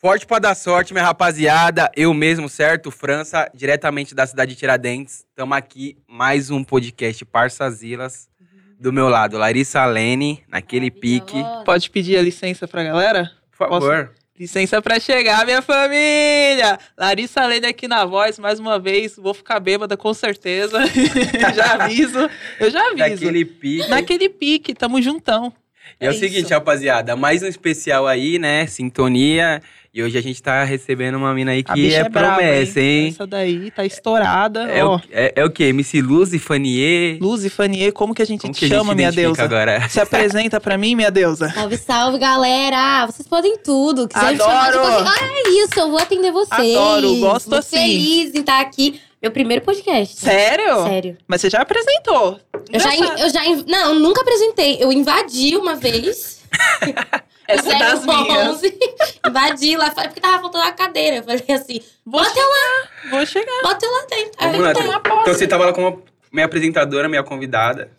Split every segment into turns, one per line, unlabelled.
Forte pra dar sorte, minha rapaziada. Eu mesmo, certo? França, diretamente da cidade de Tiradentes. Tamo aqui, mais um podcast Parçazilas. Do meu lado, Larissa Lene, naquele pique.
Pode pedir a licença pra galera?
Por favor.
Licença pra chegar, minha família! Larissa Lene aqui na voz, mais uma vez. Vou ficar bêbada com certeza. já aviso. Eu já um aviso.
Naquele pique.
Naquele pique, tamo juntão.
E é, o
isso.
seguinte, rapaziada, mais um especial aí, né? Sintonia. E hoje a gente tá recebendo uma mina aí
A
que
bicha
é,
é braba,
promessa, hein?
Essa daí tá estourada.
É,
ó,
o, é, é o quê? MC Luz e Fanier?
Luz e Fanier, como que a gente
Como
te
que a gente
chama, minha
identifica
deusa?
agora?
Se apresenta pra mim, minha deusa.
Salve, salve, galera! Ah, Vocês podem tudo. Quiser
Adoro!
me chamar, tipo assim, ah, é isso, eu vou atender vocês.
Adoro, gosto
Tô
assim.
feliz em estar aqui. Meu primeiro podcast.
Sério?
Sério.
Mas você já apresentou.
Eu já, in- eu já. in- Não, eu nunca apresentei. Eu invadi uma vez.
Essa é das minhas.
011. invadi lá, falei, porque tava faltando uma cadeira. Eu falei assim:
Vou
Bota
chegar. Vou chegar.
bota eu lá dentro. Aí
Vamos
eu
lá.
entrei.
Então você tava lá como minha apresentadora, minha convidada.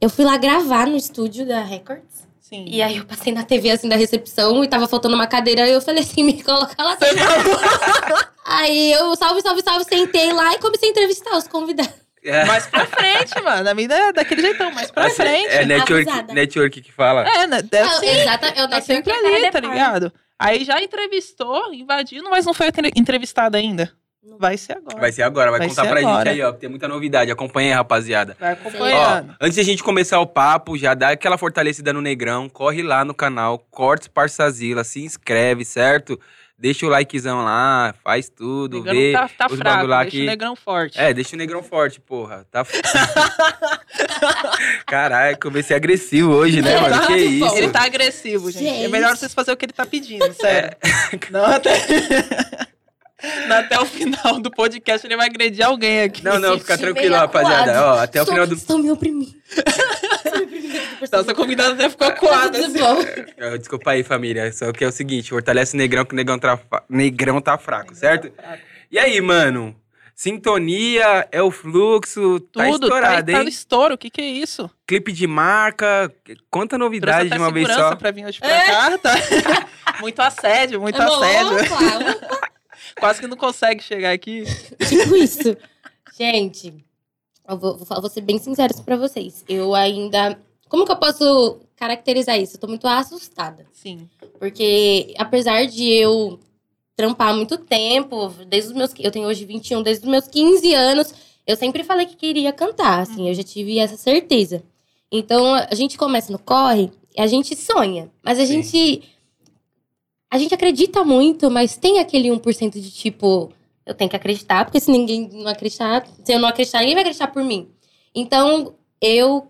Eu fui lá gravar no estúdio da Records.
Sim.
E aí eu passei na TV assim da recepção e tava faltando uma cadeira. Aí eu falei assim: me coloca lá dentro. Aí eu, salve, salve, salve, sentei lá e comecei a entrevistar os convidados.
É.
Mais pra frente, mano. A mina é daquele jeitão, mais pra
Essa-
frente.
É network,
Avisada.
network que fala.
É, né? Deve
Ah,
ser.
Exata, eu
Tá
não
sempre
sempre
ali, tá ligado? Aí já entrevistou, invadindo, mas não foi entre- entrevistada ainda. Vai ser agora.
Vai ser agora, vai,
Vai
contar
ser
pra gente
agora.
aí, ó, que tem muita novidade. Acompanha aí, rapaziada.
Vai
Ó,
acompanhando.
antes de a gente começar o papo, já dá aquela fortalecida no Negrão. Corre lá no canal Cortes Parçazila, se inscreve, certo? Deixa o likezão lá, faz
O
tudo,
negrão
vê.
tá, tá
os
fraco,
bagulho lá
deixa
que-
o negrão forte.
É, deixa o Negrão forte, porra. Tá... Caralho, comecei agressivo hoje, né,
Ele
mano?
tá
Que
de
isso?
boa.
Ele tá agressivo, gente. É
Gente.
melhor vocês fazerem o que ele tá pedindo, sério.
É.
Não, até... Não, até o final do podcast ele vai agredir alguém aqui.
Não, não,
Me
fica
senti meio
tranquilo, rapaziada. Ó,
acuado.
até o
Estou-
final do.
Estão me oprimindo. Estão me oprimindo.
Nossa Então, convidada até ficou assim.
Tá
coada.
tudo bom.
Ah, Desculpa aí, família. Só que é o seguinte: fortalece o negrão, que o negrão, tá fa- negrão tá fraco, certo?
assim.
E aí, mano? Sintonia, é o fluxo, tá
Tudo, tá,
estourado,
tá no
hein?
estouro. O que que é isso?
Clipe de marca, quanta
Trouxe
novidade
até
de uma vez
segurança
só.
pra vir hoje pra cá, tá? muito assédio, muito
É
assédio.
bom, claro.
Quase que não consegue chegar aqui.
Tipo isso. Gente, eu vou, vou, falar- vou ser bem sincera pra vocês. Eu ainda. Como que eu posso caracterizar isso? Eu tô muito assustada.
Sim.
Porque apesar de eu trampar há muito tempo, desde os meus. Eu tenho hoje 21, desde os meus 15 anos, eu sempre falei que queria cantar, assim, eu já tive essa certeza. Então, a gente começa no corre, a gente sonha, mas a
Sim.
gente. A gente acredita muito, mas tem aquele 1% de tipo, eu tenho que acreditar, porque se ninguém não acreditar, se eu não acreditar, ninguém vai acreditar por mim. Então, eu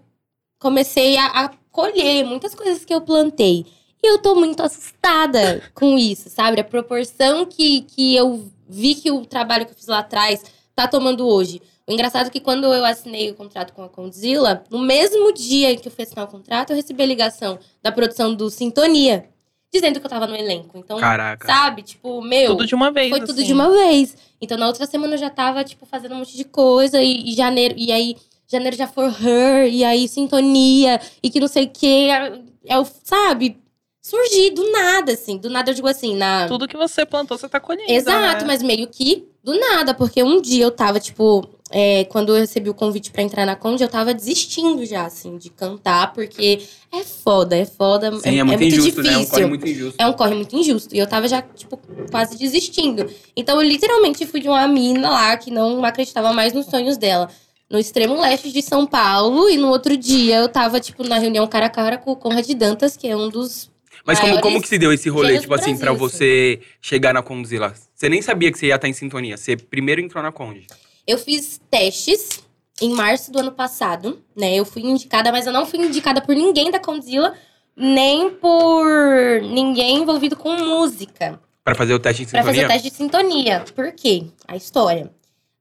comecei a, a colher muitas coisas que eu plantei. E eu tô muito assustada com isso, sabe? A proporção que, que eu vi que o trabalho que eu fiz lá atrás tá tomando hoje. O engraçado é que quando eu assinei o contrato com a Condzilla, no mesmo dia em que eu fui assinar o contrato, eu recebi a ligação da produção do Sintonia, dizendo que eu tava no elenco. Então,
Caraca.
sabe? Tipo, meu
Tudo de uma vez.
foi tudo
assim.
de uma vez. Então na outra semana eu já tava, tipo, fazendo um monte de coisa. E, e janeiro, e aí, janeiro já for her, e aí sintonia, e que não sei o quê. É, é o, sabe? Surgir do nada, assim. Do nada eu digo assim, na.
Tudo que você plantou, você tá colhendo.
Exato,
né?
mas meio que do nada, porque um dia eu tava, tipo, é, quando eu recebi o convite pra entrar na Conde, eu tava desistindo já, assim, de cantar, porque é foda, é foda,
Sim, é,
é, é
muito
muito
injusto,
difícil.
né? É um corre muito injusto.
É um corre muito injusto. E eu tava já, tipo, quase desistindo. Então eu literalmente fui de uma mina lá que não acreditava mais nos sonhos dela. No extremo leste de São Paulo. E no outro dia eu tava, tipo, na reunião cara a cara com o Conrad Dantas, que é um dos.
Mas como,
maiores
como que se deu esse rolê,
gênios
tipo
do
assim, pra
Brasil,
você chegar na Condzilla? Você nem sabia que você ia estar em sintonia. Você primeiro entrou na Conde.
Eu fiz testes em março do ano passado, né? Eu fui indicada, mas eu não fui indicada por ninguém da Condzilla, nem por ninguém envolvido com música.
Pra fazer o teste em
Pra fazer
sintonia?
o teste de sintonia. Por quê? A história.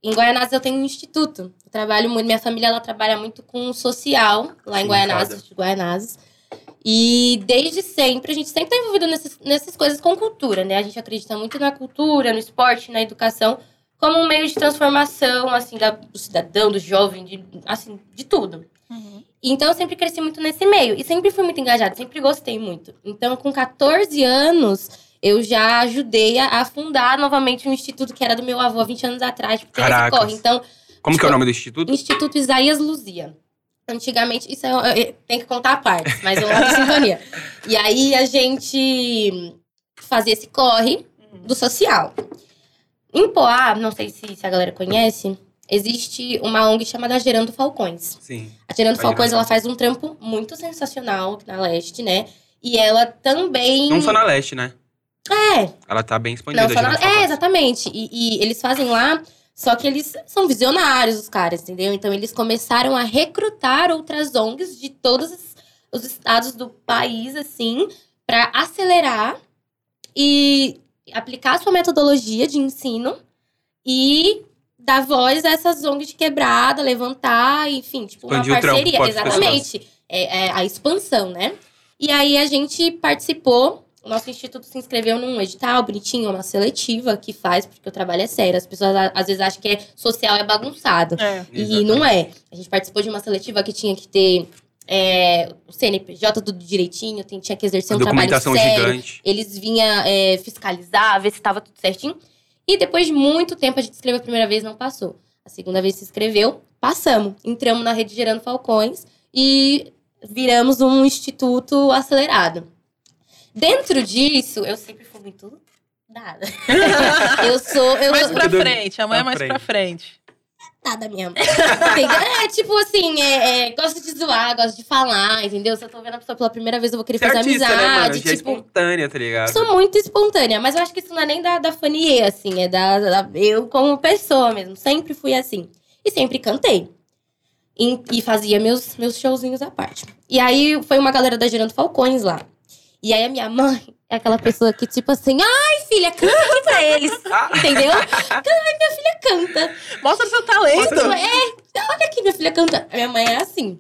Em Guaianazes eu tenho um instituto. Eu trabalho muito, minha família ela trabalha muito com social lá em
Sim,
Guaianazes, de Guaianazes. E desde sempre, a gente sempre tá está envolvido nessas, nessas coisas com cultura, né? A gente acredita muito na cultura, no esporte, na educação. como um meio de transformação, assim, da- do cidadão, do jovem, de, assim, de tudo.
Uhum.
Então, eu sempre cresci muito nesse meio. E sempre fui muito engajada, sempre gostei muito. Então, com 14 anos, eu já ajudei a, a fundar novamente um instituto que era do meu avô há 20 anos atrás. Tipo, teve esse
Caracas.
corre. Então,
Como que é o nome do instituto?
Instituto Isaías Luzia. Antigamente, isso é, é, tem que contar a parte, mas é uma sintonia. E aí a gente fazia esse corre do social. Em Poá, não sei se, se a galera conhece, existe uma ONG chamada Gerando Falcões.
Sim.
A Gerando
Tá
Falcões,
ligado.
ela faz um trampo muito sensacional aqui na Leste, né? E ela também...
Não só na leste, né?
É,
Ela tá bem expandida.
não, só
já
na-
na
É,
faculdade.
exatamente. E, e eles fazem lá, só que eles são visionários, os caras, entendeu? Então eles começaram a recrutar outras ONGs de todos os- os estados do país, assim, para acelerar e aplicar sua metodologia de ensino e dar voz a essas ONGs de quebrada, levantar, enfim, tipo,
Expandir
uma
o trampo
parceria.
para as
Exatamente. É, é a expansão, né? E aí a gente participou. O nosso instituto se inscreveu num edital bonitinho, uma seletiva que faz, porque o trabalho é sério. As pessoas a- às vezes acham que é social é bagunçado.
É.
E não é. A gente participou de uma seletiva que tinha que ter é, o CNPJ tudo direitinho, tem- tinha que exercer um trabalho
Documentação
sério.
gigante.
Eles vinham é, fiscalizar, ver se estava tudo certinho. E depois de muito tempo, a gente escreveu a primeira vez, não passou. A segunda vez se escreveu, passamos. Entramos na rede Gerando Falcões e viramos um instituto acelerado. Dentro disso, eu sempre fui muito dada. Eu sou. Eu
mais pra
Muito doido.
frente, amanhã é
Pra
mais pra frente.
Nada mesmo. Entendeu? é tipo assim, é, é, gosto de zoar, gosto de falar, entendeu? Se eu tô vendo a pessoa pela primeira vez, eu vou querer
Você é
fazer
artista,
amizade.
né, mano? Já é
tipo,
espontânea, tá ligado?
sou muito espontânea, mas eu acho que isso não é nem da, da Fanier, assim, é da, da- eu como pessoa mesmo. Sempre fui assim. E sempre cantei. E, e fazia meus, meus showzinhos à parte. E aí foi uma galera da Gerando Falcões lá. E aí a minha mãe é aquela pessoa que, tipo assim, ai, filha, canta aqui pra eles. Entendeu? Ai, minha filha canta.
Mostra seu talento.
Tipo, é, olha aqui, minha filha canta. A minha mãe é assim.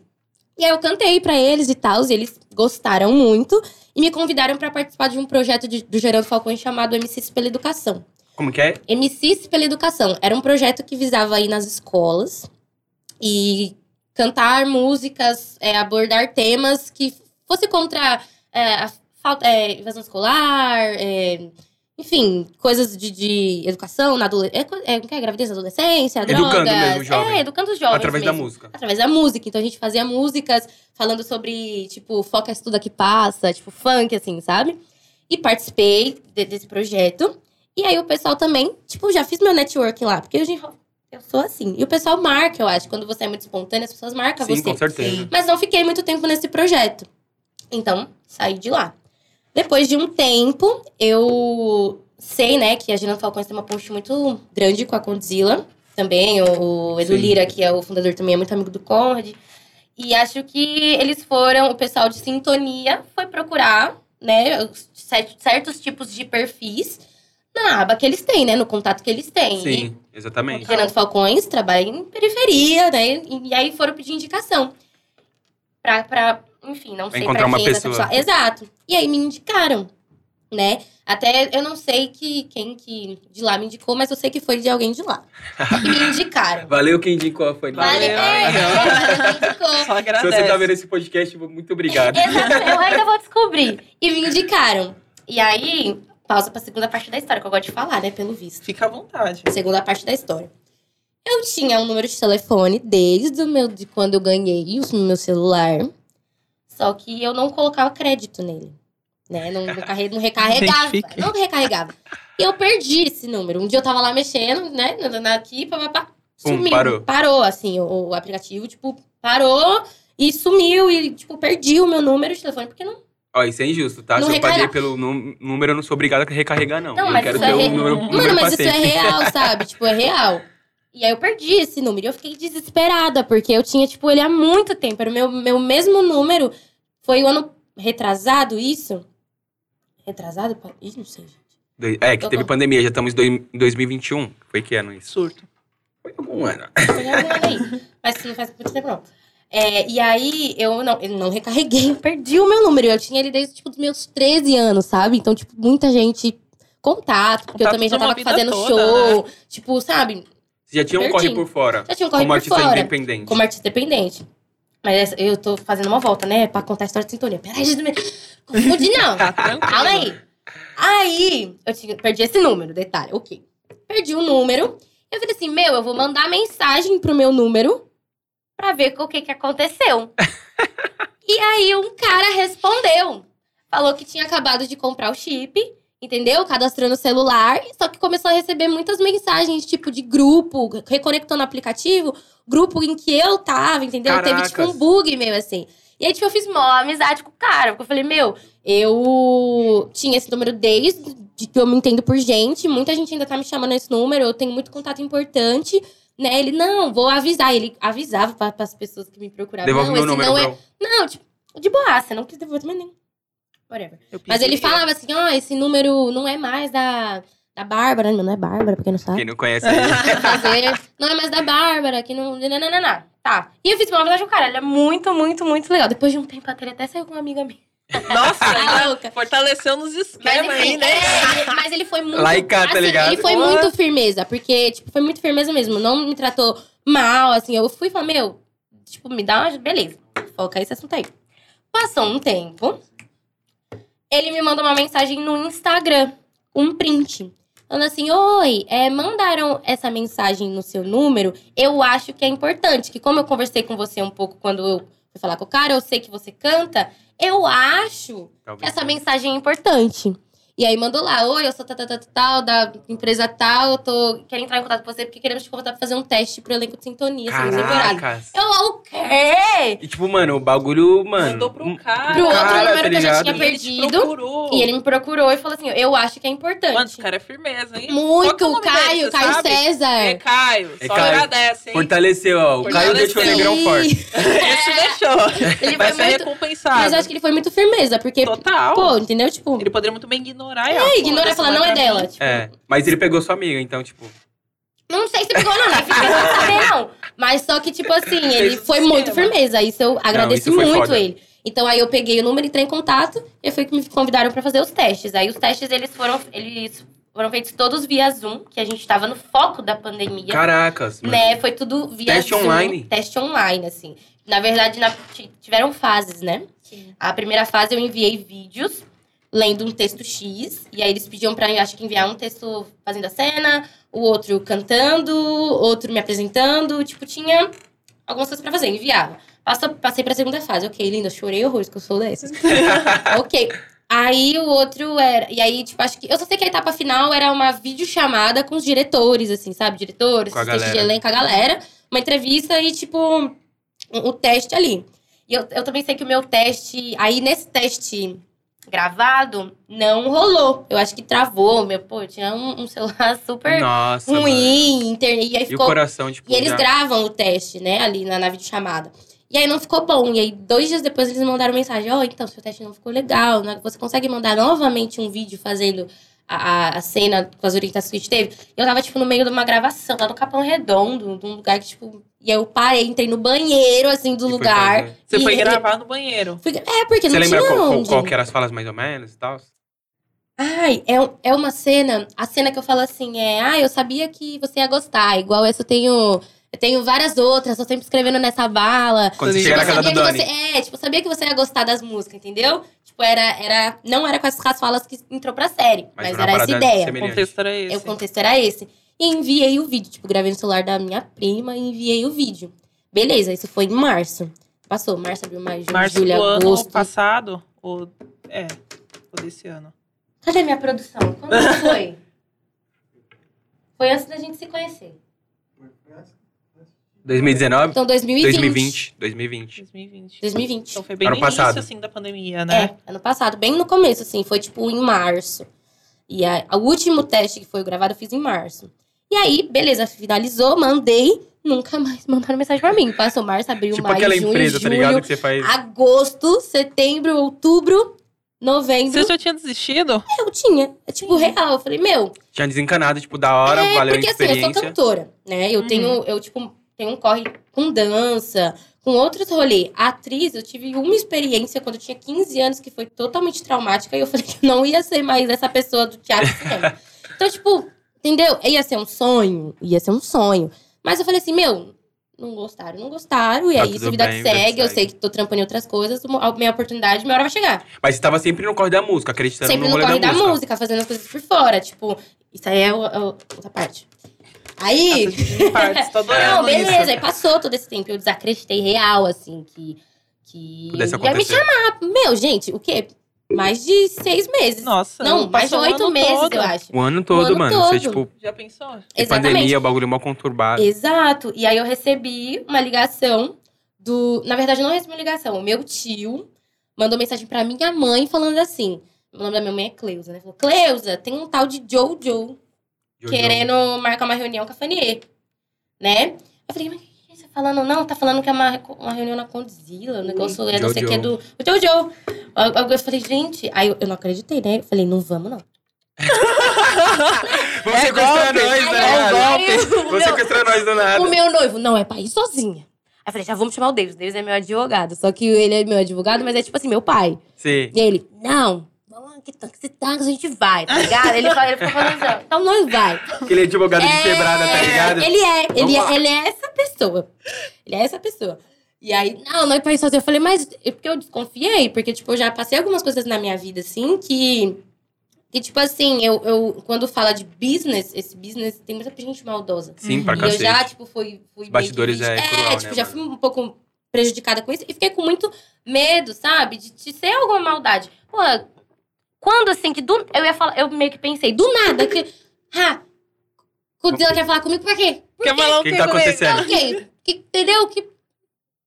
E aí eu cantei pra eles e tal, e eles gostaram muito. E me convidaram pra participar de um projeto de- do Gerando Falcões chamado MCs pela Educação.
Como que é?
MCs pela Educação era um projeto que visava ir nas escolas e cantar músicas, é, abordar temas que fosse contra é, a falta, é, invasão escolar, é, enfim, coisas de, de educação na adolescência. É, o que é gravidez na adolescência,
Educando
drogas.
mesmo o jovem.
É, educando os jovens.
Através da
mesmo.
música.
Através da música. Então a gente fazia músicas falando sobre, tipo, foca estuda que passa, tipo, funk, assim, sabe? E participei de- desse projeto. E aí o pessoal também, tipo, já fiz meu networking lá, porque hoje em- eu sou assim. E o pessoal marca, eu acho. Quando você é muito espontânea, as pessoas marcam
Sim,
você.
com certeza.
Sim.
Mas não fiquei muito tempo nesse projeto. Então, saí de lá. Depois de um tempo, eu sei, né, que a Gina Falcões tem uma ponte muito grande com a Condzilla também. O, o Edu
Sim.
Lira, que é o fundador, também é muito amigo do Conrad. E acho que eles foram, o pessoal de sintonia foi procurar, né, os cer- certos tipos de perfis na aba que eles têm, né, no contato que eles têm. E
Sim, exatamente.
Renato Falcões trabalha em periferia, né? E, e aí foram pedir indicação. Pra, pra enfim, não
Pra
sei
encontrar
pra
uma
quem essa
pessoa.
Exato. E aí me indicaram, né? Até eu não sei que, quem que de lá me indicou, mas eu sei que foi de alguém de lá. E me indicaram.
Valeu quem indicou, foi.
Vale,
Valeu.
é, me indicou.
Só
Se
agradece.
você tá vendo esse podcast, muito obrigado.
Exato, eu ainda vou descobrir. E me indicaram. E aí, pausa pra segunda parte da história, que eu gosto de falar, né? Pelo visto.
Fica à vontade.
segunda parte da história. Eu tinha um número de telefone desde o meu, de quando eu ganhei o meu celular. Só que eu não colocava crédito nele. Né? Não, não, carre- não recarregava.
Identifique.
Não recarregava. E eu perdi esse número. Um dia eu tava lá mexendo, né? na- na- Aqui, papapá.
Pum,
Sumiu.
parou.
assim, o, o aplicativo, tipo, parou e sumiu. E, tipo, perdi o meu número de telefone, porque não.
Ó, isso é injusto, tá?
Não
Se eu paguei
recarregar.
pelo num- número, eu não sou obrigado a recarregar, não.
Não,
eu
mas
quero
isso
ter
é
o
re-
número,
Mano,
número pra
mas isso é
sempre.
real, sabe? tipo, é real. E aí eu perdi esse número. E eu fiquei desesperada, porque eu tinha, tipo, ele há muito tempo. Era o meu, meu mesmo número. Foi o ano retrasado, isso? Retrasado? Pa- Ih, não sei, gente.
Doi- É, que teve pandemia, já estamos em dois- em 2021. Foi que ano isso?
Surto.
Foi algum ano.
Foi há um ano aí. Mas isso não faz muito tempo, não. É, e aí, eu não, eu não recarreguei, eu perdi o meu número. Eu tinha ele desde, tipo, dos meus 13 anos, sabe? Então, tipo, muita gente contato, porque eu
Contato
também já
pra uma
tava
vida
fazendo
toda,
show.
né?
Tipo, sabe?
Você já tinha um corre
Certinho.
por fora.
Já tinha um corre
como
por
artista
fora.
independente.
Como artista dependente. Mas essa- eu tô fazendo uma volta, né? Pra contar a história de sintonia. Peraí, Jesus, me- confundi não.
Tá tranquilo.
Calma aí. Aí, eu tinha- perdi esse número, detalhe, ok. Perdi o número. Eu falei assim, meu, eu vou mandar mensagem pro meu número pra ver o que que aconteceu. e aí, um cara respondeu. Falou que tinha acabado de comprar o chip, entendeu? Cadastrou no celular. Só que começou a receber muitas mensagens, tipo, de grupo, reconectou no aplicativo, grupo em que eu tava, entendeu? Teve, tipo, um
Caracas.
bug meio assim. E aí, tipo, eu fiz mó amizade com o cara. Porque eu falei, meu, eu tinha esse número desde que eu me entendo por gente. Muita gente ainda tá me chamando esse número. Eu tenho muito contato importante. Né? Ele, não, vou avisar. Ele avisava pra, pras pessoas que me procuravam.
Devolve
não,
meu
esse
número,
não é.
bro.
Não, tipo, de boaça. Não quis devolver também nem. Whatever.
Eu
Mas ele
pedi.
falava assim, ó, esse número não é mais da, da Bárbara. Não é Bárbara, porque não sabe
Quem não conhece aí.
fazer. Não é mais da Bárbara, que não. Não, não, não, não. Tá. E eu fiz uma abordagem com o cara. Ele é muito, muito, muito legal. Depois de um tempo até ele até saiu com uma amiga minha.
Nossa,
Tá
ainda
louca.
fortaleceu nos
Mas,
esquemas
enfim,
aí, né?
é, ele- mas ele foi muito. assim,
Laica, tá ligado?
Ele foi
Boa.
muito firmeza, porque, tipo, foi muito firmeza mesmo. Não me tratou mal, assim. Eu fui e falei, meu, tipo, me dá uma. Beleza, foca esse assunto aí. Passou um tempo. Ele me mandou uma mensagem no Instagram, um print. Falando assim, oi, é, mandaram essa mensagem no seu número, eu acho que é importante. Que como eu conversei com você um pouco quando eu fui falar com o cara, eu sei que você canta, eu acho
Talvez.
essa mensagem é importante. E aí mandou lá, oi, eu sou tal, tal, tal, tal, da empresa tal, eu tô, quero entrar em contato com você porque queremos te convidar pra fazer um teste pro elenco de sintonia, segunda temporada.
Caracas.
Eu, o quê?
E tipo, mano, o bagulho, mano.
Mandou pro
um-
cara.
Pro outro
Cara,
número
tá
que eu já
ligado?
tinha
E
ele te
perdido.
procurou.
E ele me procurou e falou assim, eu acho que é
Mano,
importante.
esse cara é firmeza, hein? Qual que é
Muito,
o nome
Caio,
dele, você
Caio
sabe? É
César.
Caio,
É
só
Caio.
agradece, hein?
Fortaleceu, ó. O Caio deixou o
Fortaleceu.
negrão forte.
Esse deixou.
É. Ele
Vai
foi
ser
muito...
recompensado.
Mas eu acho que ele foi muito firmeza, porque,
Total.
pô, entendeu? Tipo,
Ele poderia muito bem ignorar ela.
é,
Pô,
ignora e
essa
fala, não é
pra
dela.
mim.
Tipo,
É. Mas ele pegou sua amiga, então, tipo.
Não sei se pegou, não, né? Fiquei sem saber, não. Mas só que, tipo assim, ele
um
foi muito
esquema.
firmeza. Isso eu agradeci
isso foi
muito
foda.
ele. Então aí eu peguei o número, entrei em contato e foi que me convidaram pra fazer os testes. Aí os testes, eles foram, eles foram feitos todos via Zoom, que a gente tava no foco da pandemia.
Caracas, mano.
né? Foi tudo via
Teste
Zoom,
online?
Teste online, assim. Na verdade, na- ti- tiveram fases, né? A primeira fase eu enviei vídeos lendo um texto X, e aí eles pediam pra acho que enviar um texto fazendo a cena, o outro cantando, outro me apresentando, tipo tinha algumas coisas pra fazer, enviava. Passa- passei pra segunda fase, ok, linda, chorei horrores que eu sou dessas. ok. Aí o outro era. E aí, tipo, acho que. Eu só sei que a etapa final era uma videochamada com os diretores, assim, sabe? Diretores,
Com a
assistente de
galera.
elenco, a galera. Uma entrevista e, tipo, um, um teste ali. E eu, eu também sei que o meu teste. Aí nesse teste gravado, não rolou. Eu acho que travou. Meu, pô, eu tinha um, um celular super
Nossa. mano.
ruim, internet. E aí
E o
ficou
coração, tipo.
e eles
já-
gravam o teste, né, ali na, na videochamada. E aí não ficou bom. E aí, dois dias depois, eles mandaram mensagem: Ó, então, seu teste não ficou legal. né? Você consegue mandar novamente um vídeo fazendo a, a- a cena com as orientações que a gente teve? E eu tava, tipo, no meio de uma gravação, lá no Capão Redondo, num lugar que, tipo. E aí eu parei, entrei no banheiro, assim, do
e foi
lugar.
fazer.
Você foi
E-
gravar no banheiro.
Fui- é, porque
Você
não
lembra
tinha
qual, qual,
onde.
qual que é? eram as falas mais ou menos e tal?
Ai, é, um- é uma cena. A cena que eu falo assim é: Ah, eu sabia que você ia gostar. Igual essa eu tenho. Eu tenho várias outras, tô sempre escrevendo nessa bala.
Quando você
Sim.
chega na
Tipo,
casa do
sabia que
Dani.
Você, é, tipo, sabia que você ia gostar das músicas, entendeu? Tipo, era, era, não era com essas falas que entrou pra série, mas,
uma
era essa
parada
ideia.
O
semelhante.
contexto era esse.
Eu, o contexto era esse. E enviei o vídeo, tipo, gravei no celular da minha prima e enviei o vídeo. Beleza, isso foi em março. Passou, março, abril, maio, junho,
Março
julho,
do ano
agosto.
passado, ou... É, ou desse ano.
Cadê minha produção? Quando que foi? foi antes da gente se conhecer.
2019,
Então, 2020.
2020, 2020.
2020.
2020.
Então foi bem
Ano
no início,
passado.
assim, da pandemia, né?
É, ano passado, bem no começo, assim, foi tipo em março. E a, o último teste que foi gravado eu fiz em março. E aí, beleza, finalizou, mandei, nunca mais mandaram mensagem pra mim. Passou março, abril,
Tipo
maio,
aquela
junho,
empresa, tá
julho, Ah.
ligado? Que você faz.
agosto, setembro, outubro, novembro.
Você já tinha desistido?
Eu tinha, é tipo real, eu falei, meu,
Tinha desencanado, tipo, da hora,
É,
valeu a
porque assim, eu sou
experiência.
cantora, né? Eu
Uhum.
tenho, eu, tipo, tenho um corre com dança, com outros rolês. A atriz, eu tive uma experiência quando eu tinha 15 anos que foi totalmente traumática e eu falei que eu não ia ser mais essa pessoa do teatro e cinema. Então, tipo, entendeu? Ia ser um sonho, ia ser um sonho. Mas eu falei assim, meu, não gostaram, não gostaram. E
Tá
é isso,
tudo
vida
bem,
que
vida que
segue. Eu
segue.
sei que tô trampando em outras coisas. uma- A minha oportunidade, minha hora vai chegar.
Mas você tava sempre no corre da música, acreditando
Sempre
no
no
rolê
corre da,
da música.
música, fazendo as coisas por fora. Tipo, isso aí é o- o- outra parte.
Tá
Aí.
Partes, tô adorando
Não, beleza.
isso.
Aí passou todo esse tempo. Eu desacreditei real, assim, que. que
Pudesse
eu ia me
acontecer.
chamar. Meu, gente, o quê? Mais de seis meses.
Nossa.
não, mais de
passou o
oito
ano
meses,
todo.
eu acho.
O ano todo,
O ano
mano. Você,
todo.
tipo,
Já pensou?
e pandemia, o bagulho mó conturbado.
Exato. E aí eu recebi uma ligação do. Na verdade, eu não recebi uma ligação. O meu tio mandou mensagem pra minha mãe falando assim. O nome da minha mãe é Cleusa, né? Falou: Cleusa, tem um tal de Jojo
Jojo.
querendo marcar uma reunião com a Fanier, né? Eu falei, mas o que você tá falando? Não, tá falando que é uma, uma reunião na Condzilla, o negócio é não sei o que é do... O Jojo! Eu, eu- eu falei, gente... Aí eu, eu não acreditei, né? Eu falei, não vamos, não.
Vão
É
sequestrar
golpe,
nós, né?
é
do
golpe.
nada.
Aí eu- o
Vão
meu-
sequestrar nós do nada.
o meu noivo, não, é pra ir sozinha. Aí eu falei, já vamos chamar o Davis, o Davis é meu advogado. Só que ele é meu advogado, mas é tipo assim, meu pai.
Sim.
E ele, não, vamos que tanque, se tanque, a gente vai, tá ligado? Ele, fala- ele ficou falando assim, ó, então nós vai.
Aquele advogado de quebrada, tá ligado?
É, Ele é,
Vamos
ele
lá.
é, ele é essa pessoa. Ele é essa pessoa. E aí, não, não é pra ir sozinho. Eu falei, mas é porque eu desconfiei, porque, tipo, eu já passei algumas coisas na minha vida, assim, que. Que, tipo assim, eu, eu quando fala de business, esse business tem muita gente maldosa.
Sim, pra
E eu
cacete.
já, tipo, fui. fui meio que
bastidores
vítima.
é cruel,
tipo,
né,
já
mano?
fui um pouco prejudicada com isso e fiquei com muito medo, sabe? De, de ser alguma maldade. Pô, quando assim, que do. Eu ia falar, eu meio que pensei, do nada, que. Ah, quando ela quer falar comigo, pra quê? Por
Quer falar o
O que
que
que tá
comigo?
acontecendo?
Então, ok. Que, entendeu? Que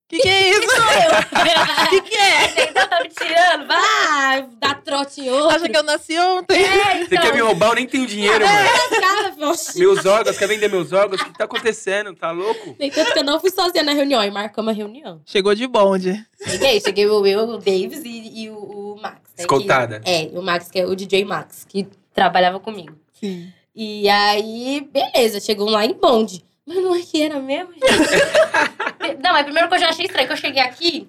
Que que é isso?
sou
O
eu?
que que é?
Então tá me tirando. Vai, dá trote em outro.
Acha que eu nasci ontem?
É,
Você
então,
quer me roubar? Eu nem tenho dinheiro, mano.
cara, poxa.
Meus órgãos, quer vender meus órgãos? O que tá acontecendo? Tá louco?
Nem tanto que eu não fui sozinha na reunião. E marcamos a reunião.
Chegou de bonde.
Cheguei, cheguei o eu, é o Davis e, e o, o Max. né,
Escoltada.
que- é, o Max, que é o DJ Max, que trabalhava comigo.
Sim.
E aí, beleza, chegou um lá em bonde. Mas não é que era mesmo, gente? não, mas primeiro que eu já achei estranho, que eu cheguei aqui,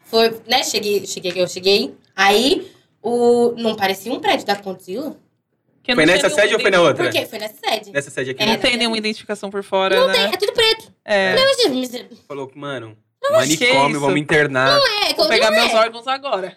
foi, né, cheguei, cheguei, eu cheguei, aí, o, não parecia um prédio da Condzilla?
Que
Foi
não
nessa
tem
sede ou foi na
nenhum-
outra?
Por quê? Foi nessa sede.
Nessa sede aqui.
É,
né?
Não tem nenhuma identificação por fora,
Não
né?
tem, é tudo preto.
É.
Eu disse, mas É,
Falou, mano,
achei
manicômio,
isso.
vamos internar. Um
é,
Vou pegar
não é.
meus órgãos agora.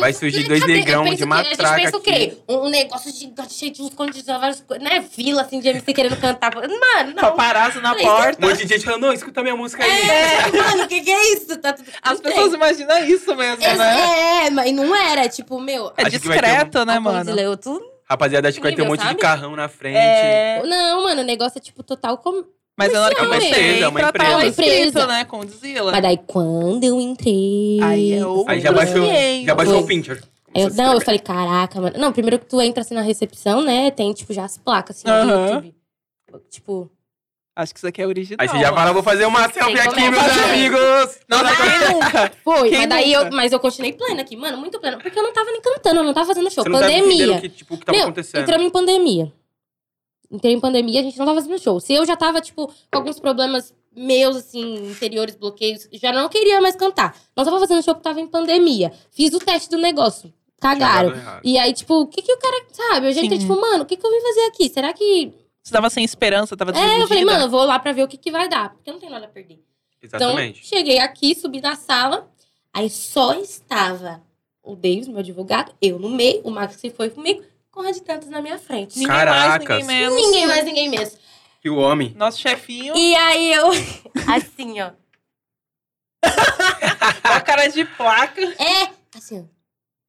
Vai surgir dois
Cadê? Eu
negrão
penso
de
que-
matraca
A gente pensa o quê? Um um negócio gigante, cheio de uns condições, várias coisas. Né? Vila, assim, de MC querendo cantar. Mano, não.
Paparazzo Tá na
Falei,
Um
porta.
monte de gente falando, não, escuta minha música aí.
É, mano, o que, que é isso? Tá tudo...
As
não tem.
pessoas imaginam isso mesmo,
Ex-
né?
É, mas não era. Tipo, meu...
É
Acho que vai ter um-
discreto, né,
a
mano?
Condzilla é outro-
Rapaziada, acho que vai ter um
Incrível,
monte de
sabe?
carrão na frente.
É,
Não, mano, o negócio é, tipo, total... Com...
mas na hora que eu
Mas é uma
comecei,
empresa, é uma
tratava
empresa.
escrito,
Empresa.
né, com Zila.
Mas daí, quando eu entrei...
Aí é o-
Aí já
Foi.
baixou, já baixou o
Foi.
pincher.
Eu, não, eu falei, caraca, mano. Não, primeiro que tu entra, assim, na recepção, né? Tem, tipo, já as placas, assim, no
Aham.
YouTube. Tipo...
Acho que isso aqui é original.
Aí você já
ó.
fala, vou fazer uma selfie
Tem
aqui,
como
meus
é fazer.
amigos.
Nossa, quem nunca?
Foi,
Quem
mas daí
nunca?
eu, mas eu continuei plena aqui, mano, muito plena. Porque eu não tava nem cantando, eu não tava fazendo show.
Você não tá
pandemia.
entendendo o que, tipo, o que tava
Meu,
acontecendo.
entramos em pandemia. Entrei em pandemia, a gente não tava fazendo show. Se eu já tava, tipo, com alguns problemas meus, assim, interiores, bloqueios, já não queria mais cantar. Não tava fazendo show porque tava em pandemia. Fiz o teste do negócio.
né?
Cagaram. E aí, tipo, o que que o cara, sabe? Eu já entrei,
Sim.
tipo, mano, o que que eu vim fazer aqui? Será que...
Você tava sem esperança, tava
É, eu
desiludida.
falei, mano, eu vou lá pra ver o que que vai dar. Porque eu não tenho nada a perder.
Exatamente.
Então, cheguei aqui, subi na sala, aí só estava o Davis, meu advogado, eu no meio, o Max que foi comigo, com a de tantas na minha frente.
Ninguém
Caracas.
mais, ninguém menos.
Ninguém mais, ninguém menos.
E o homem?
Nosso chefinho,
E aí eu, um assim, ó.
com a cara de placa.
É, assim,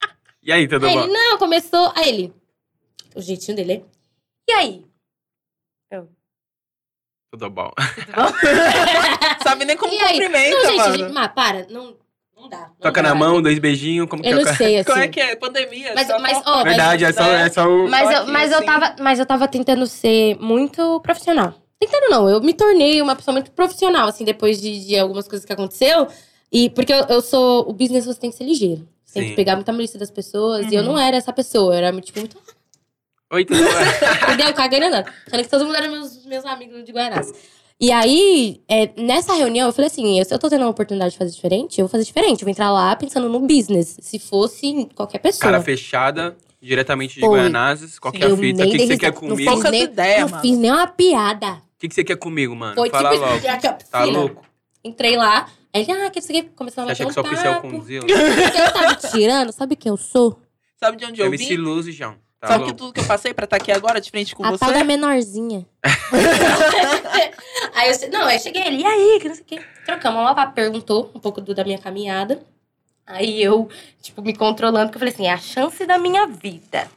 ó.
E aí, tudo
Aí
bom?
ele, não, começou. Aí ele, o jeitinho dele, né? E aí?
Tudo bom.
Sabe nem como
E aí?
cumprimenta,
não, gente,
mano.
gente, mas para, não, não dá. não
Toca
dá.
na mão, dois beijinhos, como que
Eu
é o
não
cara?
sei, assim.
Como é que é? Pandemia.
Mas-
só
mas,
com-
ó, mas-
Verdade, é só, é só o...
Mas,
Só
eu,
aqui,
mas, eu
assim.
tava, mas eu tava tentando ser muito profissional. Tentando não, eu me tornei uma pessoa muito profissional, assim, depois de, de algumas coisas que aconteceu. E porque eu, eu sou. O business você tem que ser ligeiro. Você tem
Sim.
que pegar muita malícia das pessoas. E eu
Uhum.
não era essa pessoa. Eu era, tipo, muito.
Oi, tudo bom?
Entendeu? Cagando e andando. Achando que todo mundo era meus, meus amigos de Guarás. E aí, é, nessa reunião, eu falei assim: se eu tô tendo a oportunidade de fazer diferente, eu vou fazer diferente. Eu vou entrar lá pensando no business, se fosse em qualquer pessoa.
Cara fechada, diretamente de
Foi.
Goianazes. Qual que é a
Eu
fita? O
nem
que, que
dei
você quer
risada, não
comigo?
fiz
O
Poucas
nem-
ideias,
não
mano.
fiz nenhuma piada.
que, que você quer comigo, É, mano?
Foi
Fala
tipo
logo.
tirar aqui a piscina.
Tá louco?
Entrei lá, aí ele, ah, que isso aqui começou a
Você acha
bater
que só
um papo.
pincel com zelo?
Porque eu tava tá tirando, sabe quem eu sou?
Sabe de onde eu
MC
vim?
Luz, João. Tá
Sabe que
louco?
tudo que eu passei pra estar aqui agora, de frente com
a tal
você?
da menorzinha. aí eu, che- não, aí eu cheguei ali, e aí, que não sei o quê. Trocamos uma papo, perguntou um pouco do- da minha caminhada. Aí eu, tipo, me controlando, porque eu falei assim, é a chance da minha vida.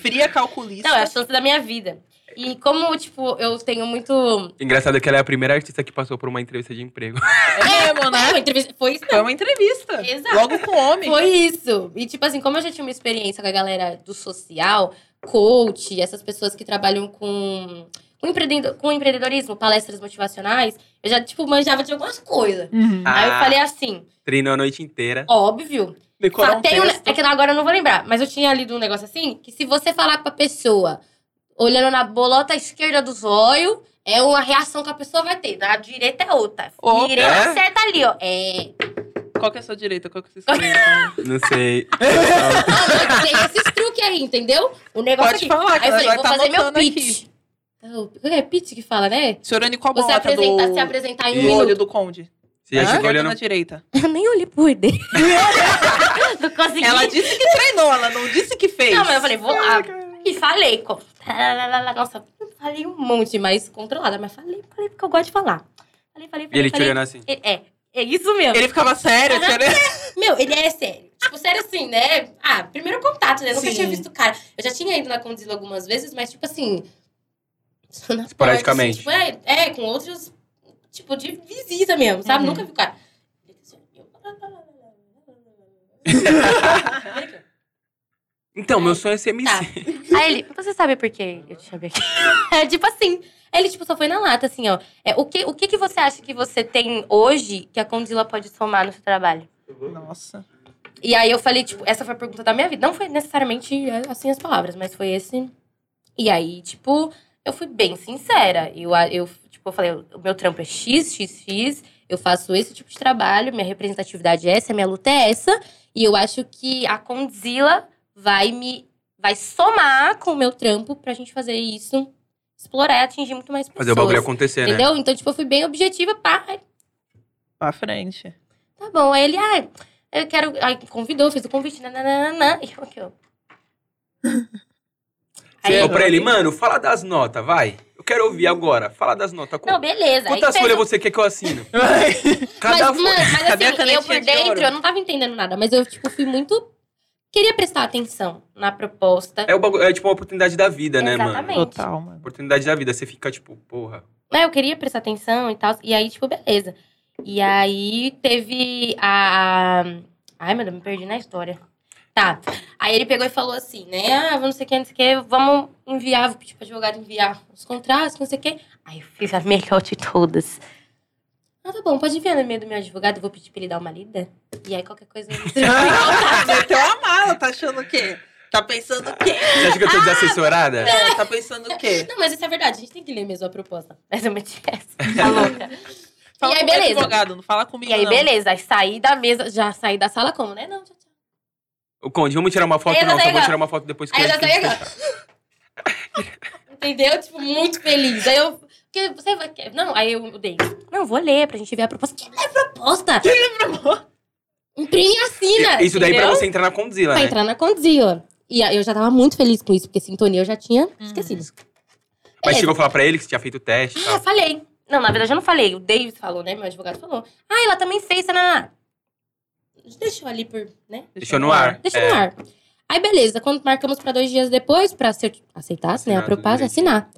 Fria calculista.
Não, é a chance da minha vida. E como, tipo, eu tenho muito...
Engraçado que ela é a primeira artista que passou por uma entrevista de emprego.
É mesmo,
Foi
né?
uma entrevista- Foi isso
Foi uma entrevista.
Exato.
Logo com homem.
Foi isso. E, tipo assim, como eu já tinha uma experiência com a galera do social, coach, essas pessoas que trabalham com, com, empreendedor, com empreendedorismo, palestras motivacionais, eu já, tipo, manjava de algumas coisas.
Uhum.
Ah.
Aí eu falei assim,
Treinou a noite inteira.
óbvio.
Decorar
Só
um
tem um-
texto.
é que agora eu não vou lembrar, mas eu tinha lido um negócio assim, que se você falar com a pessoa olhando na bolota esquerda dos olhos, é uma reação que a pessoa vai ter. Na direita é outra.
Opa.
Direita
É?
acerta ali, ó. É.
Qual que é a sua direita? Qual que é a sua esquerda?
Não sei.
Não, tem esses truques aí, entendeu? O negócio é
Pode
aqui.
falar, que
Aí eu
nós
falei,
vai
vou
tá
fazer meu
anotando
pitch. Então, É pitch que fala, né?
Tá
Senhorane, qual
Você
bolota
apresentar,
do...
se apresentar em
E
um
do olho
minuto.
do conde?
Você já
Na
chegou
esquerda ou
olhando.
na direita?
Eu nem olhei por dentro. não consegui.
Ela disse que treinou, ela não disse que fez.
Não, mas eu falei, vou lá. E falei. co- Nossa, eu falei um monte, mas controlada. Mas falei, falei, porque eu gosto de falar. Falei, falei, falei.
E ele te
falei.
olhando assim.
É, é, é isso mesmo.
Ele ficava sério,
Aham.
sério.
Meu, ele é sério. Tipo, sério assim, né? Ah, primeiro contato, né? Eu nunca
Sim.
tinha visto o cara. Eu já tinha ido na Condizila algumas vezes, mas tipo assim... só na
Esporadicamente.
porta, assim, tipo, é, é, com outros... Tipo, de visita mesmo, sabe?
Uhum.
Nunca vi o cara.
Então, meu sonho é ser MC.
Tá. Aí ele, você sabe por que eu te chamei aqui? É tipo assim. Ele, tipo, só foi na lata, assim, ó. É, o que, o que, que você acha que você tem hoje que a Condila pode somar no seu trabalho?
Nossa.
E aí eu falei, tipo, essa foi a pergunta da minha vida. Não foi necessariamente é, assim as palavras, mas foi esse. E aí, tipo, eu fui bem sincera. Eu, a- eu tipo, eu falei, o meu trampo é X, X, X. Eu faço esse tipo de trabalho, minha representatividade é essa, a minha luta é essa. E eu acho que a Condzilla vai me... Vai somar com o meu trampo pra gente fazer isso. Explorar e atingir muito mais pessoas.
Fazer o bagulho acontecer, né?
Entendeu? Então, tipo, eu fui bem objetiva, pá.
Pra frente.
Tá bom. Aí ele, ah, eu quero. Aí convidou, fez o convite, nananana. E eu aqui, ó. Aí
Você
ele,
falou pra ele, mano, fala das notas, vai. Eu quero ouvir agora. Fala das notas. Qu-
não, beleza. Aí
Quantas
fez
folhas
o-
você quer que eu assino?
Mas,
Cada
mano,
folha. né,
mas
Cadê
assim,
a
eu
canetinha
por
de
dentro,
ouro?
eu não tava entendendo nada. Mas eu, tipo, fui muito. Queria prestar atenção na proposta.
É, o bagulho- é tipo uma oportunidade da vida, né, mano?
Exatamente.
Total, mano.
Oportunidade da vida. Você fica tipo, porra.
né, eu queria prestar atenção e tal. E aí, tipo, beleza. E aí teve a. a- Ai, meu Deus, me perdi na história. Tá. Aí ele pegou e falou assim, né? Ah, não sei o que, não sei o que, vamos enviar, tipo, advogado enviar os contratos, não sei o que. Aí eu fiz a melhor de todas. Ah, tá bom, pode enviar no e-mail do meu advogado, eu vou pedir pra ele dar uma lida. E aí qualquer coisa. eu-
Meteu a mala, tá achando o quê? Tá pensando o quê?
Você acha que
Ah,
eu tô desassessorada?
É, tá pensando o quê?
Não, mas isso é verdade, a gente tem que ler mesmo a proposta. Mas eu meti essa. Tá louca.
Fala
E aí,
com o
beleza.
advogado, não fala comigo,
E aí,
não.
beleza, aí saí da mesa, já saí da sala como, né? Não, tchau, tchau.
Ô, Conde, vamos tirar uma foto?
Aí eu já
Não,
saí
só vou
agora.
tirar uma foto depois que
Aí eu já
que-
saí agora. Entendeu? Tipo, muito feliz. Aí eu. Porque você vai. quer- Não, aí eu dei. Não, vou ler pra gente ver a proposta. Quem lê a proposta? Quem lê a proposta? Imprime e assina.
Isso daí pra
entendeu?
você entrar na Condzilla,
Pra
né?
entrar na Condzilla. E aí eu já tava muito feliz com isso, porque sintonia eu já tinha esquecido.
Mas
Beleza.
chegou a falar pra ele que você tinha feito o teste e
Ah, eu
tal.
falei. Não, na verdade eu não falei. O Davis falou, né? Meu advogado falou. Ah, ela também fez, tananá. Deixou ali por, né?
Deixou no ar.
Deixa
É.
no ar. Aí, beleza. Quando marcamos pra dois dias depois, pra se eu aceitasse, né? A
Assinado
proposta,
direitinho.
assinar.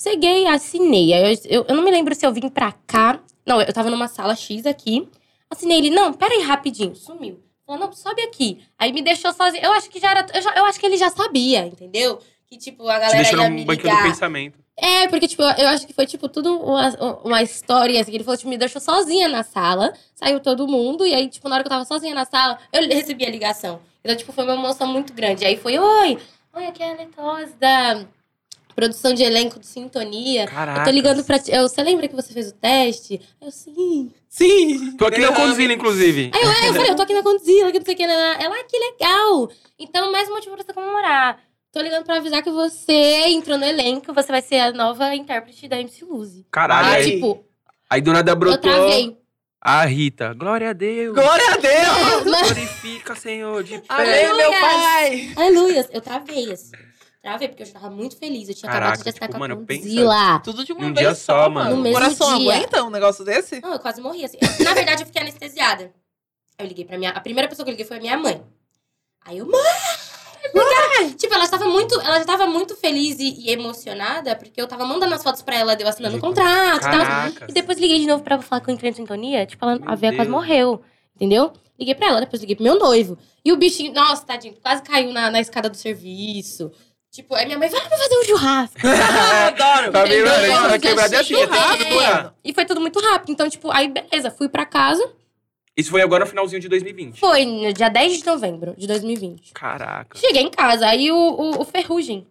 Cheguei, assinei. Aí eu, eu, eu não me lembro se eu vim pra cá. Não, eu tava numa sala X aqui. Assinei ele, não, pera aí rapidinho. Sumiu. Falou, não, sobe aqui. Aí me deixou sozinha. Eu acho que já era. Eu, já- eu acho que ele já sabia, entendeu? Que, tipo, a
Te
galera
deixou
ia
no
me
banquinho do
ligar.
pensamento.
É, porque, tipo, eu acho que foi, tipo, tudo uma, uma história, assim, que ele falou, tipo, me deixou sozinha na sala, saiu todo mundo, e aí, tipo, na hora que eu tava sozinha na sala, eu recebi a ligação. Então, tipo, foi uma emoção muito grande. Aí foi, oi, oi, aqui é a Letose da produção de elenco de sintonia.
Caraca.
Eu tô ligando pra ti. Eu, você lembra que você fez o teste? Eu, sim.
Sim!
Tô aqui na Condzilla, inclusive.
Aí eu, é, eu falei, eu tô aqui na Condzilla, que não sei o que. né? Ela, ah, que legal. Então, mais um motivo pra você comemorar. Tô ligando pra avisar que você entrou no elenco, você vai ser a nova intérprete da MC Luzi.
Caralho.
Ai.
aí,
tipo,
aí do nada
eu
brotou
travei.
a Rita. Glória a Deus.
Glória a Deus!
Mas-
Glorifica, Senhor, de pé.
Amém, meu pai!
Aleluia, eu travei, assim. Travei, porque eu já tava muito feliz. Eu tinha
Caraca,
acabado de estar
tipo,
com a
mano,
Condzilla.
Tudo de uma
Num
vez
dia só, mano.
No
O
mesmo
coração
dia.
aguenta um negócio desse?
Não, eu quase morri, assim. Eu- na verdade, eu fiquei anestesiada. Eu liguei pra minha... A primeira pessoa que eu liguei foi a minha mãe. Aí eu... Mãe! Mãe! Tipo, ela estava muito... Ela já tava muito feliz e, e emocionada, porque eu tava mandando as fotos pra ela, deu assinando o
De-
contrato e tal.
Caraca.
E depois liguei de novo pra falar com o Entrando em Sintonia. Tipo, ela,
Meu
a véia quase
Deus.
morreu. Entendeu? Liguei pra ela, depois liguei pro meu noivo. E o bichinho, nossa, tadinho, quase caiu na, na escada do serviço. Tipo, aí minha mãe, vai pra fazer um churrasco.
Ah, Adoro!
Tá vendo?
Entendeu?
Isso na
Eu
quebrada é
já
assim, é
cheguei.
rápido, mano.
E foi tudo muito rápido. Então, tipo, aí beleza, fui pra casa.
Isso foi agora no finalzinho de 2020.
Foi no dia 10 de novembro de 2020.
Caraca.
Cheguei em casa, aí o, o, o Ferrugem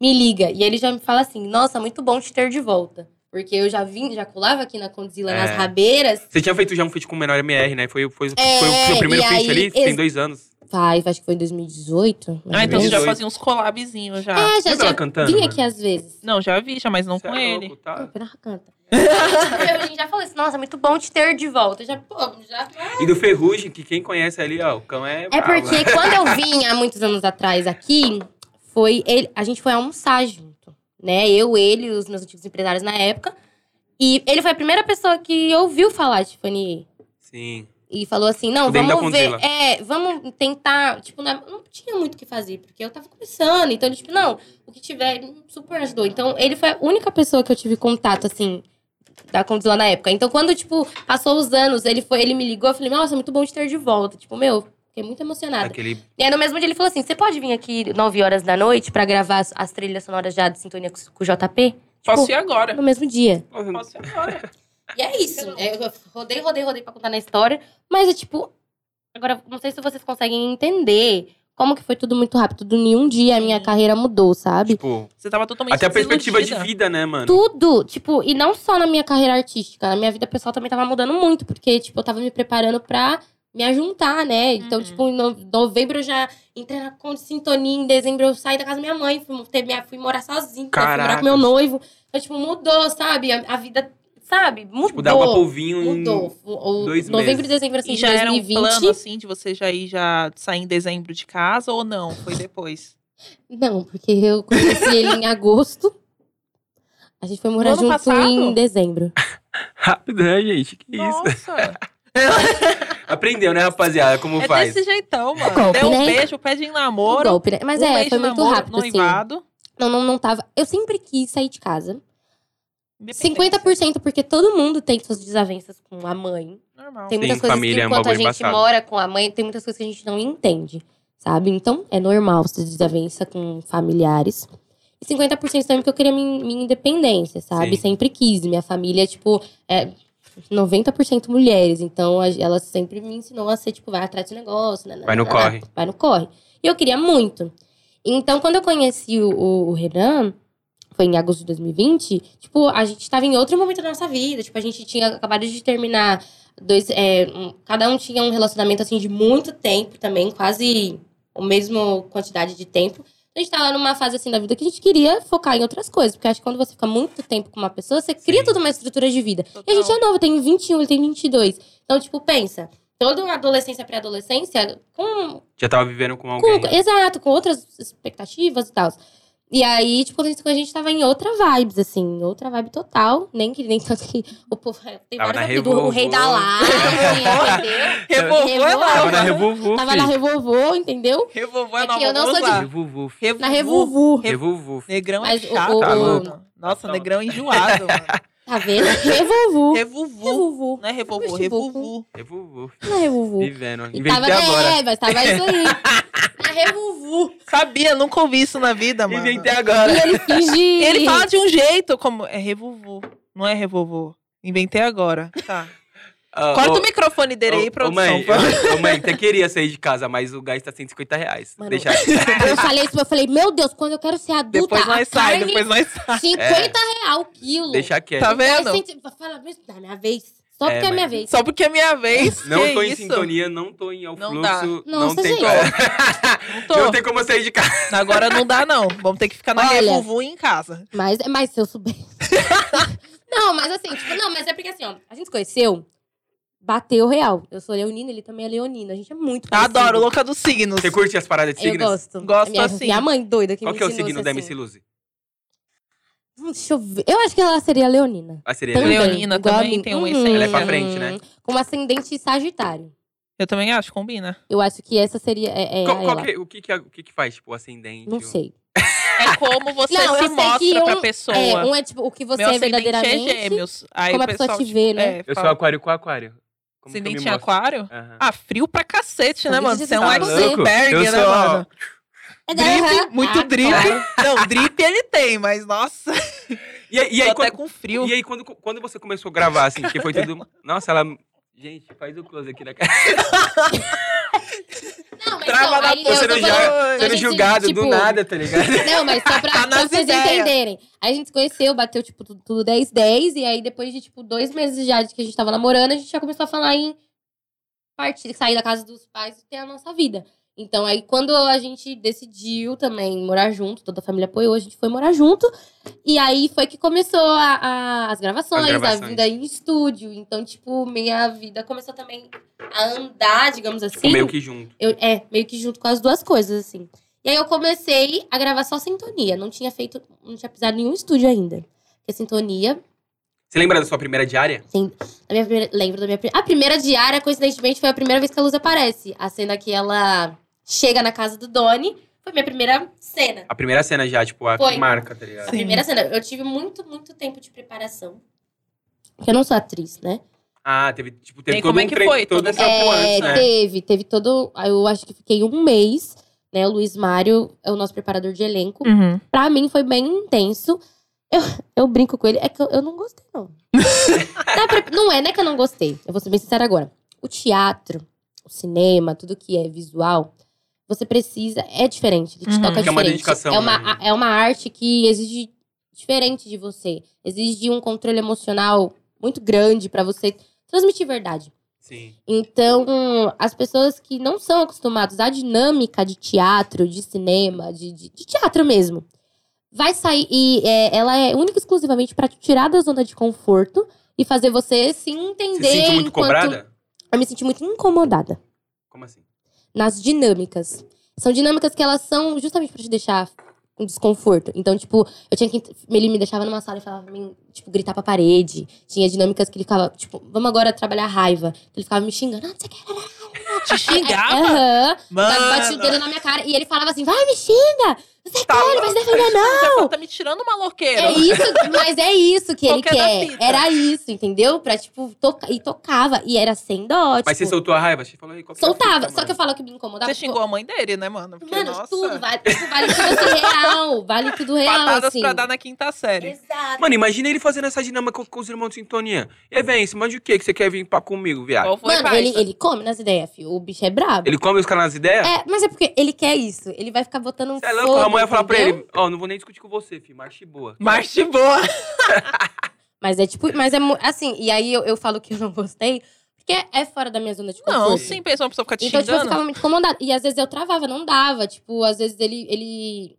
me liga. E ele já me fala assim, nossa, muito bom te ter de volta. Porque eu já vim, já colava aqui na Condzilla, nas
É.
rabeiras.
Você tinha feito já um feat com o menor MR, né? Foi, foi,
É,
foi o seu primeiro
e
feat
aí,
ali, tem
ex-
dois anos.
Faz, acho que foi em 2018. mais
Ah,
ou
então você
menos.
já
18.
fazia uns collabzinhos já.
É, já,
Lembra ela
já
cantando? né?
vim
mano?
aqui às vezes.
Não, já vi, já, mas não
Cê
com
é
ele.
louco,
Ah,
tá?
Pena canta. Aí, tipo, eu já falei assim, nossa, muito bom te ter de volta. Eu Já, pô, já...
E do Ferrugem, que quem conhece ali, ó, o cão é.
É
bravo.
porque quando eu vim há muitos anos atrás aqui, foi ele, a gente foi almoçar junto, né? Eu, ele e os meus antigos empresários na época. E ele foi a primeira pessoa que ouviu falar de Tiffany
Sim.
e falou assim: "Não,
Dentro da
vamos ver,
Condzilla.
é, vamos tentar, tipo, na- não tinha muito o que fazer, porque eu tava começando, então ele tipo, não, o que tiver super ajudou". Então, ele foi a única pessoa que eu tive contato assim da Condzilla na época. Então, quando tipo, passou os anos, ele foi, ele me ligou, eu falei: "Nossa, é muito bom te ter de volta". Tipo, meu, fiquei muito emocionada.
Aquele.
E aí, no mesmo dia, ele falou assim: você pode vir aqui 9 horas da noite pra gravar as, as trilhas sonoras já de sintonia com, com o JP?
Posso ir agora.
No mesmo dia.
Posso ir agora.
E é isso. Eu rodei, rodei, rodei pra contar na história. Mas é tipo. Agora, não sei se vocês conseguem entender como que foi tudo muito rápido. Tudo em um dia a minha
Sim.
carreira mudou, sabe?
Tipo,
Você tava totalmente
até a perspectiva de
desiludida.
vida, né, mano?
Tudo, tipo, e não só na minha carreira artística, na minha vida pessoal também tava mudando muito, porque, tipo, eu tava me preparando pra me ajuntar, né? Então,
Uhum.
tipo, em no- novembro eu já entrei na conta de sintonia, em dezembro eu saí da casa da minha mãe, fui, ter minha, fui morar sozinha, né? fui morar
Caraca.
com meu noivo. Então, tipo, mudou, sabe? A, a vida, sabe? Mudou.
Tipo, dava polvinho em.
Mudou. O, o
dois
novembro
meses.
e dezembro, assim,
E
de
já era um
2020.
plano, assim, de você já ir já sair em dezembro de casa ou não? Foi depois?
Não, porque eu conheci ele em agosto. A gente foi morar
ano
junto
passado?
em dezembro.
Rápido, né, gente? Que isso.
Nossa!
Aprendeu, né, rapaziada? Como
é
faz?
desse jeitão, mano.
golpe,
Deu um
né?
beijo, pede em
Um
namoro.
golpe, né? Mas
um
é,
mês
foi
de
muito
namoro,
rápido, assim.
noivado.
Não, não, não tava. Eu sempre quis sair de casa. 50% porque todo mundo tem suas desavenças com a mãe.
Normal.
Tem muitas
Sim,
coisas
família
que
é um
enquanto a
bagulho
gente
embaçado.
mora com a mãe, tem muitas coisas que a gente não entende, sabe? Então, é normal ter desavença com familiares. E 50% também porque eu queria minha, minha independência, sabe?
Sim.
Sempre quis. Minha família, tipo, é 90% mulheres. Então, a- ela sempre me ensinou a ser, tipo, vai atrás do negócio. né,
Vai no
né, né,
corre.
Vai no corre. E eu queria muito. Então, quando eu conheci o, o- o Renan, foi em agosto de 2020, tipo, a gente tava em outro momento da nossa vida. Tipo, a gente tinha acabado de terminar dois. é, um- cada um tinha um relacionamento assim de muito tempo também, quase a mesma quantidade de tempo. A gente tava numa fase assim da vida que a gente queria focar em outras coisas. Porque acho que quando você fica muito tempo com uma pessoa, você cria
Sim.
toda uma estrutura de vida. E a gente
Total.
é novo, tem 21, ele tem 22. Então, tipo, pensa. Toda uma adolescência pré-adolescência, com
Já tava vivendo com
com-
alguém.
exato, com outras expectativas e tal. E aí, tipo, quando a gente- quando a gente tava em outra vibes, assim, outra vibe total. Nem que nem tanto que o povo. Tem
Tava
vários
na
apelidos, o rei da
Revolvo.
live, entendeu?
Revolvou é
Revolvou.
Tava na
nova.
Revuvu.
Tava na
fi.
Revolvô, entendeu?
Revolvou
É
é
que
nova.
eu não
Vamos
sou de-
lá.
Revuvu. fi.
Na Revolvo.
Revuvu. fi.
Negrão
Mas
é
o-
chato,
o-
Tá
mano. Nossa,
Tá
negrão é enjoado, mano.
Tá vendo? Revolvo.
Revolvou.
Revolvo.
Não é revolvou,
Puxa,
revolvou.
Revuvu. fi.
Na Revolvo.
Vivendo.
E
Inventei
tava,
agora.
É, mas tava isso aí. Na Revolvo.
Sabia, nunca ouvi isso na vida, mano.
Inventei agora.
E ele
E
fingia.
ele fala de um jeito, como. É revolvou. Não é revolvou. Inventei agora. Tá.
Ah,
Corta
ô-
o microfone dele aí,
ô, ô,
produção.
mãe, eu, ô, mãe, até queria sair de casa, mas o gás tá 150 reais.
Mano,
Deixa aqui.
Eu falei isso, mas eu falei, meu Deus, quando eu quero ser adulta,
depois
a
nós sai,
carne,
depois nós sai.
50 real o quilo.
É. Deixa quieto.
Tá
Aí
vendo?
sente- Fala, mas é minha vez. Só
É,
porque é,
mas-
minha vez.
Só porque é minha vez.
Não
que
tô em
isso?
sintonia, não tô em ao
Não
fluxo.
dá.
Não
Nossa,
tem
gente.
Não tô.
Não tem como eu sair de casa.
Agora não dá, não. Vamos ter que ficar na
Olha.
revuvu em casa.
Mas, mas se eu souber. não, mas assim, tipo, não, mas é porque assim, ó, a gente se conheceu, bateu real. Eu sou leonina, ele também é leonina. A gente é muito parecido.
Tá, Adoro, louca dos signos.
Você curte as paradas de
Eu
signos?
gosto.
Gosto
minha,
assim.
Minha mãe doida que
Qual
me
que é o
ensinou
signo
isso
da
assim.
MC Luzi?
Hum, Deixa eu ver. Eu acho que ela seria leonina.
Ah, seria
Também.
ela.
Leonina
igual a
também
mim.
tem um
Uhum,
Ela é pra frente, né?
Com um ascendente sagitário.
Eu também acho, combina.
Eu acho que essa seria. É, é
Qual-
a
qual
ela.
que- o, que que, é- o que que faz, tipo, o ascendente?
Não
o-
sei.
É como você
Não, eu
se
sei que
mostra
um-
pra pessoa.
É, um é tipo o que você
Meu
é
ascendente
verdadeiramente.
é gêmeos. Aí
como
o
a pessoa
pessoal,
te
tipo,
vê, né?
é,
Eu sou
fala,
aquário com aquário. Como que eu me
Ascendente é em
mostro?
aquário?
Aham.
Ah, frio pra cacete, né,
Acredito
mano?
que
Você é um
tá louco?
iceberg,
Eu
né,
sou-
mano?
É da-
Drip,
aham.
muito
Ah,
drip.
claro.
Não, drip ele tem, mas nossa.
E, aí- e aí,
E até
quando,
com frio.
e aí quando, quando você começou a gravar, assim, porque foi tudo... Nossa, ela... Gente, faz o close aqui na cara.
Não, mas
Trava
não,
na
aí eu
Você
tô
não
porcelinha.
falando-
já- sendo
gente,
julgado do
tipo-
nada, tá ligado?
Não, mas só pra, pra
Tá nas
vocês
ideias.
entenderem. Aí a gente se conheceu, bateu, tipo, tudo, tudo 10, 10. E aí, depois de, tipo, dois meses já de que a gente tava namorando, a gente já começou a falar em partir, sair da casa dos pais e ter a nossa vida. Então, aí, quando a gente decidiu também morar junto, toda a família apoiou, a gente foi morar junto. E aí foi que começou a- a- as, gravações,
As gravações.
a vinda em estúdio. Então, tipo, minha vida começou também a andar, digamos assim.
Tipo, meio que junto.
Eu- é, meio que junto com as duas coisas, assim. E aí eu comecei a gravar só sintonia. Não tinha feito, não tinha pisado em nenhum estúdio ainda. Porque sintonia,
Você lembra da sua primeira diária?
a minha primeira- lembro da minha primeira. A primeira diária, coincidentemente, foi a primeira vez que a luz aparece. A cena que ela chega na casa do Doni foi minha primeira cena.
A primeira cena já, tipo, a
Foi.
marca, tá ligado?
A
Sim.
primeira cena. Eu tive muito, muito tempo de preparação. Porque eu não sou atriz, né?
Ah, teve, tipo, teve
E
todo
como é
um
que
tre-
foi
todo
toda
um
essa-
trampo
É,
antes, né?
teve, teve todo. Eu acho que fiquei um mês, né? O Luiz Mário é o nosso preparador de elenco.
Uhum.
Pra mim foi bem intenso. Eu, eu brinco com ele, é que eu, eu não gostei, não. Tá pre- não é, né que eu não gostei. Eu vou ser bem sincera agora. O teatro, o cinema, tudo que é visual, você precisa. É diferente, ele te
Uhum.
toca
Que é uma
diferente.
dedicação,
É uma,
né?
é uma arte que exige diferente de você. Exige um controle emocional muito grande pra você transmitir verdade.
Sim.
Então, as pessoas que não são acostumadas à dinâmica de teatro, de cinema, de, de- de teatro mesmo, vai sair e é, ela é única e exclusivamente pra te tirar da zona de conforto e fazer você
Você
se entender.
se sentiu muito
enquanto-
cobrada?
Eu me senti muito incomodada
Como assim?
Tipo, nas dinâmicas. São dinâmicas que elas são justamente pra te deixar um desconforto. Então, tipo, eu tinha que. Ele me deixava numa sala e falava pra mim, tipo, gritar pra parede. Tinha dinâmicas que ele ficava, tipo, vamos agora trabalhar a raiva. Ele ficava me xingando, ah, não sei o que.
Te xingava?
É, Aham. Ba- Batia o
Mano,
dedo na minha cara e ele falava assim: vai, me xinga! Você
Ah, Tá
quer, não vai se defender, não!
tá me tirando maloqueiro.
É isso, mas é isso que ele
Qualquer da
quer.
fita.
Era isso, entendeu? Pra, tipo, tocar. E tocava. E era sem dó.
Mas você
tipo,
soltou a raiva? Você falou aí, qual que é a
soltava.
fita,
Só que
mano?
eu falo que me incomodava. tipo,
Você xingou a mãe dele, né, mano? Porque,
Mano,
nossa,
tudo. Vale, tipo, vale tudo assim, real. Vale tudo real.
Patadas
assim.
pra dar na quinta série.
Exato.
Mano, imagina ele fazendo essa dinâmica com, com os irmãos de sintonia. E aí, vem, você manda o quê que você quer vir pra comigo, viado?
Tá, Qual foi,
Mano,
pai?
ele, ele come nas ideias, filho. O bicho é brabo.
Ele come os caras nas ideias?
É, mas é porque ele quer isso. Ele vai ficar botando um
Você é louco? A mãe ia falar pra
entendeu?
ele, ó, não vou nem discutir com você, filho, marche boa.
Mas de boa.
Mas é tipo, mas é mu- assim, e aí eu, eu falo que eu não gostei, porque é- é fora da minha zona de conforto.
Não, sim, pensou uma pessoa ficar te
Então, tipo, eu
xingando.
ficava muito incomodada. E às vezes eu travava, não dava. Tipo, às vezes ele. ele...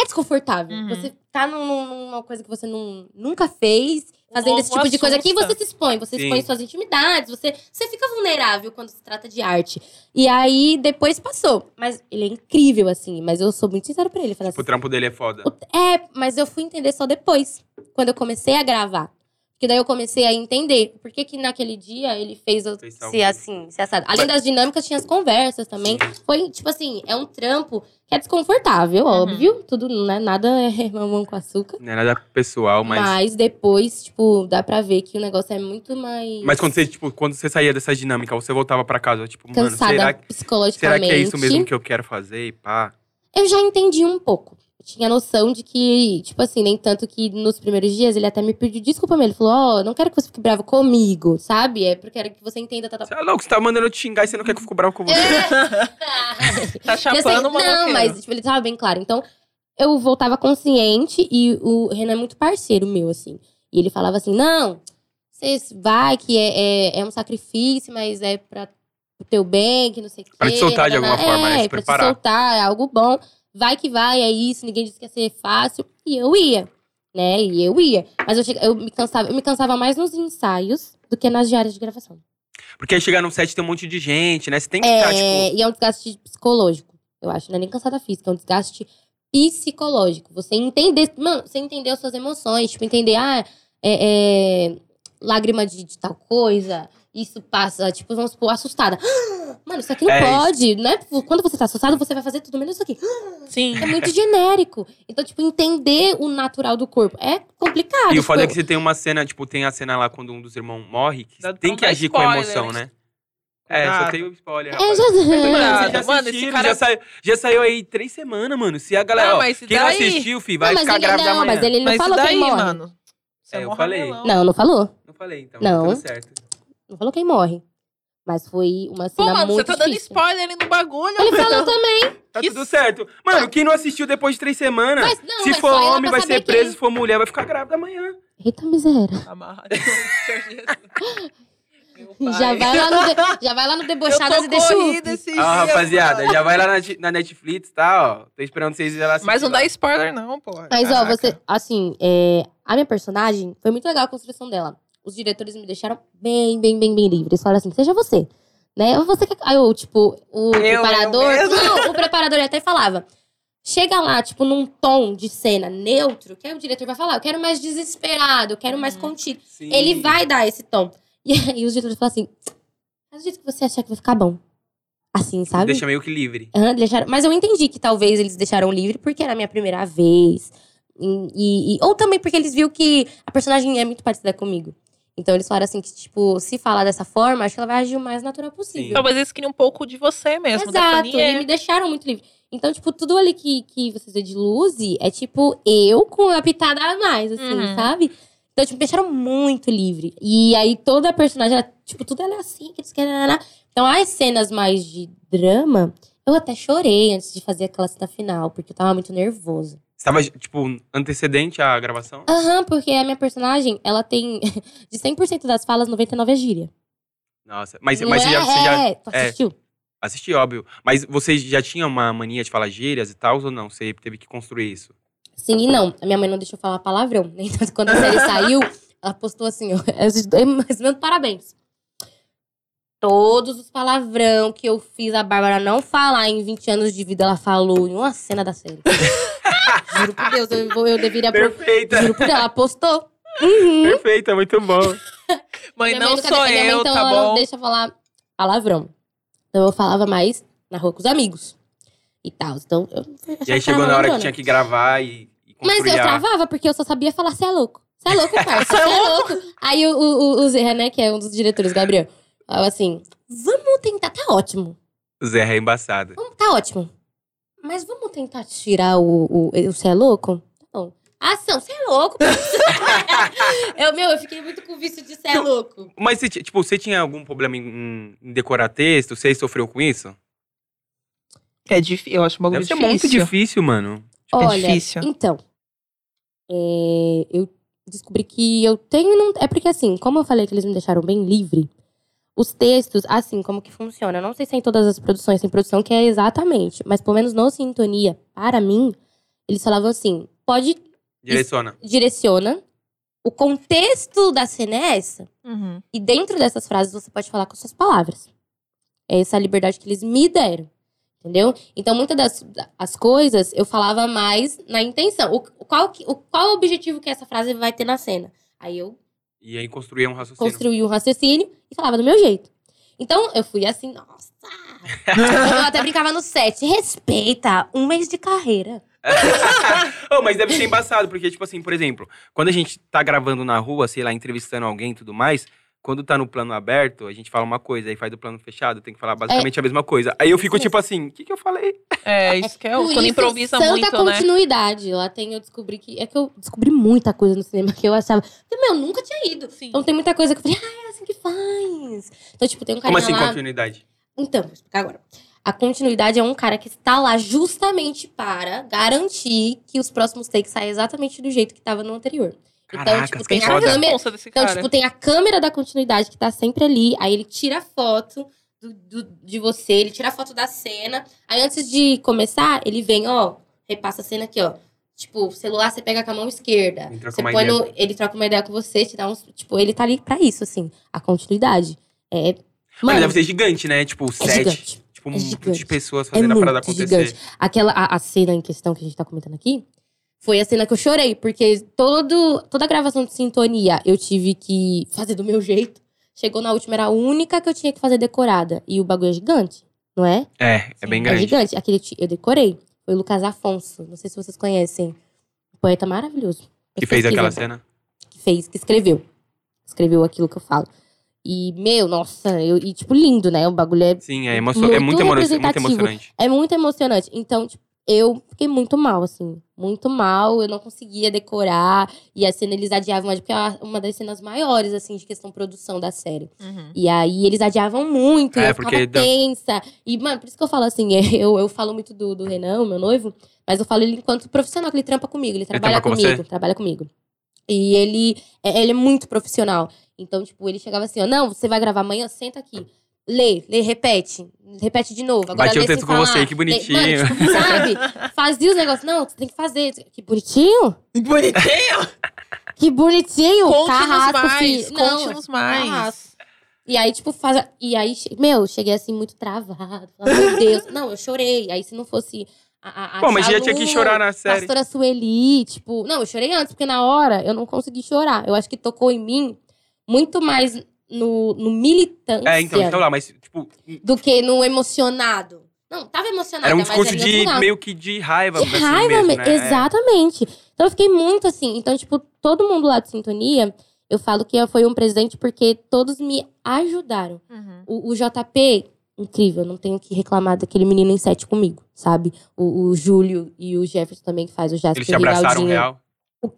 É desconfortável.
Uhum.
Você tá num- num- numa coisa que você não, nunca fez, fazendo
novo
esse tipo de coisa aqui,
assusta.
você se expõe. Você
Sim.
expõe suas intimidades, você, você fica vulnerável quando se trata de arte. E aí, depois passou. Mas ele é incrível, assim. Mas eu sou muito sincera pra ele. Falei
Tipo, o
assim,
trampo dele é foda.
o- É, mas eu fui entender só depois, quando eu comecei a gravar. Porque daí eu comecei a entender por que, que naquele dia ele fez eu
Fez tal
ser
coisa.
assim, ser assado. Além das dinâmicas, tinha as conversas também. Foi, tipo assim, é um trampo que é desconfortável, óbvio. Tudo, né? Nada é mamão com açúcar.
Não é nada pessoal,
Mas...
mas...
depois, tipo, dá pra ver que o negócio é muito mais.
Mas quando você, tipo, quando você saía dessa dinâmica, você voltava pra casa, tipo, mano,
cansada
será, que- é será
psicologicamente.
que é isso mesmo que eu quero fazer e pá?
Eu já entendi um pouco. tinha noção de que, tipo assim, nem tanto que nos primeiros dias ele até me pediu desculpa mesmo. Ele falou, ó, não quero que você fique bravo comigo, sabe? É porque eu quero que você entenda. Tá, tá.
Você é louco, você tá mandando eu te xingar e você não quer que eu fique bravo com você.
É.
Tá
Eu sei,
chapando o
assim, não,
maloqueiro.
mas tipo, ele tava bem claro. Então, eu voltava consciente e o Renan é muito parceiro meu, assim. E ele falava assim: não, você vai, que é, é, é um sacrifício, mas é pra o teu bem, que não sei o quê.
Pra te soltar de
nananá."
alguma forma, né? Se
É, pra te
preparar.
soltar, é algo bom. Vai que vai, é isso, ninguém disse que ia ser fácil. E eu ia, né? E eu ia. Mas eu, chega- eu, me, cansava, eu me cansava mais nos ensaios do que nas diárias de gravação.
Porque aí chegar num set tem um monte de gente, né? Você tem que
É,
estar, tipo.
e é um desgaste psicológico, eu acho. Não é nem cansada física, é um desgaste psicológico. Você entender, mano, você entender as suas emoções, tipo, entender, ah, é, é, lágrima de, de tal coisa, isso passa, tipo, vamos supor, assustada. Mano, isso aqui não
É, isso.
pode, não é? Quando você tá assustado, você vai fazer tudo menos isso aqui.
Sim.
É muito genérico. Então, tipo, entender o natural do corpo é complicado.
E o
tipo,
foda é que você tem uma cena, tipo, tem a cena lá quando um dos irmãos morre, que
Dá-
tem
não
que
dá
agir com
spoiler,
emoção,
né?
né? É, só
Cuidado.
tem o spoiler,
É,
rapaz.
já...
Mano,
Vocês já
mano, esse
assistiram,
cara-
já, saiu, já saiu aí três semanas, mano. Se a galera.
Ah,
ó,
mas
quem não
daí-
assistiu, filho, vai
não, mas
ficar
ele,
grávida
não,
amanhã.
mas ele não
Mas
falou
isso
quem
daí,
morre.
mano. Isso
É, eu
mó
falei.
rabelão.
Não, não falou.
Não falei, então.
Não.
Tudo certo.
Não falou quem morre. Mas foi uma
Pô,
cena
mano, você
muito
tá dando
difícil.
spoiler ali no bagulho.
Ele
mano.
falou também.
Tá
Que
tudo certo. Mano, quem não assistiu depois de três semanas,
Mas não,
se
mas
for
só ela
homem,
pra
vai
saber
ser preso,
quem.
se for mulher, vai ficar grávida amanhã.
Eita miséria.
Amarrado. Meu pai.
Já vai lá no, de- já vai lá no Debochadas e
Eu tô
deixa o...
corrida esses
Ah,
dias,
rapaziada,
mano.
já vai lá na, na Netflix, tá? Ó, tô esperando vocês irem lá assistir.
Mas não
lá.
dá spoiler, não, pô.
Mas, ó,
Caraca.
você... Assim, é, a minha personagem... Foi muito legal a construção dela. Os diretores me deixaram bem, bem, bem, bem livre. Eles falaram assim, seja você. Né? Ou você quer... Aí eu, tipo, o
Eu, eu
preparador...
mesmo.
não, o preparador até falava... Chega lá, tipo, num tom de cena neutro, que aí o diretor vai falar, eu quero mais desesperado, eu quero mais
Hum.
contido.
Sim.
Ele vai dar esse tom. E aí os diretores falam assim: faz do jeito que você achar que vai ficar bom. Assim, sabe?
Deixa meio que livre.
Aham, deixaram- Mas eu entendi que talvez eles deixaram livre porque era a minha primeira vez. E, e- e- Ou também porque eles viram que a personagem é muito parecida comigo. Então eles falaram assim que, tipo, se falar dessa forma, acho que ela vai agir o mais natural possível.
Talvez eles queriam um pouco de você mesmo, da é.
Exato,
Fania.
e me deixaram muito livre. Então, tipo, tudo ali que, que você vê de Luzi é tipo eu com a pitada a mais, assim,
Uhum.
sabe? Então, tipo, me deixaram muito livre. E aí toda a personagem, ela, tipo, tudo ela é assim, que eles querem. naná. Então, as cenas mais de drama, eu até chorei antes de fazer aquela cena final, porque eu tava muito nervosa.
Você tava, tipo, antecedente à gravação?
Aham, porque a minha personagem, ela tem. De 100% das falas, 99% é gíria.
Nossa. Mas,
Não
mas você,
é,
já, você já
é, tu assistiu?
assisti, óbvio. Mas você já tinha uma mania de falar gírias e tal, ou não? Você teve que construir isso?
Sim e não. A minha mãe não deixou falar palavrão. né? Então, quando a série saiu, ela postou assim, ó. "Esses dois- Mas meus parabéns. Todos os palavrão que eu fiz a Bárbara não falar em 20 anos de vida, ela falou em uma cena da série. Juro por Deus, eu, vou- eu deveria... pro-
Perfeita!
Juro por Deus, ela postou.
Perfeita, muito bom.
Mãe,
Minha
não
nunca
sou
deixa- minha mãe,
eu,
então,
tá
ela não
bom?
deixa eu falar palavrão. Então eu falava mais na rua com os amigos. E tal. Então eu
E aí chegou na hora que tinha que gravar e, e
Mas
construir
eu
a-
travava, porque eu só sabia falar, você é louco. Você é louco, parça, você é louco. Aí o, o, o Zé, né, que é um dos diretores, Gabriel, falava assim, vamos tentar, tá ótimo,
O Zé é embaçado.
vamos, tá ótimo. Mas vamos tentar tirar o, o, o você é louco? Tá bom. Ação, você é louco, parça." eu, Meu, eu fiquei muito com vício de você é louco.
Mas, você ti- tipo, você tinha algum problema em, em decorar texto? Você sofreu com isso?
É difícil, eu acho um bagulho
Deve ser muito difícil, mano.
É
Olha,
difícil.
então, é, eu descobri que eu tenho... Não, é porque assim, como eu falei que eles me deixaram bem livre, os textos, assim, como que funciona? Eu não sei se é em todas as produções, tem produção que é exatamente, mas pelo menos no Sintonia, para mim, eles falavam assim, pode,
Direciona.
direciona, o contexto da cena é essa,
Uhum.
e dentro dessas frases você pode falar com suas palavras. É essa a liberdade que eles me deram. Entendeu? Então, muitas das as coisas eu falava mais na intenção. O, o qual, que- o, qual o objetivo que essa frase vai ter na cena? Aí eu
E aí construía um raciocínio.
construí um raciocínio e falava do meu jeito. Então, eu fui assim, nossa. eu até brincava no set. Respeita um mês de carreira.
oh, mas deve ser embaçado, porque, tipo assim, por exemplo, quando a gente tá gravando na rua, sei lá, entrevistando alguém e tudo mais, Quando tá no plano aberto, a gente fala uma coisa, aí faz do plano fechado, tem que falar
É.
basicamente a mesma coisa. Aí eu fico tipo assim, o que, que eu falei?
É, isso que é o.
Por
Quando
isso,
improvisa
santa
muito, né?
continuidade. Lá tem, eu descobri que. É que eu descobri muita coisa no cinema que eu achava. Porque, meu, eu nunca tinha ido.
Sim.
Então tem muita coisa que eu falei, ah, é assim que faz. Então, tipo, tem um cara
Como assim,
lá.
continuidade?
Então, vou explicar agora. A continuidade é um cara que está lá justamente para garantir que os próximos takes saem exatamente do jeito que estava no anterior.
Caraca,
então, tipo,
que
tem a
foda.
câmera.
responsa desse
Então,
cara.
tipo, tem a câmera da continuidade que tá sempre ali, aí ele tira a foto do- do- de você, ele tira a foto da cena. Aí antes de começar, ele vem, ó, repassa a cena aqui, ó. Tipo, o celular você pega com a mão esquerda.
Me troca
Você
uma
põe
ideia.
no- ele troca uma ideia com você, te dá uns. Tipo, ele tá ali pra isso, assim. A continuidade. É.
Mano,
Mano,
deve ser gigante, né? Tipo,
é
sete.
gigante.
Tipo, um
É
monte de
gigante.
pessoas
É
fazendo a
muito
parada acontecer.
gigante. Aquela, a, a cena em questão que a gente tá comentando aqui, foi a cena que eu chorei. Porque todo, toda a gravação de sintonia eu tive que fazer do meu jeito. Chegou na última, era a única que eu tinha que fazer decorada. E o bagulho é gigante, não é?
É, é bem
Sim,
É
grande.
gigante. Aquele ti- eu decorei. Foi o Lucas Afonso. Não sei se vocês conhecem. Um poeta maravilhoso.
que fez
Pesquisa.
aquela cena.
Que fez, que escreveu. Escreveu aquilo que eu falo. E, meu, nossa, eu, e tipo, lindo, né? O bagulho é
Sim, é, emocio... é
Muito
muito, emo- é muito
representativo.
emocionante.
é muito emocionante. Então, tipo, eu fiquei muito mal, assim. Muito mal, eu não conseguia decorar. E a cena eles adiavam, porque é uma- uma das cenas maiores, assim, de questão produção da série.
Uhum.
E aí eles adiavam muito,
É,
e eu
porque
ficava
dá-
tensa. E, mano, por isso que eu falo assim, eu, eu falo muito do, do Renan, meu noivo, mas eu falo ele enquanto profissional, que ele trampa comigo, ele trabalha
trampa com
comigo,
você?
trabalha comigo. E ele é, ele é muito profissional. Então, tipo, ele chegava assim, ó, não, você vai gravar amanhã, senta aqui. Lê, lê, repete. Repete de novo. Agora
Bati o
lê sem
texto com
falar.
você, que
Lê-
bonitinho.
Mano, tipo, sabe? Fazia os negócios. Não, você tem que fazer. Que bonitinho?
Bonitinho!
Que bonitinho.
Conte-nos
Carrasco,
mais,
filho. Não, é
conte-nos mais.
e aí, tipo, faz. a- E aí, che- meu, eu cheguei assim muito travado. falando, Meu Deus. Não, eu chorei. Aí, se não fosse. A, a, a
Pô, mas
tia
já tinha que
Lu,
chorar na série.
Pastora Sueli, tipo. Não, eu chorei antes, porque na hora eu não consegui chorar. Eu acho que tocou em mim muito mais no, no militância
É, então, então lá, mas tipo,
do que no emocionado. Não, tava emocionada,
era um
mas
discurso
ali eu
de
não tava.
meio que de raiva,
De
assim
raiva
mesmo,
mesmo.
né?
Exatamente. Então eu fiquei muito assim. Então, tipo, todo mundo lá de sintonia, eu falo que foi um presente porque todos me ajudaram.
Uhum.
O, o JP, incrível, não tenho o que reclamar daquele menino em sete comigo, sabe? O, o Júlio e o Jefferson também, que faz o
É.
Jasper
Eles te abraçaram
Rinaldinho.
real.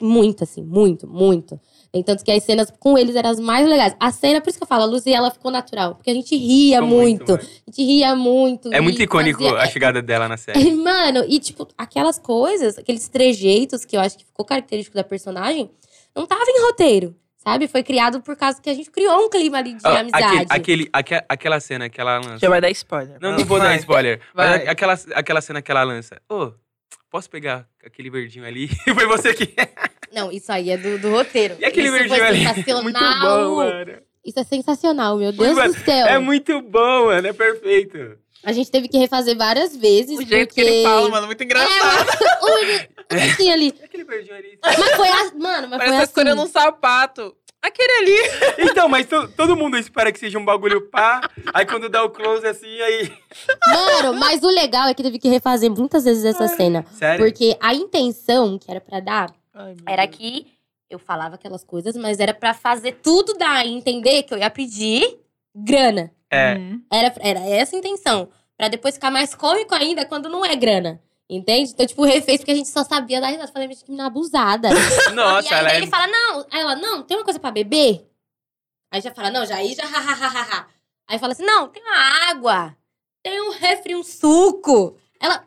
Muito, assim, muito, muito. Tem tanto que as cenas com eles eram as mais legais. A cena, por isso que eu falo, a Luzia, ela ficou natural. Porque a gente ria
Ficou
muito.
muito, mano.
a gente ria muito.
É
e
muito icônico
fazia-
a chegada dela na série.
é, Mano, e tipo, aquelas coisas, aqueles trejeitos que eu acho que ficou característico da personagem, não tava em roteiro, sabe? Foi criado por causa que a gente criou um clima ali de
Ah,
amizade.
Aquele, aquele, aque- aquela cena que ela lança.
Já vai dar spoiler.
Não, não vou dar
Vai.
spoiler. Mas
Vai.
a- aquela, aquela cena que ela lança. Ô, posso pegar aquele verdinho ali? E foi você que.
Não, isso aí é do, do roteiro.
E aquele
isso
verdinho
foi
ali?
sensacional.
Muito bom, mano.
Isso é sensacional, meu Deus
Muito
do céu.
É muito bom, mano. É perfeito.
A gente teve que refazer várias vezes.
O jeito
porque-
que ele fala, mano, muito
É,
engraçado.
mas- Ui, ele- assim ali.
Aquele verdinho ali.
Mas foi a... Mano, mas foi
Parece tá
assim.
escolhendo um sapato. Aquele ali.
Então, mas to- todo mundo espera que seja um bagulho pá. Aí quando dá o close assim, aí.
Mano, mas o legal é que teve que refazer muitas vezes essa cena.
Sério?
Porque a intenção que era pra dar
Ai, meu
era
Deus.
que eu falava aquelas coisas, mas era pra fazer tudo dar e entender que eu ia pedir grana.
É.
Uhum.
Era, era essa a intenção. Pra depois ficar mais cômico ainda quando não é grana. Entende? Então, tipo, refez porque a gente só sabia dar risada. Falei, gente, que menina abusada. e
Nossa,
aí
ela
daí
é.
ele fala, não. Aí ela, não, tem uma coisa pra beber? Aí já fala, não, já aí já ha, ha, ha, ha, ha. Aí fala assim, não, tem uma água. Tem um refri, um suco. Ela...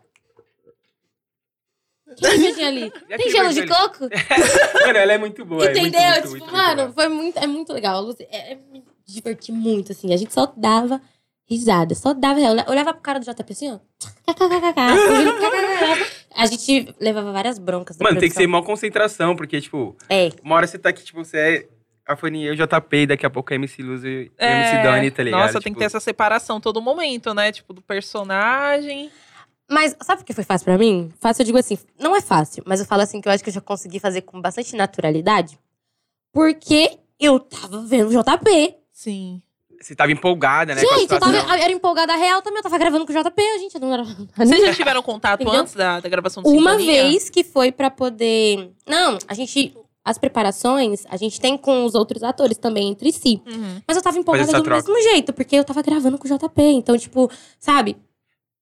Quem que tinha ali?
E
Tem
aquele
gelo de
verdinho
coco?
ali? Mano, ela é muito boa. é muito,
Entendeu?
muito,
tipo,
muito, muito
mano,
boa.
foi muito, é muito legal. Lucy, é, é, me diverti muito, assim. A gente só dava risada, só dava. Eu olha- olhava pro cara do JP assim, ó. kkkk, o Júlio kkkk. A gente levava várias broncas. da
Mano, tem que ser
produção.
mó concentração, porque, tipo,
É.
uma hora você tá aqui, tipo, você é. A Fania e o JP, daqui a pouco é MC Luz e e
É,
MC Dani, tá ligado?
Nossa, tem que
Tipo,
ter essa separação todo momento, né? Tipo, do personagem.
Mas sabe o que foi fácil pra mim? Fácil, eu digo assim, não é fácil, mas eu falo assim que eu acho que eu já consegui fazer com bastante naturalidade. Porque eu tava vendo o JP.
Sim.
Você tava empolgada, né? com a
gente, eu tava,
situação.
era empolgada real também, eu tava gravando com o JP, a gente não era.
Vocês já tiveram contato
Entendeu?
antes da, da gravação do
Uma
Sintonia?
vez que foi pra poder. Não, a gente. as preparações a gente tem com os outros atores também entre si.
Uhum.
Mas eu tava empolgada
essa
do
troca.
mesmo jeito, porque eu tava gravando com o JP. Então, tipo, sabe?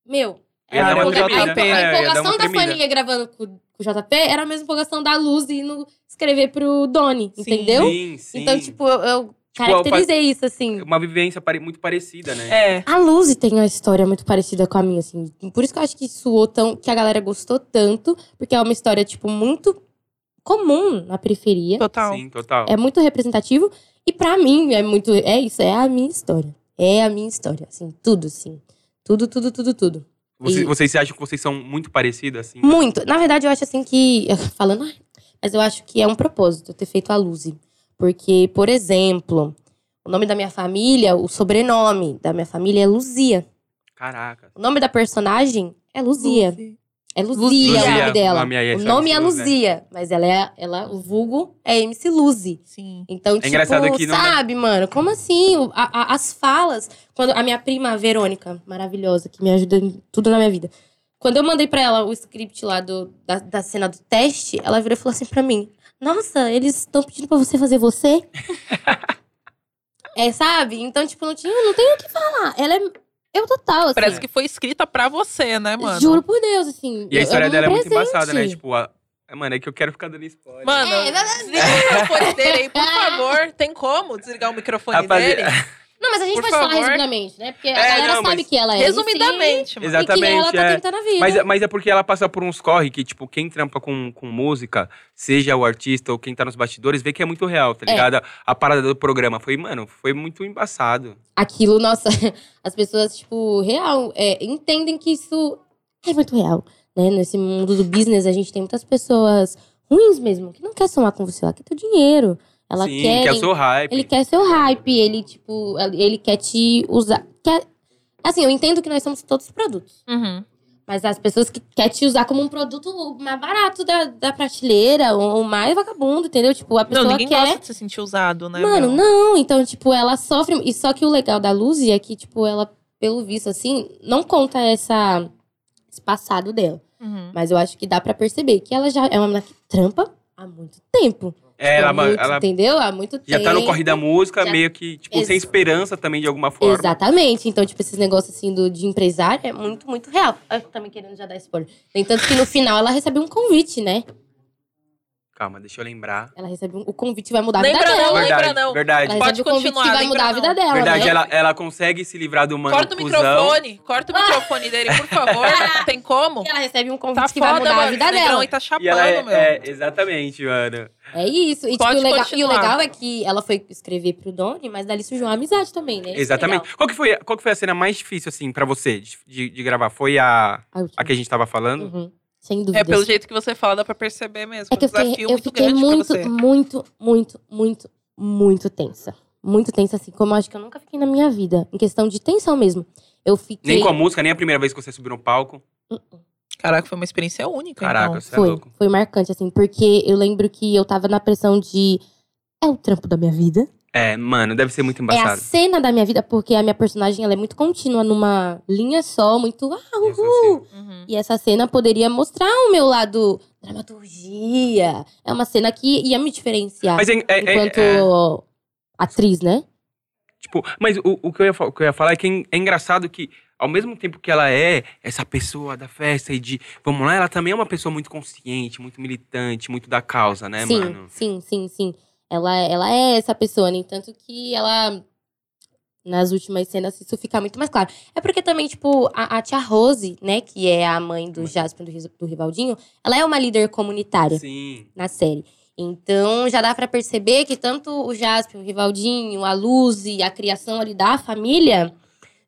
Meu.
Ia dar
a,
uma
empolga- a
tremida,
empo-
né? Ia
a
dar uma
empolgação da
tremida.
Fania gravando com, com o JP era a mesma empolgação da Luz e no escrever pro Doni,
Sim.
entendeu?
Sim, sim.
Então, tipo, eu, eu caracterizei isso, assim.
Uma vivência pare- muito parecida, né?
É.
A Luz tem uma história muito parecida com a minha, assim. Por isso que eu acho que suou tão. que a galera gostou tanto, porque é uma história, tipo, muito comum na periferia.
Total.
Sim, total.
É muito representativo. E pra mim, é muito. É isso, é a minha história. É a minha história, assim, tudo, assim. Tudo, tudo, tudo, tudo.
Vocês,
E- Hum.
vocês se acham que vocês são muito parecidas, assim?
Muito. Na verdade, eu acho assim que. Falando, ai, mas eu acho que é um propósito eu ter feito a Luzi. Porque, por exemplo, o nome da minha família, o sobrenome da minha família é Luzia.
Caraca.
O nome da personagem é Luzia. É Luzia,
Luzia,
o nome
o
dela.
nome aí é
o nome é
MC Luz, né?
Luzia, mas ela é. Ela, o vulgo é MC Luzi.
Sim.
Então, tipo,
É engraçado que não-
sabe, mano? Como assim? O- a- a- as falas. Quando a minha prima, a Verônica, maravilhosa, que me ajuda em tudo na minha vida. Quando eu mandei pra ela o script lá do, da, da cena do teste, ela virou e falou assim pra mim: Nossa, eles estão pedindo pra você fazer você? é, sabe? Então, tipo, não, tinha, não tenho o que falar. Ela é. Eu total, assim.
Parece que foi escrita pra você, né, mano?
Juro por Deus, assim.
E a
eu-
história
eu me
dela é muito
presente.
embaçada, né? Tipo, a... é, mano, é que eu quero ficar dando spoiler.
Mano,
É,
desliga o microfone dele aí, por favor. Tem como desligar o microfone
Rapaziada-
dele?
Não, mas a gente
Por
pode falar
favor.
resumidamente, né? Porque a
É,
galera
não,
sabe
mas-
que ela é.
Resumidamente, mano.
Exato.
MC, E que ela
Exatamente,
tá
é.
tentando a vida.
Mas, é- mas é porque ela passa por uns corre que, tipo, quem trampa com, com música, seja o artista ou quem tá nos bastidores, vê que é muito real, tá
É.
ligado? A, a parada do programa foi, mano, foi muito embaçado.
aquilo, nossa, as pessoas, tipo, real, é, entendem que isso é muito real, né? Nesse mundo do business, a gente tem muitas pessoas ruins mesmo, que não quer somar com você, ela quer teu dinheiro. Ela
Sim,
quer.
que é o seu hype.
Ele quer seu hype, ele, tipo, ele quer te usar. Quer... Assim, eu entendo que nós somos todos produtos.
Uhum.
Mas as pessoas que querem te usar como um produto mais barato da, da prateleira, ou, ou mais vagabundo, entendeu? Tipo, a
Não,
pessoa
ninguém
quer.
gosta de se sentir usado, né?
Mano,
meu?
não. Então, tipo, ela sofre. E só que o legal da Luzi é que, tipo, ela, pelo visto, assim, não conta essa, esse passado dela.
Uhum.
Mas eu acho que dá pra perceber que ela já é uma menina que trampa há muito tempo.
É, ela,
Há muito,
ela
entendeu? Há muito tempo.
já tá no corre da música,
Já-
meio que, tipo,
Ex-
sem esperança também, de alguma forma.
Exatamente. Então, tipo, esses negócios assim do, de empresário é muito, muito real. Eu também querendo já dar spoiler. No entanto que no final ela recebe um convite, né?
Calma, deixa eu lembrar.
Ela recebe um, o convite vai mudar a vida
Lembra
dela.
não,
verdade,
lembra não.
verdade.
Ela
é, Pode
recebe o convite
continuar,
que vai
lembra
mudar a
não.
vida dela.
verdade,
né?
ela, ela consegue se livrar do mano
Corta o
cuzão.
microfone, corta o microfone dele, por favor. Não tem como?
E ela recebe um convite
Tá
que vai
foda,
mudar
mano.
a vida
esse negrão
dela.
aí tá chapando,
E ela é,
meu.
é, exatamente, mano.
É isso. E, tipo,
Pode
o legal, e o
continuar.
legal é que ela foi escrever pro Doni, mas dali surgiu uma amizade também, né? Isso é
Exatamente.
legal.
Qual que, foi, qual que foi a cena mais difícil, assim, pra você de, de- de gravar? Foi a,
Ah, ok.
a que a gente tava falando?
Uhum. Sem dúvida.
É, pelo jeito que você fala, dá pra perceber mesmo.
É que eu
um
fiquei, eu
desafio muito
fiquei
grande
muito,
pra você.
muito, muito, muito, muito tensa. Muito tensa, assim, como eu acho que eu nunca fiquei na minha vida. Em questão de tensão mesmo. Eu fiquei.
Nem com a música, nem a primeira vez que você subiu no palco.
Caraca, foi uma experiência única,
Caraca,
então.
você é
foi,
louco.
foi marcante, assim, porque eu lembro que eu tava na pressão de. É o trampo da minha vida.
É, mano, deve ser muito
É a
embaçado.
cena da minha vida, porque a minha personagem ela é muito contínua numa linha só, muito. Ah,
Eu sou
uhul!
Uhum.
E essa cena poderia mostrar o meu lado dramaturgia. É uma cena que ia me diferenciar
Mas é, é- é-
enquanto
é-
atriz, né?
Tipo, mas o, o, que eu ia, fa- o que eu ia falar é que é en- é engraçado que, ao mesmo tempo que ela é essa pessoa da festa e de. Vamos lá, ela também é uma pessoa muito consciente, muito militante, muito da causa, né,
sim,
mano?
sim, sim, sim. Ela, ela é essa pessoa, no entanto que ela. Nas últimas cenas, isso fica muito mais claro. É porque também, tipo, a, a tia Rose, né, que é a mãe do
Mãe.
Jasper, do, Ris- do Rivaldinho, ela é uma líder comunitária.
Sim.
na série. Então já dá pra perceber que tanto o Jasper, o Rivaldinho, a Luz e a criação ali da família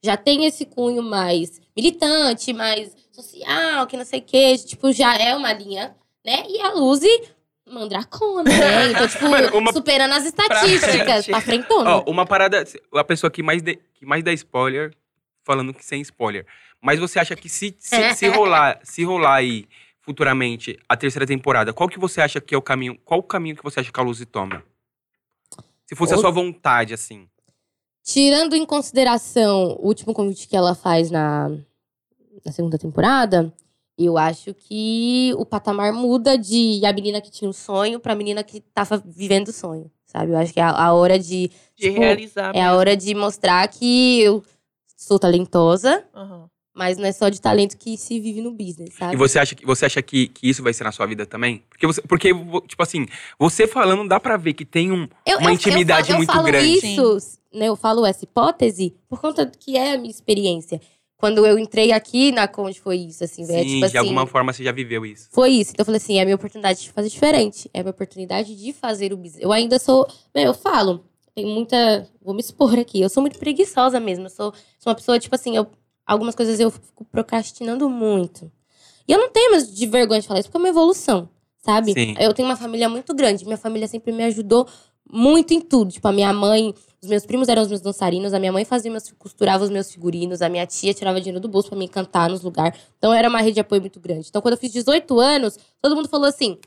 já tem esse cunho mais militante, mais social, que não sei o quê. Tipo, já é uma linha, né? E a Luz mandracona, né? Então, tipo,
Mano, uma-
superando as estatísticas,
frente.
pra frentona.
Ó, uma parada. A pessoa que mais, dê- que mais dá spoiler, falando que sem spoiler. Mas você acha que se,
É,
se, se rolar, se rolar aí futuramente a terceira temporada, qual que você acha que é o caminho? Qual o caminho que você acha que a Luz toma? Se fosse a
Ou-
sua vontade, assim.
Tirando em consideração o último convite que ela faz na, na segunda temporada, Eu acho que o patamar muda de a menina que tinha um sonho pra menina que tava vivendo o sonho, sabe? Eu acho que é a, a hora de.
De
Tá
tipo,
realizar.
É a
mesmo.
hora de mostrar que eu sou talentosa,
Aham.
mas não é só de talento que se vive no business, sabe?
E você acha, que, você acha que, que isso vai ser na sua vida também? Porque, você- porque, tipo assim, você falando dá pra ver que tem um.
Eu-
uma
eu-
intimidade
eu, falo-
muito
eu falo
grande.
Isso, né, eu falo essa hipótese por conta do que é a minha experiência. Quando eu entrei aqui na Conde foi isso, assim, é
Sim,
tipo
de
assim,
alguma forma você já viveu isso.
foi isso. Então eu falei assim, é a minha oportunidade de fazer diferente, é a minha oportunidade de fazer o business. Eu ainda sou, meu, Né, eu falo, tenho muita, vou me expor aqui. Eu sou muito preguiçosa mesmo, eu sou, sou uma pessoa tipo assim, eu algumas coisas eu fico procrastinando muito. E eu não tenho mais de vergonha de falar isso, porque é uma evolução, sabe?
Sim.
Eu tenho uma família muito grande, minha família sempre me ajudou muito em tudo. Tipo, a minha mãe, os meus primos eram os meus dançarinos, a minha mãe fazia meus, costurava os meus figurinos, a minha tia tirava dinheiro do bolso pra me cantar nos lugares. Então era uma rede de apoio muito grande. Então quando eu fiz 18 anos, todo mundo falou assim: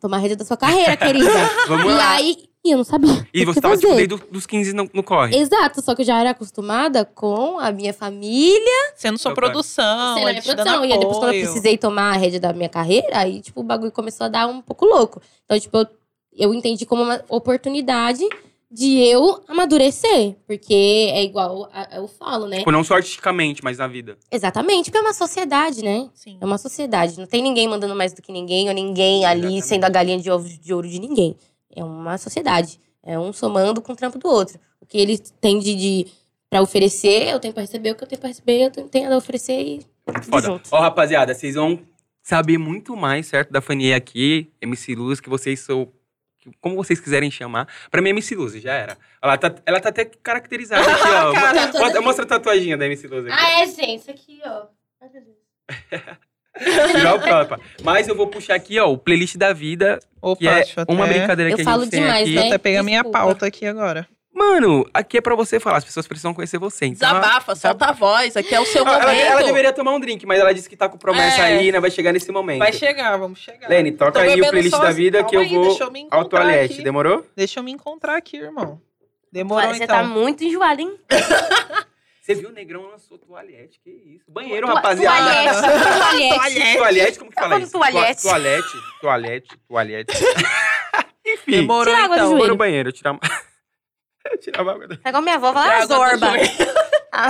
toma a rede da sua carreira, querida.
Vamos
e
lá.
aí, e eu não sabia.
E
o
você
Ah, É que É.
tava, tipo,
fazer.
desde os 15 no, no corre.
Exato, só que eu já era acostumada com a minha família
Sendo sua
Opa.
produção.
sendo a minha
eles te dando
é produção. E aí, depois, quando eu
apoio.
precisei tomar a rede da minha carreira, aí, tipo, o bagulho começou a dar um pouco louco. Então, tipo, eu, eu entendi como uma oportunidade de eu amadurecer. Porque é igual a- eu falo, né?
Tipo, não só artisticamente, mas na vida.
Exatamente, porque é uma sociedade, né?
Sim.
É uma sociedade. Não tem ninguém mandando mais do que ninguém, ou ninguém ali
Exatamente.
sendo a galinha de ovo de ouro de ninguém. É uma sociedade. É um somando com o trampo do outro. O que ele tem de, de para oferecer, eu tenho pra receber. O que eu tenho pra receber, eu tenho- tenho a oferecer e
Foda.
junto.
Ó, rapaziada, vocês vão saber muito mais, certo? Da Fanny aqui, MC Luz, que vocês são. que- Como vocês quiserem chamar. Pra mim, é MC Luz, já era. Ela tá, ela tá até caracterizada aqui, ó.
Cara,
Mo- mostra, mostra a tatuaginha da MC Luz aqui.
Ah, é, gente, isso aqui, ó. Ai, meu Deus.
Igual a própria. Mas eu vou puxar aqui, ó, o playlist da vida,
Opa,
que é
deixa eu
uma
até-
brincadeira
Eu
que a gente
falo
tem
demais,
aqui.
né?
Até pegar minha
Desculpa.
pauta aqui agora.
Mano, aqui é pra você falar, as pessoas precisam conhecer você. Então ela-
Desabafa, solta a voz. Aqui é o seu
ela,
momento.
ela, ela deveria tomar um drink, mas ela disse que tá com promessa
É.
aí, né? Vai chegar nesse momento.
Vai chegar, vamos chegar.
Lene, toca
Tô
aí o
bebendo
playlist
só-
da vida
calma
que eu
aí,
vou
deixa eu me encontrar
ao toalete.
aqui.
Demorou?
Deixa eu me encontrar aqui, irmão. Demorou,
Olha, Você
então.
tá muito enjoada, hein?
Você viu o Negrão lançou toalhete? Que isso? Banheiro,
Tua-
rapaziada.
Toalhete, toalhete.
Toalhete, como que
Tá
fala
falando
isso?
toalhete.
Tua- Toalete, toalete, toalhete. Enfim,
Demorou,
Tira a água do
então.
vou
joelho.
no banheiro, tirar eu tirava a água da...
Pegou Tá minha avó, vai lá,
Água do
zorba.
joelho.
Ah,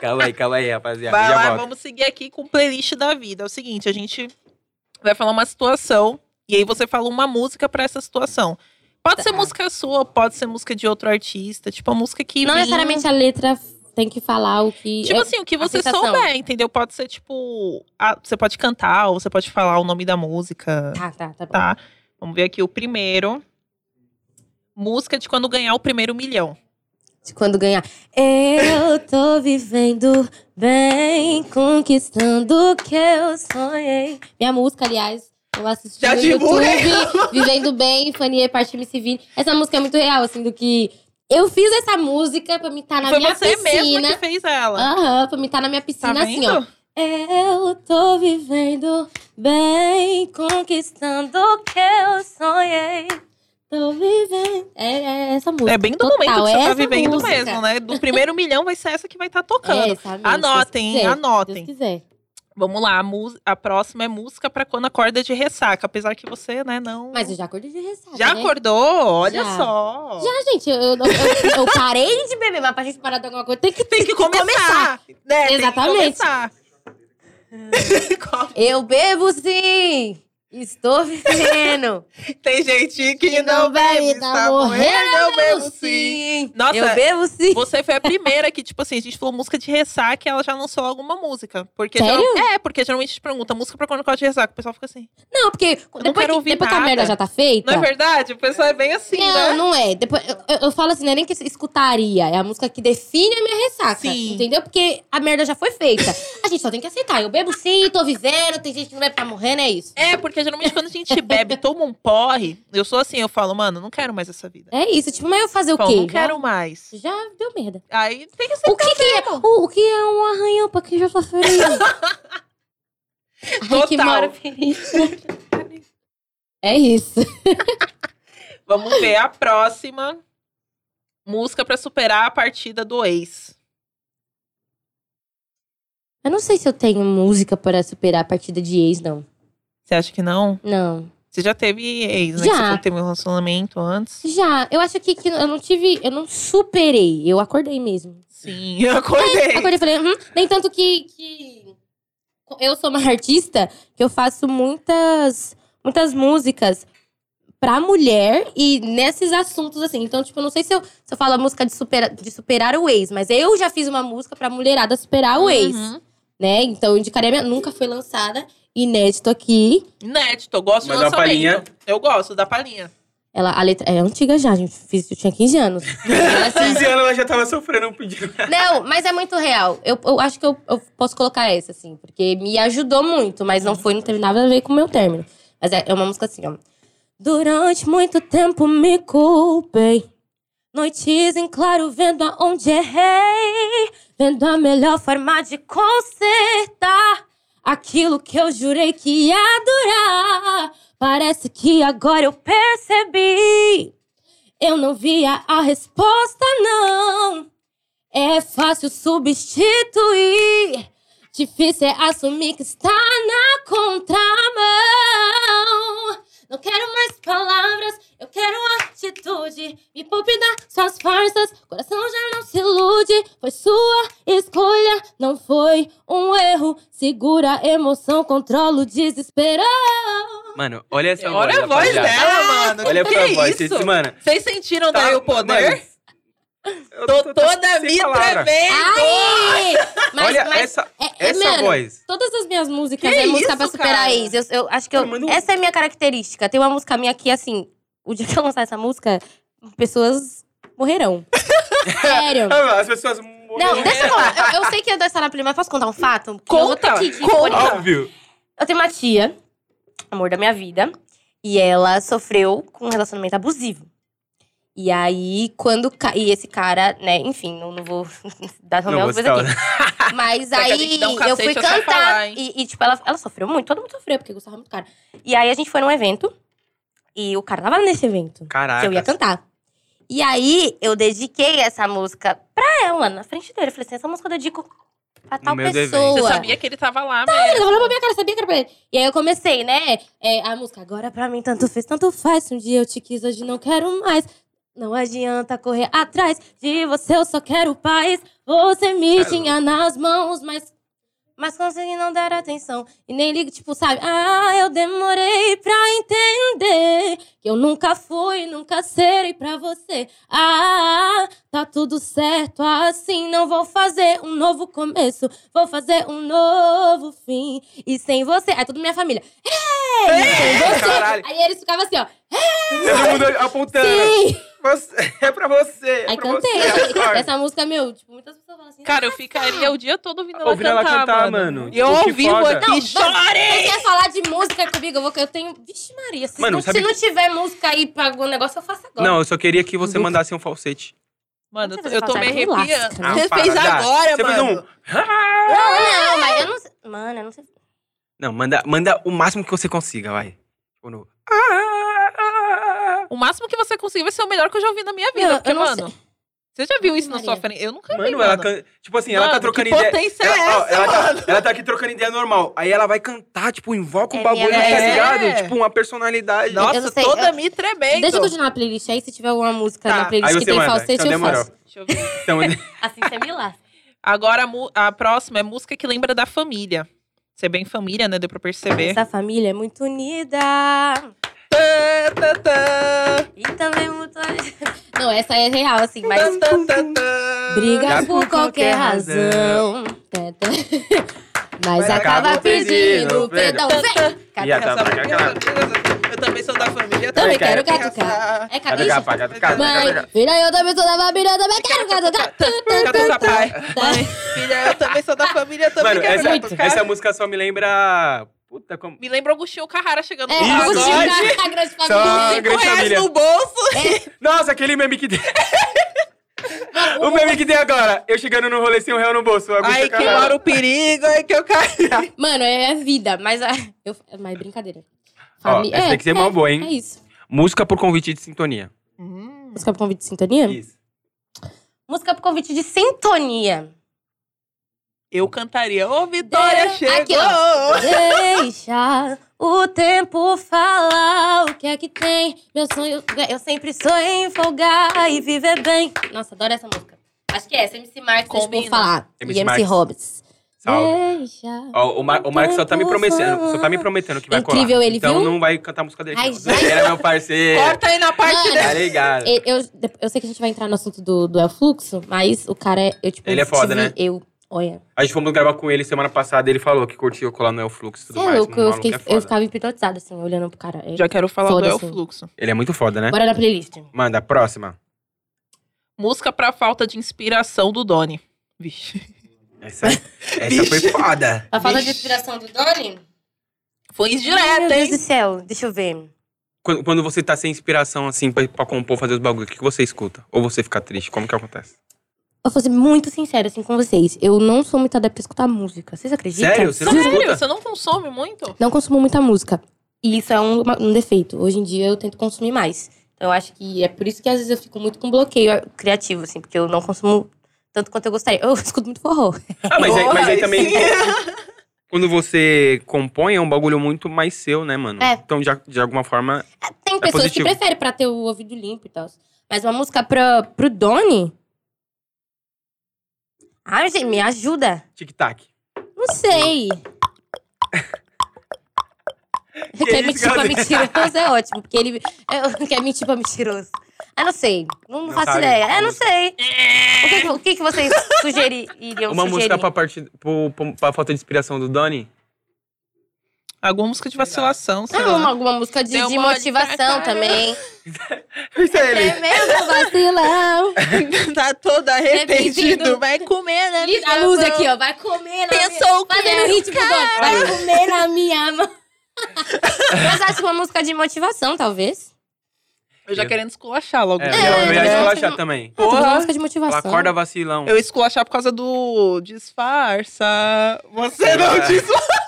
Calma aí, calma aí, rapaziada.
Vai
já
lá,
volto.
vamos seguir aqui com o playlist da vida. É o seguinte, a gente vai falar uma situação e aí você fala uma música pra essa situação. Pode ser
Tá.
música sua, pode ser música de outro artista, tipo a música que
não
vem-
necessariamente a letra tem que falar o que.
Tipo
é-
assim, o que você
sensação.
souber, entendeu? Pode ser tipo, a- você pode cantar ou você pode falar o nome da música,
Tá, tá, tá bom.
tá? Vamos ver aqui o primeiro. Música de quando ganhar o primeiro milhão.
De quando ganhar. Eu tô vivendo bem, conquistando o que eu sonhei. Minha música, aliás. Eu assisti
Já
no
divulga
YouTube, Vivendo Bem, Fanny Parte Me Civil. Essa música é muito real, assim, do que... Eu fiz essa música pra me estar na
Foi
minha
você mesma
piscina.
que fez ela.
Aham, pra me estar na minha
tá
piscina assim,
vendo?
ó. Eu tô vivendo bem, conquistando o que eu sonhei. Tô vivendo. É, é essa música.
É bem do
total,
momento que
é
você tá
essa
vivendo
música.
mesmo, né? Do primeiro milhão vai ser essa que vai estar tocando.
É essa música, se
anotem,
Deus quiser, Se Deus
anotem.
quiser.
Vamos lá, a, mus- a próxima é música pra quando acorda de ressaca. Apesar que você, né, não.
Mas eu já acordei de ressaca.
já
né?
acordou? Olha
Já.
só.
Já, gente, eu, eu, eu- eu parei de beber, mas pra gente parar de alguma coisa, tem que,
Tem que começar. né?
Exatamente.
Tem que começar. Qual-
Eu bebo sim! Estou vivendo!
Tem gente que,
Se
não bebe, tá morrendo, eu bebo sim.
sim!
Nossa,
eu bebo sim!
Você foi a primeira que, tipo assim, a gente falou música de ressaca e ela já lançou alguma música. Porque
Sério?
geral- É, porque geralmente a gente pergunta música pra quando acorda de ressaca. O pessoal fica assim.
Não, porque depois,
quero
que,
ouvir
depois que a
nada.
merda já tá feita.
Não é verdade? O pessoal é bem assim,
não,
né?
não é. Depois, eu, eu- eu falo assim, não é nem que escutaria. É a música que define a minha ressaca.
Sim.
Entendeu? Porque a merda já foi feita. A gente só tem que aceitar. Eu bebo sim, tô vivendo, tem gente que não bebe, tá morrendo, é isso.
É, porque geralmente quando a gente bebe, toma um porre, eu sou assim, eu falo, mano, não quero mais essa vida.
É isso. Tipo, mas eu fazer o
Bom,
quê?
não quero tá mais.
Já, já deu merda.
Aí tem que ser.
O que, que é? O, o que é um arranhão pra quem já tá ferido? Ai, que
Total.
mora feliz. É isso.
Vamos ver a próxima música pra superar a partida do ex.
Eu não sei se eu tenho música para superar a partida de ex, não.
Você acha que não?
Não.
Você já teve ex,
Já.
né? Que você falou que teve um relacionamento antes.
Já, eu acho que, que eu não tive. Eu não superei. Eu acordei mesmo.
Sim, eu acordei.
Acordei e falei, hum. Nem tanto que, que. Eu sou uma artista que eu faço muitas, muitas músicas pra mulher e nesses assuntos assim. Então, tipo, eu não sei se eu, se eu falo a música de, supera, de superar o ex, mas eu já fiz uma música pra mulherada superar o ex.
Uhum.
Né? Então, eu indicaria minha. Nunca foi lançada, inédito aqui.
Inédito, eu gosto
Mas
do
dá
lançamento.
palhinha.
Eu gosto da palhinha.
Ela, a letra é antiga já, gente. Fiz, eu tinha 15 anos. Mas, assim,
15 anos ela já tava sofrendo um pedido.
Não, mas é muito real. Eu, eu acho que eu, eu posso colocar essa, assim, porque me ajudou muito, mas não foi, não teve nada a ver com o meu término. Mas é, é uma música assim, ó. Durante muito tempo me culpei. Noites em claro, vendo aonde errei. Vendo a melhor forma de consertar aquilo que eu jurei que ia durar. Parece que agora eu percebi. Eu não via a resposta, não. É fácil substituir. Difícil é assumir que está na contramão. Não quero mais palavras, eu quero atitude. Me poupe das suas farsas, coração já não se ilude. Foi sua escolha, não foi um erro. Segura a emoção, controla o desespero.
Mano, Então, olha essa
Olha a voz
rapaziada.
dela, mano.
Olha
que
pra
que
voz.
isso?
Vocês, mano,
Vocês sentiram daí o poder?
Mano, Tá, eu
Tô toda
sem
me
palavra.
tremendo.
Ai! é Mas,
Olha
mas-
essa,
é- é,
essa
mano,
voz.
Todas as minhas músicas
Que
é música
isso,
pra superar
cara?
ex. Eu, eu acho que eu-
Ah, manda um-
essa é a minha característica. Tem uma música minha que, assim, o dia que eu lançar essa música, pessoas morrerão. Sério.
Ah, As pessoas
Não, deixa eu falar. Eu, eu sei que é da Sara Prima, mas posso contar um fato? Que eu vou ter
Conta,
que- que
conta.
pôr em-
Óbvio.
Eu tenho uma tia, amor da minha vida, e ela sofreu com um relacionamento abusivo. E aí, quando. ca- E esse cara, né, enfim, não, não vou dar
Não,
nome
vou
às coisas
citar
aqui. Mas
Daqui a
aí
gente dá um
eu
cacete
fui
é só
cantar.
falar, hein?
e, e, tipo, ela, ela sofreu muito, todo mundo sofreu, porque gostava muito do cara. E aí a gente foi num evento, e o cara tava nesse evento, que eu ia
Caraca.
cantar. E aí eu dediquei essa música pra ela, na frente dele. Eu falei assim: essa música eu dedico pra tal
meio do evento.
pessoa.
Você sabia que ele tava lá
Ele
mesmo.
falou pra minha cara, sabia que era pra ele. E aí eu comecei, né? é, a música, agora pra mim tanto fez, tanto faz. Se um dia eu te quis, hoje não quero mais. Não adianta correr atrás de você, eu só quero paz. Você me
Cara,
tinha nas mãos, mas. Mas consegui não dar atenção. E nem ligo, tipo, sabe? Ah, eu demorei pra entender que eu nunca fui, nunca serei pra você. Ah, tá tudo certo assim. Não vou fazer um novo começo, vou fazer um novo fim. E sem você. Aí toda minha família. Ei, sem você.
caralho.
Aí eles ficavam assim, ó.
Todo mundo apontando.
Sim!
Você- é pra você. é
Aí
pra
cantei.
Você, acorda.
é
Essa música, meu, tipo, muitas pessoas falam assim.
Cara, eu ficaria o dia todo ouvindo ela
Ouvindo ela
cantar,
cantar, mano.
E eu
Tipo, que
ao vivo
foda.
aqui, chore!
Você quer falar de música comigo? Eu, vou, eu tenho. Vixe, Maria. Se,
Mano,
não,
sabe
se não tiver música aí pra algum negócio, eu faço agora.
Não, eu só queria que você mandasse um falsete.
Mano,
Você vai
eu, tô me
falar que
arrepiando.
lasca, né?
Tá Você
Ah, para,
fez
dá.
agora,
Você fez
mano.
um... Ah!
Não, mas eu não sei. Mano, eu não sei.
Não, manda, manda o máximo que você consiga, vai. Tipo, no- ah,
O máximo que você conseguir vai ser o melhor que eu já ouvi na minha vida.
Não,
porque,
eu não
mano, você já viu isso na
Maria.
sua frente? Eu nunca vi,
Mano,
mano.
ela can... Tipo assim, ela tá
Mano,
trocando
que
ideia.
potência
ela,
é
ó,
essa,
ela tá, ela tá aqui trocando ideia normal. Aí ela vai cantar, tipo, invoca um
É,
bagulho,
minha
tá
mãe.
ligado?
É.
Tipo, uma personalidade.
Nossa,
Eu não sei,
toda
eu-
me tremendo.
Deixa eu continuar a playlist aí. Se tiver alguma música
Tá.
na playlist
Então. Aí
que
você
tem
manda,
falsete,
então
eu
demorou.
faço.
Deixa eu ver.
Então,
Assim você me lasca.
Agora, a, mu- a próxima é música que lembra da família. Você é bem família, né? Deu pra perceber.
Essa família é muito unida.
Tá, tá, tá.
E também Então é muito. Não, essa é real, assim, mas.
Tá, tá, tá, tá.
Briga
Já
por qualquer razão. Tá, tá. Mas
Mas
acaba
acaba pedindo
pedindo perdão.
E a
Cadê?
tá-
Essa- Eu também sou da família.
Também
quero
catucar. É
Cadê
cadê?
capa? Cadê capa?
Mãe, filha, eu também sou da família, eu também quero catucar.
Catuca pai. Mãe, filha, eu também sou da família, eu também
Mano,
quero
essa,
catucar.
essa música só me lembra. Puta, como.
Me lembra o Agostinho Carrara chegando
É,
no
Isso.
pagode.
Agostinho da grande
Só
família.
grande
Com reais
família.
no bolso.
Nossa, aquele meme que tem. o meme que tem agora. Eu chegando no rolê sem um real no bolso. o Augusto
Aí que
Carrara.
mora o perigo, aí que eu caí.
Mano, é a vida, mas a- eu, é mais brincadeira.
Ó,
Fami-
essa tem que ser mó boa, hein?
É isso.
Música por convite de sintonia.
Hum,
Música pro convite de sintonia?
Isso.
Música pro convite de sintonia.
eu cantaria Ô, Vitória
Deixa-
chegou!
Aqui, ó. Deixa o tempo falar o que é que tem. Meu sonho, eu sempre sou em folgar e viver bem. Nossa, adoro essa música. Acho que é essa, MC Marx, deixa o povo
Combina.
falar.
MC
e MC
Marx.
Hobbits.
Salve.
É. Deixa.
Ó, o, Mar o Marcos só tá me prometendo, só tá me prometendo que vai
Incrível,
colar.
ele,
então
viu?
não vai cantar a música dele.
Ai,
não.
já-
Ele é meu parceiro.
Corta aí na parte
Mano.
dele.
Tá ligado?
E- Eu, eu sei que a gente vai entrar no assunto do, do El Fluxo, mas o cara é. Eu, tipo,
Ele é foda,
tive-
né?
Eu, olha.
A gente fomos gravar com ele semana passada, ele falou que curtiu colar no El Fluxo e tudo
Você é
mais.
louco,
O
eu,
maluco
fiquei,
é
eu
foda.
ficava hipnotizada, assim, olhando pro cara. É.
Já quero falar do El
Foda-se.
Fluxo.
Ele é muito foda, né?
Bora na playlist.
Manda, próxima.
Música pra falta de inspiração do Doni. Vixe.
Essa, essa foi
Vixe.
foda.
A falta Tá de
Vixe.
inspiração do Doni?
Foi
Meu
indireta,
Deus
hein?
do céu, deixa eu ver.
Quando, quando você tá sem inspiração, assim, pra, pra compor, fazer os bagulhos, o que, que você escuta? Ou você fica triste? Como que acontece?
Eu vou ser muito sincera, assim, com vocês. Eu não sou muito adepta a escutar música. Vocês acreditam?
Sério? Você não
Juro.
escuta?
Sério, você não consome muito?
Não consumo muita música. E isso é um, uma- um defeito. Hoje em dia eu tento consumir mais. Então eu acho que é por isso que às vezes eu fico muito com bloqueio eh, criativo, assim, porque eu não consumo tanto quanto eu gostaria. Eu escuto muito forró.
Ah, mas, aí, mas aí
Oi.
também. Quando você compõe, é um bagulho muito mais seu, né, mano?
É.
Então, já, de alguma forma.
Ah, Tem pessoas que
É positivo.
preferem pra ter o ouvido limpo e tal. Mas uma música pra, pro Doni. Ai, gente, me ajuda.
Tic-tac.
Não sei. quer
isso,
mentir pra
Gabi?
mentiroso é ótimo, porque ele é, quer mentir pra mentiroso. Ah, não sei. Não,
Não
faço
sabe
ideia.
a
Ah, não
música.
sei. O que, que- o que, que vocês sugeririam?
Uma
sugerir?
música pra, parte, pro, pro- pra falta de inspiração do Doni?
Alguma música de vacilação, sei
Não,
lá.
Ah, uma- alguma música de,
Deu
de
mole pra
motivação
caralho.
também.
Isso é ele.
Tremendo vacilão.
tá todo
Arrependido.
arrependido. Vai comer né, na minha
A luz
mão.
aqui, ó. Vai comer na minha...
Pensou o que
Fazendo
era.
ritmo, Dona. Vai comer na minha mão. Mas acho que uma música de motivação, talvez.
Eu já querendo esculachar logo.
É,
já.
eu ia
né?
esculachar também.
Ah, talvez uma
Porra.
música de
Fala,
motivação.
acorda vacilão.
Eu ia esculachar por causa do disfarça. Você não
É.
disfarça.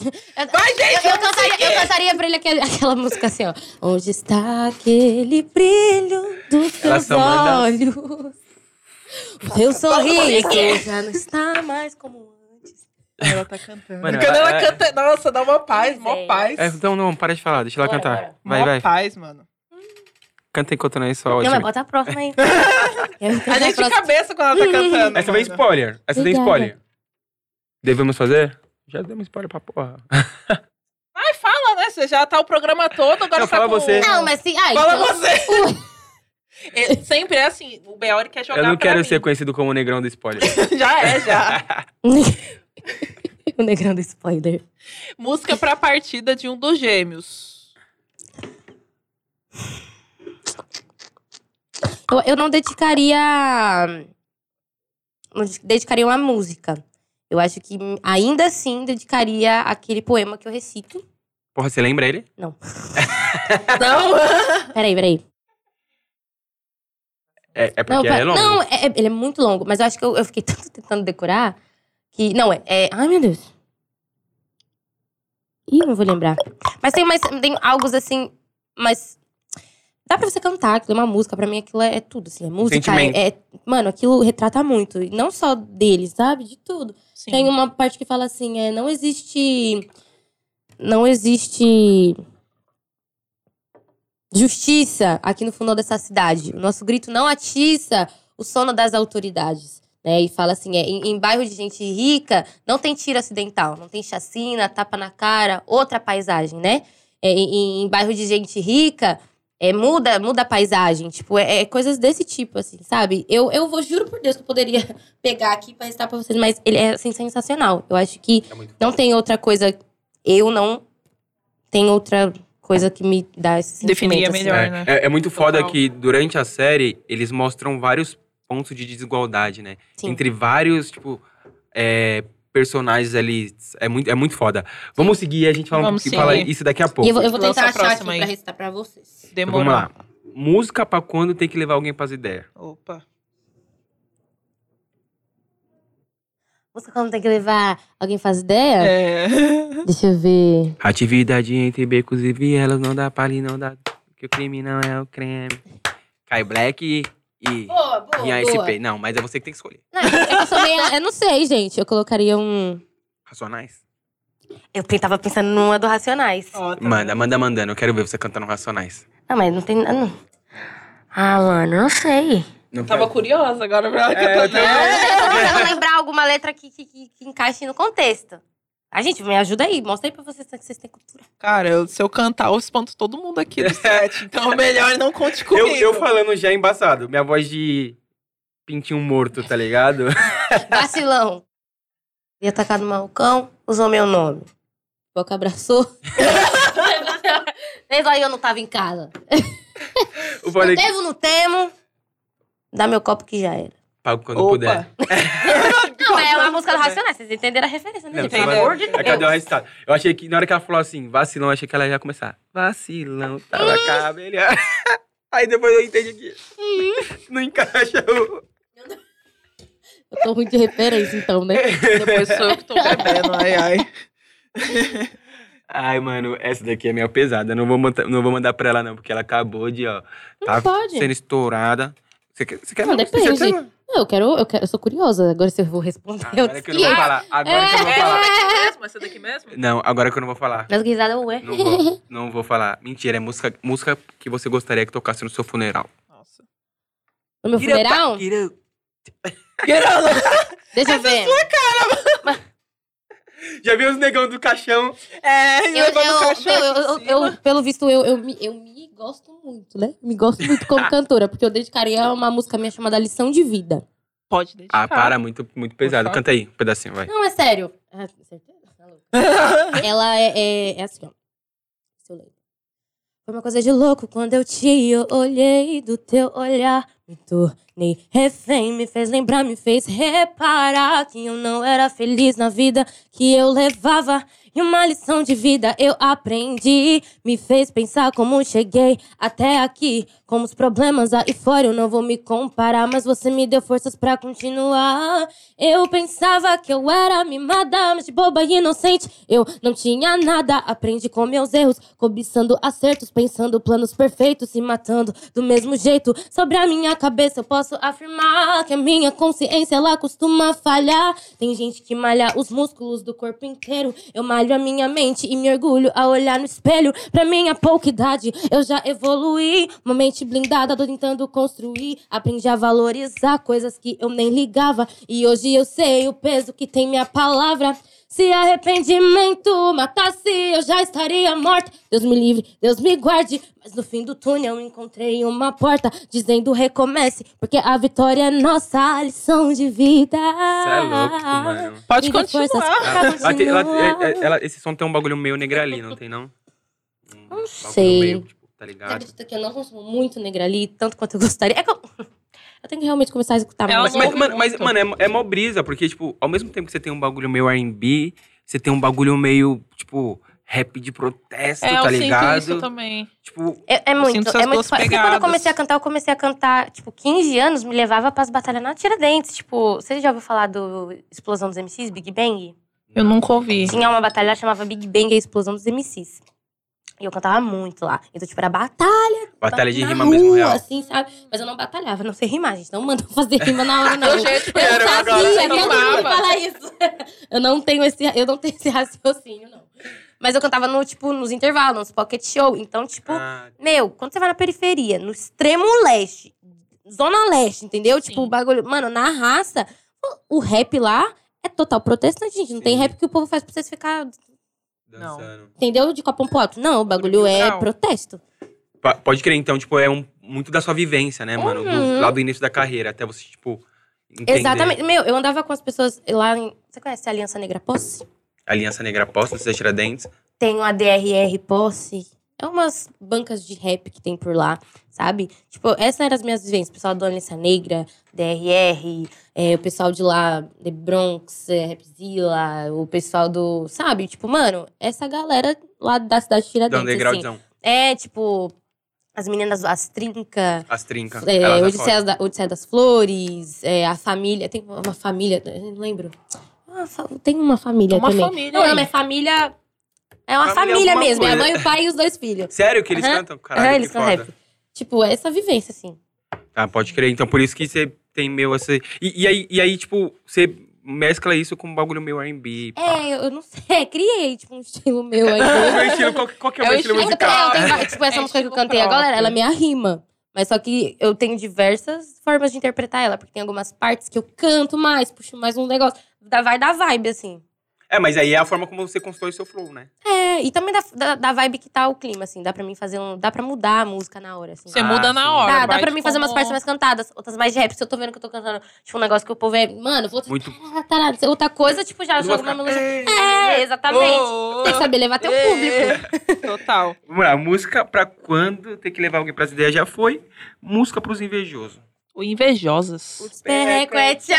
Vai, gente! Eu, eu cantaria, eu cantaria pra ele aquele- aquela música assim, ó. Onde está aquele brilho dos
Elas
seus
tão mandando.
olhos? O seu sorriso já não está mais como antes.
Ela tá cantando.
Mano,
Quando
ela-
ela canta, nossa, dá uma paz,
Pois
mó
é.
paz.
É, então não, para de falar, deixa ela
Bora,
cantar.
bora.
Vai,
mó
vai.
paz, mano.
Canta enquanto não é só
Não,
ótimo.
mas bota a próxima aí. Eu vou
A
cantar
gente de
próxima.
cabeça quando ela tá cantando.
Essa tem
mano.
spoiler. Essa tem
Obrigada.
spoiler. Devemos fazer? Já demos spoiler pra porra.
Ai, fala, né? Você já tá o programa todo, agora
Não,
tá
fala
com...
você.
Não, mas assim... Ai,
Fala
então-
você! É, Sempre é assim, o Beori quer jogar
Eu não
pra
quero
mim.
ser conhecido como o negrão do spoiler.
Já é, já.
o negrão do spoiler.
Música pra partida de um dos gêmeos.
Eu, eu não dedicaria... Não de- dedicaria uma música. Eu acho que ainda assim dedicaria aquele poema que eu recito.
Porra, você lembra ele?
Não?
Peraí, peraí.
É, é porque
pera-
é longo.
Não, é- é- ele é muito longo, mas eu acho que eu, eu fiquei tanto tentando decorar que. Não, é, é- Ai, meu Deus. Ih, não vou lembrar. Mas tem mais. Tem algo assim. Mas. Dá pra você cantar, aquilo é uma música. Pra mim, aquilo é, é tudo, assim. É música.
Sentimento.
É, é- mano, aquilo retrata muito. E não só deles, sabe? De tudo.
Sim.
Tem uma parte que fala assim: é, não existe. Não existe. Justiça aqui no fundão dessa cidade. O nosso grito não atiça o sono das autoridades. Né? E fala assim: é, em, em bairro de gente rica, não tem tiro acidental, não tem chacina, tapa na cara, outra paisagem, né? É, em, em- em bairro de gente rica, é, muda, muda a paisagem. Tipo, é, é coisas desse tipo, assim, sabe? Eu, eu vou, juro por Deus que eu poderia pegar aqui pra recitar pra vocês, mas ele é assim, sensacional. Eu acho que
É muito
não tem outra coisa. Eu não tenho outra coisa que me dá esse sentimento.
Definiria
assim.
melhor.
É,
né?
é- é muito foda
Total.
que durante a série eles mostram vários pontos de desigualdade, né?
Sim.
Entre vários, tipo, é, personagens ali. É muito, é muito foda. Vamos seguir, a gente fala, um
Vamos
pouquinho- fala
seguir.
isso daqui a pouco.
E eu vou, eu vou
Lança
tentar
a
achar aqui
próxima aí.
pra recitar pra vocês.
Então,
Demorou.
vamos lá. Música pra quando tem que levar alguém pras ideias.
Opa.
Música que eu não tem que levar. Alguém faz ideia?
É.
Deixa eu ver.
Atividade entre becos e vielas, não dá palha e não dá. Que o crime não é o creme. Kai Black e e
Boa, boa.
em
boa.
ASP. Não, mas é você que tem que escolher.
Não, é que eu, sou meio- eu não sei, gente. Eu colocaria um.
Racionais?
Eu pe- tava pensando numa do Racionais.
Ó, tá.
Manda, manda mandando. Eu quero ver você cantando Racionais.
Não, mas não tem. Não. Ah, mano, não sei.
Não
Tava curiosa agora pra hora que
É,
eu tô
eu também.
Eu
vendo.
tô tentando lembrar alguma letra que, que, que- que encaixe no contexto. A gente, me ajuda aí. Mostra aí pra vocês que vocês têm cultura.
Cara, eu- se eu cantar, eu espanto todo mundo aqui do set. Então, melhor não conte comigo.
eu, eu falando já é embaçado. Minha voz de pintinho morto, tá ligado?
Vacilão. Ia tacar no malcão, usou meu nome. Boca abraçou. Desde aí eu não tava em casa.
Eu
Não
falei que
devo, não temo. Dá meu copo que já era.
pago quando
Opa.
puder.
Não, é uma música do Racionais. Vocês entenderam a referência, né?
Não,
gente?
você
Pelo
vai-
amor de
Aí cadê o
Deus.
é um resultado? Eu achei que na hora que ela falou assim, vacilão, eu achei que ela ia começar. Vacilão, tava cabelha. Aí depois eu entendi que não encaixa o.
Eu tô ruim de referência, então, né?
Depois sou eu que tô bebendo, ai, ai.
Ai, mano, essa daqui é meio pesada. Eu Não vou, manda- não vou mandar pra ela, não, porque ela acabou de, ó.
Não
Tá
pode.
sendo estourada. Você quer, você quer
Não,
você quer
depende.
tema?
Não, eu quero, eu quero, eu sou curiosa. Agora se eu vou responder, eu
Agora que eu não vou
desfiei.
falar. Agora que eu não vou
Essa
falar.
É daqui mesmo? Essa daqui mesmo?
Não, agora que eu não vou falar.
Mas que risada, é. ué.
Não vou, não vou falar. Mentira, é música, música que você gostaria que tocasse no seu funeral.
Nossa.
No meu funeral? Deixa eu ver.
Já viu os negão do caixão?
É,
Eu, eu, meu, eu- eu- eu- pelo visto, eu, eu, me, eu me gosto muito, né? Me gosto muito como cantora, porque eu dedicaria uma música minha chamada Lição de Vida.
Pode deixar.
Ah, para, muito, muito pesado.
favor.
Canta aí, um pedacinho, vai.
Não, é sério. Ah, com certeza? Tá louco. Ela é, é, é assim, ó. Se eu leio. Foi uma coisa de louco quando eu te olhei do teu olhar. Me tornei refém, me fez lembrar, me fez reparar que eu não era feliz na vida que eu levava. E uma lição de vida eu aprendi. Me fez pensar como cheguei até aqui. Como os problemas aí fora eu não vou me comparar, mas você me deu forças pra continuar. Eu pensava que eu era mimada, mas de boba e inocente. Eu não tinha nada, aprendi com meus erros, cobiçando acertos, pensando planos perfeitos, se matando do mesmo jeito. Sobre a minha cabeça eu posso afirmar que a minha consciência ela costuma falhar. Tem gente que malha os músculos do corpo inteiro. Eu malho a minha mente e me orgulho a olhar no espelho. Pra minha pouca idade, eu já evoluí. Uma mente blindada, tô tentando construir. Aprendi a valorizar coisas que eu nem ligava. E hoje eu sei o peso que tem minha palavra. Se arrependimento matasse, eu já estaria morta. Deus me livre, Deus me guarde. Mas no fim do túnel encontrei uma porta dizendo recomece, porque a vitória é nossa lição de vida.
Você é louco, mano.
Pode
Me dê
continuar.
forças pra
Ela tem- ela-
continuar.
é- é- ela- esse som tem um bagulho meio negrali, não tem, não? Um bagulho
sei.
meio, tipo, tá
Você
ligado?
acredita que eu não consumo muito Negrali, tanto quanto eu gostaria? É que eu... eu tenho que realmente começar a escutar
É
Mas,
mais.
mas,
Ouve
mano, mas,
muito.
mano, é, é mó brisa, porque, tipo, ao mesmo tempo que você tem um bagulho meio R&B, você tem um bagulho meio, tipo, rap de protesto,
É,
tá
eu sinto
ligado?
isso também.
Tipo,
É, é muito,
sinto essas
é muito
duas
forte. Porque Quando eu
pegadas.
comecei a cantar, eu comecei a cantar, tipo, 15 anos, me levava pras batalhas na Tiradentes. Tipo, você já ouviu falar do Explosão dos MCs, Big Bang?
Eu nunca ouvi.
Tinha uma batalha lá, chamava Big Bang e a Explosão dos MCs. E eu cantava muito lá. Então, tipo, era batalha.
batalha de
na
rima
rua,
mesmo real.
assim, sabe? Mas eu não batalhava, não sei rimar, gente. Não mandam fazer rima na hora, não.
Eu jeito que
Eu
era
sabia,
agora,
todo
você
mundo
rimava.
fala isso. Eu não tenho esse, eu não tenho esse raciocínio, não. Mas eu cantava no, tipo, nos intervalos, nos pocket show. Então, tipo,
Ah,
meu, quando você vai na periferia, no extremo leste, zona leste, entendeu? Tipo, o bagulho. Mano, na raça, o- o rap lá é total protestante, gente. Não tem
Sim.
rap que o povo faz pra vocês ficar,
Não.
dançando.
entendeu? De copão pro outro. Não, o bagulho é
Não.
protesto.
Pa- Pode crer, então, tipo, é um, muito da sua vivência, né, mano? Do,
Uhum.
lá do início da carreira, até você, tipo, entender.
Exatamente. Meu, eu andava com as pessoas lá em. Você conhece a Aliança Negra Posse?
Aliança Negra Posta, você tira dentes.
Tem uma DRR Posse. É umas bancas de rap que tem por lá, sabe? Tipo, essas eram as minhas vivências. O pessoal do Aliança Negra, DRR, é, o pessoal de lá, The Bronx, é, Rapzilla, o pessoal do. Sabe? Tipo, mano, essa galera lá da cidade
Do
de Tiradentes, assim.
undergroundzão.
É, tipo, as meninas, as trinca.
As trincas.
É,
elas afogam.
Odisseia, da, Odisseia das Flores, é, a família. Tem uma família, eu não lembro. Ah, fa- tem uma família
Uma
também.
família
Não,
aí.
não, é família. É
Família
uma família,
alguma
mesmo. É a
coisa.
mãe, o pai e os dois filhos.
Sério que eles
Aham.
cantam? Caralho,
Aham,
que
eles são
foda.
rap. Tipo, é essa vivência, assim.
Ah, pode crer. Então, por isso que você tem meu... Esse... E, e aí, e aí, tipo, você mescla isso com um bagulho meu R&B. pá.
É, eu, eu não sei, criei, tipo, um estilo meu aí.
Qual que é o meu estilo? Qual, que- qual que é o
É
meu
o
estilo
estilo-
Essa, é, eu
musical?
tenho, várias- tipo, essa
É
música que eu
estilo
cantei agora,
próprio.
ela é minha rima. Mas só que eu tenho diversas formas de interpretar ela, porque tem algumas partes que eu canto mais, puxo mais um negócio. Dá- Vai da vibe, assim.
É, mas aí é a forma como você constrói o seu flow, né?
É, e também da, da, da vibe que tá o clima, assim. Dá pra mim fazer um. Dá pra mudar a música na hora, assim.
Você
Ah,
muda
sim.
na hora.
Dá, dá
vai
pra mim fazer umas
como-
partes mais cantadas, outras mais de rap. Se eu tô vendo que eu tô cantando, tipo, um negócio que o povo é. Mano, vou.
Muito-
tará, outra coisa, tipo, já
Tudo vai
jogo uma
ficar-
melodia.
Ei!
É, exatamente.
Ô, ô,
Tem que saber levar teu público.
é. Total.
Vamos lá, música pra quando tem que levar alguém pras ideias já foi. Música pros invejosos.
O Invejosas.
Pereco é tchau.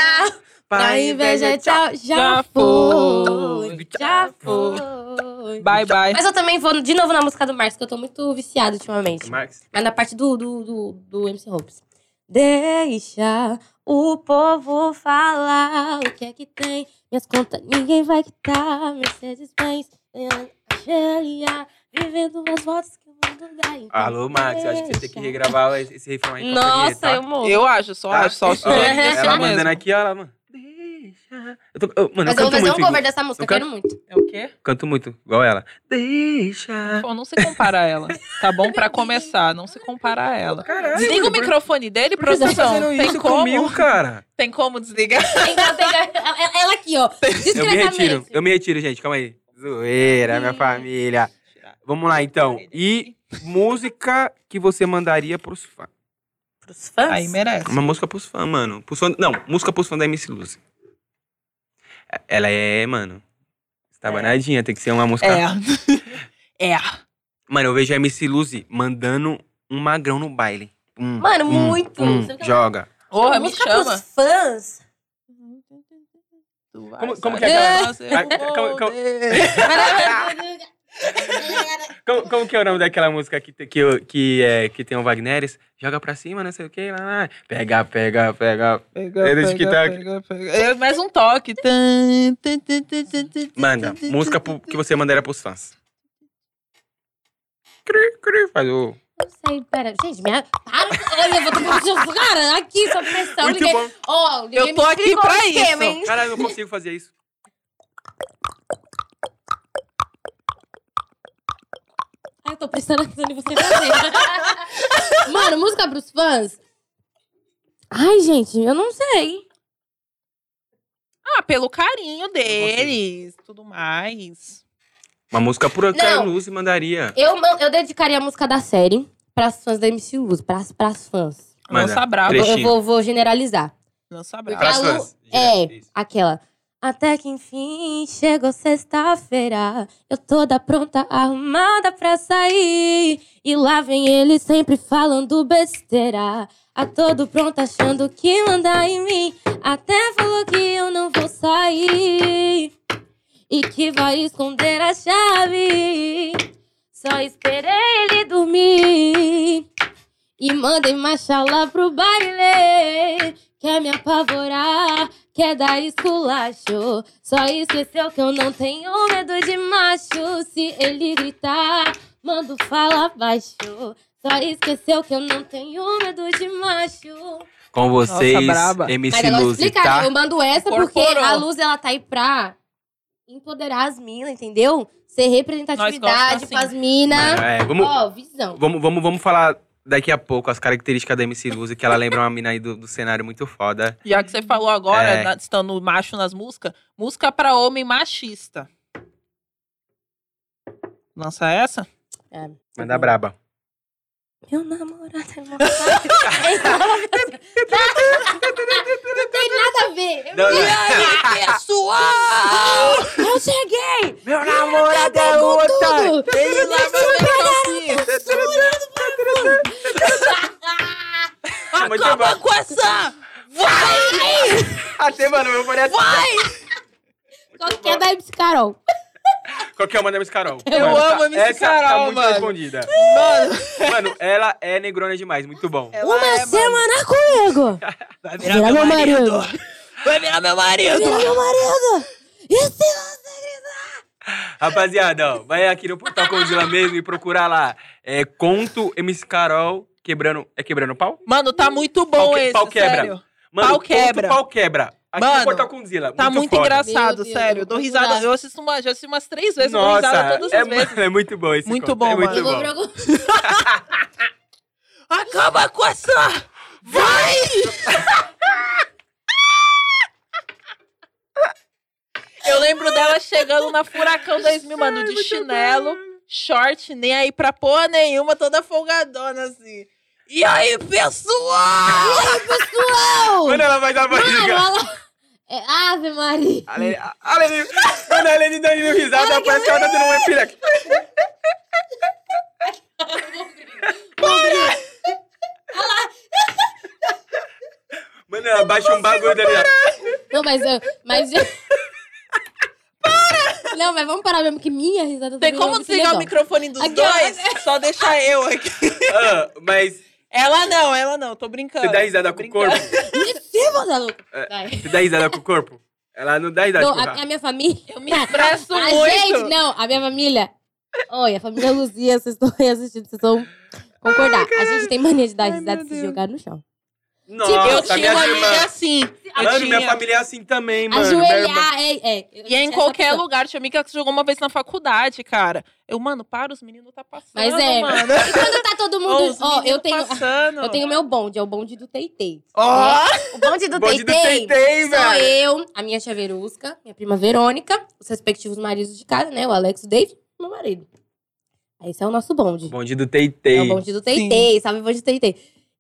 Pra inveja é tchau. é Já
Já
foi.
foi.
Já
Já
foi.
Bye, bye.
Mas eu também vou de novo na música do Marcos, que eu tô muito viciada ultimamente.
Max?
Mas É na parte do, do, do, do MC Hopes. Deixa o povo falar o que é que tem. Minhas contas ninguém vai quitar. Mercedes-Benz, Angelia, vivendo umas voltas que o mundo dá. Então
Alô, Max, eu acho que você tem que
deixa.
regravar esse, esse refrão aí. com a Fabinha,
Nossa,
tá?
eu morro.
Eu acho, só
Tá?
acho, só acho. é
Ó,
Deixa
Ela mandando
mesmo.
aqui, ó, ela, mano. Deixa. Eu tô, eu- mano,
Mas
eu
eu vou
canto
fazer um
muito.
cover
igual-
dessa música, eu
Eu quero-
quero muito.
É o quê?
Canto muito, igual ela. Deixa.
Pô, não se compara a ela. Tá bom pra começar, não se compara a ela.
Caralho.
Desliga o
por-
microfone dele,
Por que você tá
produção.
fazendo
Tem
isso
como?
comigo, cara?
Tem como desligar?
Então, tem que- ela ela aqui, ó.
Eu me retiro,
Discretamente.
eu me retiro, gente, calma aí. Zoeira, minha família. Vamos lá, é- então. E música que você mandaria pros fãs?
Pros fãs?
Aí merece.
Uma música pros fãs, mano. Pros fãs- não, música pros fãs da MC Lucy. É- Ela é, mano. Você tá
É.
banadinha, tem que ser uma música.
É. É.
Mano, eu vejo a MC Lucy mandando um magrão no baile. Hum,
Mano,
hum,
muito.
hum,
Você não-
joga.
Porra, me
música
chama.
pros fãs.
Tu vai
Como-
saber
como que é aquela?
fazer
Ah,
o
calma- calma.
poder.
Como, como que é o nome daquela música que, te- que, eu- que, é, que tem o Wagneres? Joga pra cima, não sei o que, lá, lá. Pega, pega, pega.
Pega,
É do TikTok.
pega, pega. É mais um toque. Tan, tan, tan, tan, tan, tan,
Manda,
tan, tan,
música
tan,
pro- que você mandaria pros fãs. Cri, cri, faz o...
Não sei, pera. Gente, minha. Para! Olha, eu vou tomar um cara aqui, só pressão.
Muito
Ninguém...
bom.
Ó, ninguém
Eu
me
tô aqui
explicou
pra
o esquema,
isso.
hein?
Caralho, eu não consigo fazer isso.
Ah, eu tô prestando atenção em você fazer. Mano, música pros fãs? Ai, gente, eu não sei.
Ah, pelo carinho deles, tudo mais.
Uma música pura que a
Não.
Luz mandaria.
Eu, man- eu dedicaria a música da série pras fãs da MC Luz, pras, pras fãs.
Manda,
Lança brava.
Eu,
três.
eu
Trechinho.
vou, vou generalizar.
Lança
Porque
brava.
Pras
a Lu-
fãs,
É,
direto, isso.
aquela. Até que enfim chegou sexta-feira. Eu toda pronta, arrumada pra sair. E lá vem ele sempre falando besteira. A todo pronto, achando que manda em mim. Até falou que eu não vou sair. E que vai esconder a chave. Só esperei ele dormir. E mandei marcha lá pro baile. Quer me apavorar, quer dar esculacho. Só esqueceu que eu não tenho medo de macho. Se ele gritar, mando falar baixo. Só esqueceu que eu não tenho medo de macho.
Com vocês,
braba.
Mas
MC
agora
Luz,
explicar,
tá?
eu mando essa porque
Incorporou.
a luz ela tá aí pra empoderar as minas, entendeu? Ser representatividade
assim.
com as minas.
Mano, é, vamos,
Ó, visão.
vamos, vamos, vamos falar daqui a pouco as características da MC Luz, que ela lembra uma mina aí do, do cenário muito foda.
Já que você falou agora,
É.
na- estando macho nas músicas, música pra homem machista. Lança essa?
É.
Manda braba.
Meu namorado é uma Não tem nada a ver. Eu,
Não, não.
Pessoal!
eu cheguei!
Meu namorado é
com
outra!
é tudo.
Ele lá
Muito bom.
com essa!
Até, Ah, mano, meu é assim. parece.
Qual que é da MC Carol?
Qual que é o nome da Miss Carol?
Eu
Mano,
amo
tá-
a Miss
essa tá
Carol,
muito
mano.
respondida.
Mano, é-
Mano, ela é negrona demais, muito bom.
Uma semana comigo!
Vai
virar Virar meu meu marido. marido.
Vai virar meu marido!
Vira meu marido! E se você
Rapaziada, ó, vai aqui no Portal Conzilla mesmo e procurar lá. É, Conto MC Carol quebrando. É quebrando pau?
Mano, tá muito bom
Pau que-
esse,
pau quebra.
sério.
Mano,
Pau
ponto
quebra.
Pau quebra. Aqui
Mano,
no Portal Condzilla.
Tá muito,
foda.
engraçado,
Meu Deus,
sério. Eu
eu
dou
vou
risada.
procurar.
Eu assisto uma, já assisti umas três vezes, eu dou
Nossa,
risada todas
é,
as vezes.
mu- é muito bom esse
Muito
conto,
bom,
é muito
mano.
Eu vou
bom.
pra algum...
Acaba com essa! Vai! Eu lembro dela chegando na Furacão 2000, mano, de chinelo, short, nem aí pra porra nenhuma, toda folgadona assim. E aí, pessoal?
Pessoal!
Mano, ela vai dar voz.
Mano, ela... Ah, É Ave Maria.
A Lene, a- a Lene, mano, a Lene dando risada, parece que ela tá dando um epilex. Mano, ela baixa um bagulho dali. ó.
Não, mas eu... Mas eu... Para! Não, mas vamos parar mesmo, que minha risada
Tem
também é
como
muito
desligar o
legal.
microfone dos
Aqui, é ó.
dois? Só deixar eu aqui.
Ah, mas
Ela não, ela não, tô brincando.
você dá risada
Tô
com o
brincando.
corpo?
Me sirva, Zé Luca.
É.
Vai.
Você dá risada com o corpo? Ela não dá risada
Não,
com o
a, a
corpo.
minha família...
Eu me expresso
a
muito.
gente, não, a minha família. Oi, a família Luzia, vocês estão aí assistindo, vocês vão concordar. a gente tem mania de dar risada e se jogar no chão.
eu
Nossa,
tinha
minha
uma
irmã.
amiga assim. Eu
Mano, minha
tinha.
família é assim também, mano. Minha irmã-
Ajoelhar, é, é.
E é em qualquer lugar. Tinha amiga que jogou uma vez na faculdade, cara. Eu, mano, para, os meninos tá passando,
Mas é.
mano.
E quando tá todo
Ô,
mundo.
os
Ó,
meninos
eu tenho.
passando.
Eu tenho meu bonde, é o bonde do Teitei. É,
Ó!
O bonde do
Bonde do
Teitei.
Teitei,
Sou
velho.
eu, a minha tia Verusca, minha prima Verônica, os respectivos maridos de casa, né? O Alex, o David e meu marido. Esse é o nosso bonde.
Bonde do
É o
Teitei.
bonde do Teitei, sabe? O bonde do Teitei.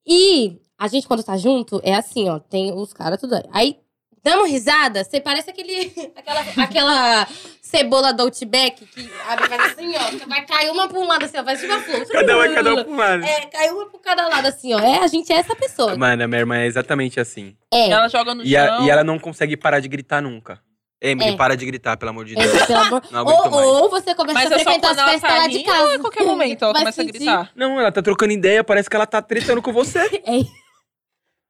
E a gente, quando tá junto, é assim, ó. Tem os caras tudo aí. Aí, damos risada, você parece aquele, aquela, aquela cebola do Outback que abre vai assim, ó. Vai cair uma pra um lado, assim, ó. Vai subir a flor.
Cada um é cada um pro lado.
É, caiu uma pro cada lado, assim, ó. É, a gente é essa pessoa.
Mano, a minha irmã é exatamente assim.
É.
Ela joga no
E, a-
chão.
e ela não consegue parar de gritar nunca. Emily,
É.
para de gritar, pelo amor de Deus.
É, pelo amor-
Não aguento mais.
ou, ou você começa
Mas
a
é só
frequentar
quando
as
ela
festas
tá
lá
ali,
de casa.
ou a qualquer momento ela
Vai
começa a
sentir.
gritar.
Não, ela tá trocando ideia, parece que ela tá tretando com você.
É,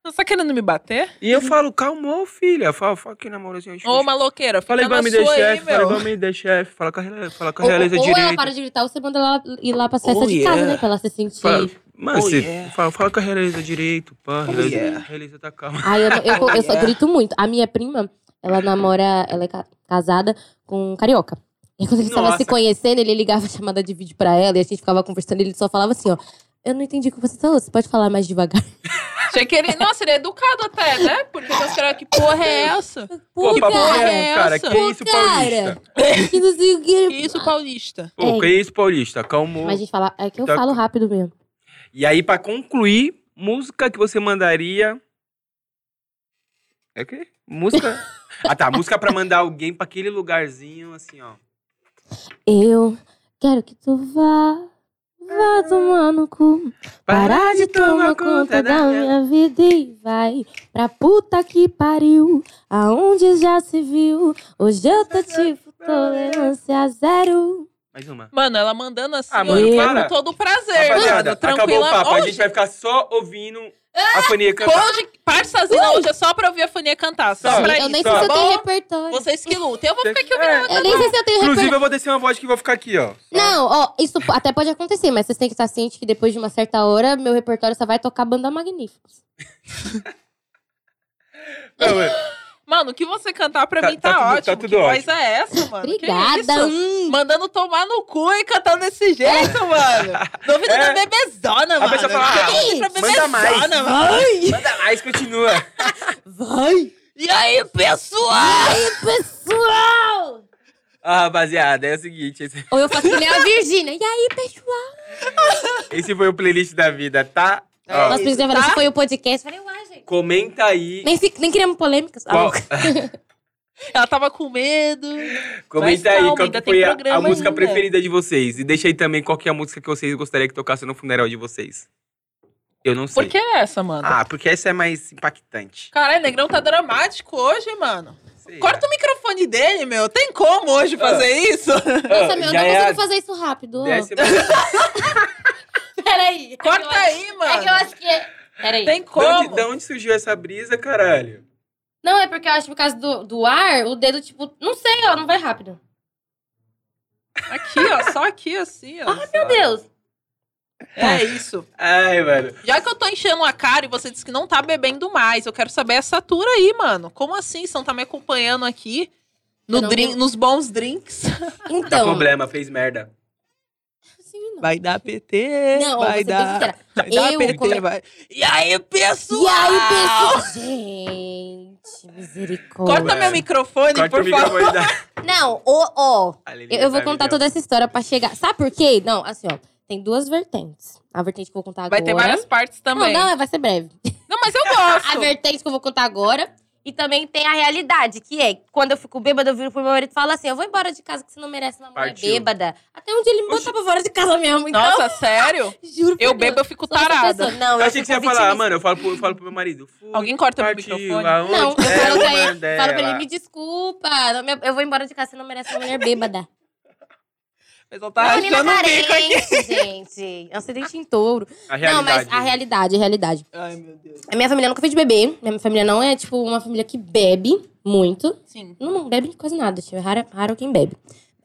Você tá querendo me bater?
E eu falo, calmou, filha. Fala, fala que namoro assim.
Ô, maloqueira, fica
Fala
na
igual me
sua
dê
aí,
chefe, fala
meu.
igual me dê chefe. Fala com a rele- fala com a
ou,
realeza
ou ela
direita.
para de gritar, ou você manda ela ir lá pra festa
Oh,
de
yeah.
casa, né? Pra ela se sentir.
Fala, mano,
Oh,
você-
yeah.
fala, fala com a realeza direito, pá. realeza,
yeah.
realeza tá calma.
Ai, eu, não- eu, eu só
É.
Yeah.
grito muito. A minha prima, ela namora, ela é ca- casada com um carioca. E quando eles estavam
Nossa.
se conhecendo, ele ligava a chamada de vídeo pra ela e a gente ficava conversando. Ele só falava assim, ó. Eu não entendi o que você falou, você pode falar mais devagar.
Achei que ele... Nossa, ele é educado até, né? Porque eu será que porra é essa?
Pô,
Pô,
papo
cara,
reto, cara. Que
Pô,
isso,
cara.
paulista?
é, que não sei o que.
Que isso, paulista?
Pô, que isso, paulista? Calmou.
Mas a gente fala, é que eu
Tá-
falo rápido mesmo.
E aí, pra concluir, música que você mandaria. É o quê? Música. ah, tá. Música pra mandar alguém pra aquele lugarzinho, assim, ó.
Eu quero que tu vá, vá tomar no cu. Parar de tomar conta da minha vida e vai pra puta que pariu. Aonde já se viu? Hoje eu tô tipo tolerância zero.
Mais uma.
Mano, ela mandando assim,
Ah,
ó,
mano,
com
para.
todo o prazer,
Rapaziada,
mano.
acabou o
Tranquila.
papo. A gente
Hoje-
vai ficar só ouvindo a Fania cantar.
Pode, parçazinha hoje é só pra ouvir a Fania cantar. Só,
Só.
pra
eu
isso,
nem sei
tá
se eu tenho
bom?
repertório.
Vocês que lutem. Eu vou ficar aqui ouvindo.
É,
Eu nem sei se eu tenho
Inclusive,
repertório.
eu vou descer uma voz que vou ficar aqui, ó.
Não, ó, isso até pode acontecer, mas vocês têm que estar cientes que depois de uma certa hora, meu repertório só vai tocar banda magníficos.
Não, é-
Mano, o que você cantar pra
Tá-
mim tá,
tá tudo-
ótimo.
tá tudo
que voz
ótimo.
é essa, mano? Que
Obrigada.
isso?
hum. É.
Mandando tomar no cu e cantando desse jeito, mano. Duvida
É.
da bebezona, mano.
pessoa fala, ah,
Duvida da
manda mais.
bebezona, mano.
Vai!
Manda mais, continua.
Vai!
E aí, pessoal?
Aí, pessoal!
Ah, rapaziada, é o seguinte. Esse,
Ou eu faço que nem a Virgínia. E aí, pessoal?
esse foi o playlist da vida, tá? Ó,
Nossa,
isso,
precisamos falar,
tá?
isso foi o podcast. Falei, uai, gente.
comenta aí.
Nem, fi- nem criamos polêmicas. Ah,
Qual,
Ela tava com medo.
Comenta
Mas
aí
calma,
qual
ainda
que
tem
foi a, a
programa
música
ainda.
preferida de vocês. E deixa aí também qual que é a música que vocês gostariam que tocasse no funeral de vocês. Eu não sei.
Por que essa, mano?
Ah, porque essa é mais impactante.
Caralho, o Negrão tá dramático hoje, mano.
Sei
Corta o microfone dele, meu. Tem como hoje fazer
Ah.
isso?
lá.
Nossa, meu, eu
Já
não
é
consigo
a
fazer isso rápido. ó.
décima-
Peraí.
Corta
É
aí,
que eu- É que eu
mano.
acho que é... Peraí.
Tem
Da
como.
onde, da onde surgiu essa brisa, caralho?
Não, é porque eu acho que por causa do, do ar, o dedo, tipo... Não sei, ó, não vai rápido.
Aqui, ó. Só aqui, assim, ó.
Tá
Meu Deus.
É isso.
Ai, mano. Tá
Já que eu tô enchendo a cara e você disse que não tá bebendo mais, eu quero saber essa tour aí, mano. Como assim? Você não tá me acompanhando aqui no
Eu não
drink-
vou-
nos bons drinks?
Tá
Então.
problema, fez merda.
assim, não.
Vai dar PT,
Não,
vai
você tem que
dar.
esperar.
Vai dar
Eu
PT,
come-
vai. E aí, pessoal?
E aí, pessoal. Gente, misericórdia.
Corta
Ué.
meu microfone,
Corta
por
o
favor.
microfone da... tá
Não, ó, ó.
Aline,
Eu, eu vou
sabe,
contar
Deus.
toda essa história pra chegar. Sabe por quê? Não, assim, ó. Tem duas vertentes. A vertente que eu vou contar
Vai
agora.
ter várias partes também.
Não, Ah,
Não,
não, vai ser breve.
mas eu
A
gosto.
vertente que eu vou contar agora. E também tem a realidade, que é quando eu fico bêbada, eu viro pro meu marido e falo assim: eu vou embora de casa que você não merece uma mulher
Partiu.
bêbada. Até onde ele me botar pra fora de casa mesmo. Então,
Nossa, sério?
juro por
Eu
Deus,
bebo, eu fico
sou essa
tarada.
pessoa. Não,
Eu achei que
fico
você ia falar,
vitimista.
mano, eu falo, pro, eu falo pro meu marido. fui,
Alguém
tá
corta meu
partiu,
microfone.
aonde?
Não, eu
É,
falo pra ele,
Mandela.
falo pra ele, me desculpa, não me- eu vou embora de casa, você não merece uma mulher bêbada.
Mas eu tava
Menina
achando um bico aqui.
carente, gente. É um acidente em touro.
A
Não, mas
realidade.
a realidade, a realidade.
Ai, meu Deus.
A minha família nunca fez bebê. Minha família não é, tipo, uma família que bebe muito.
Sim.
Não, não bebe quase nada, tipo, é raro, raro quem bebe.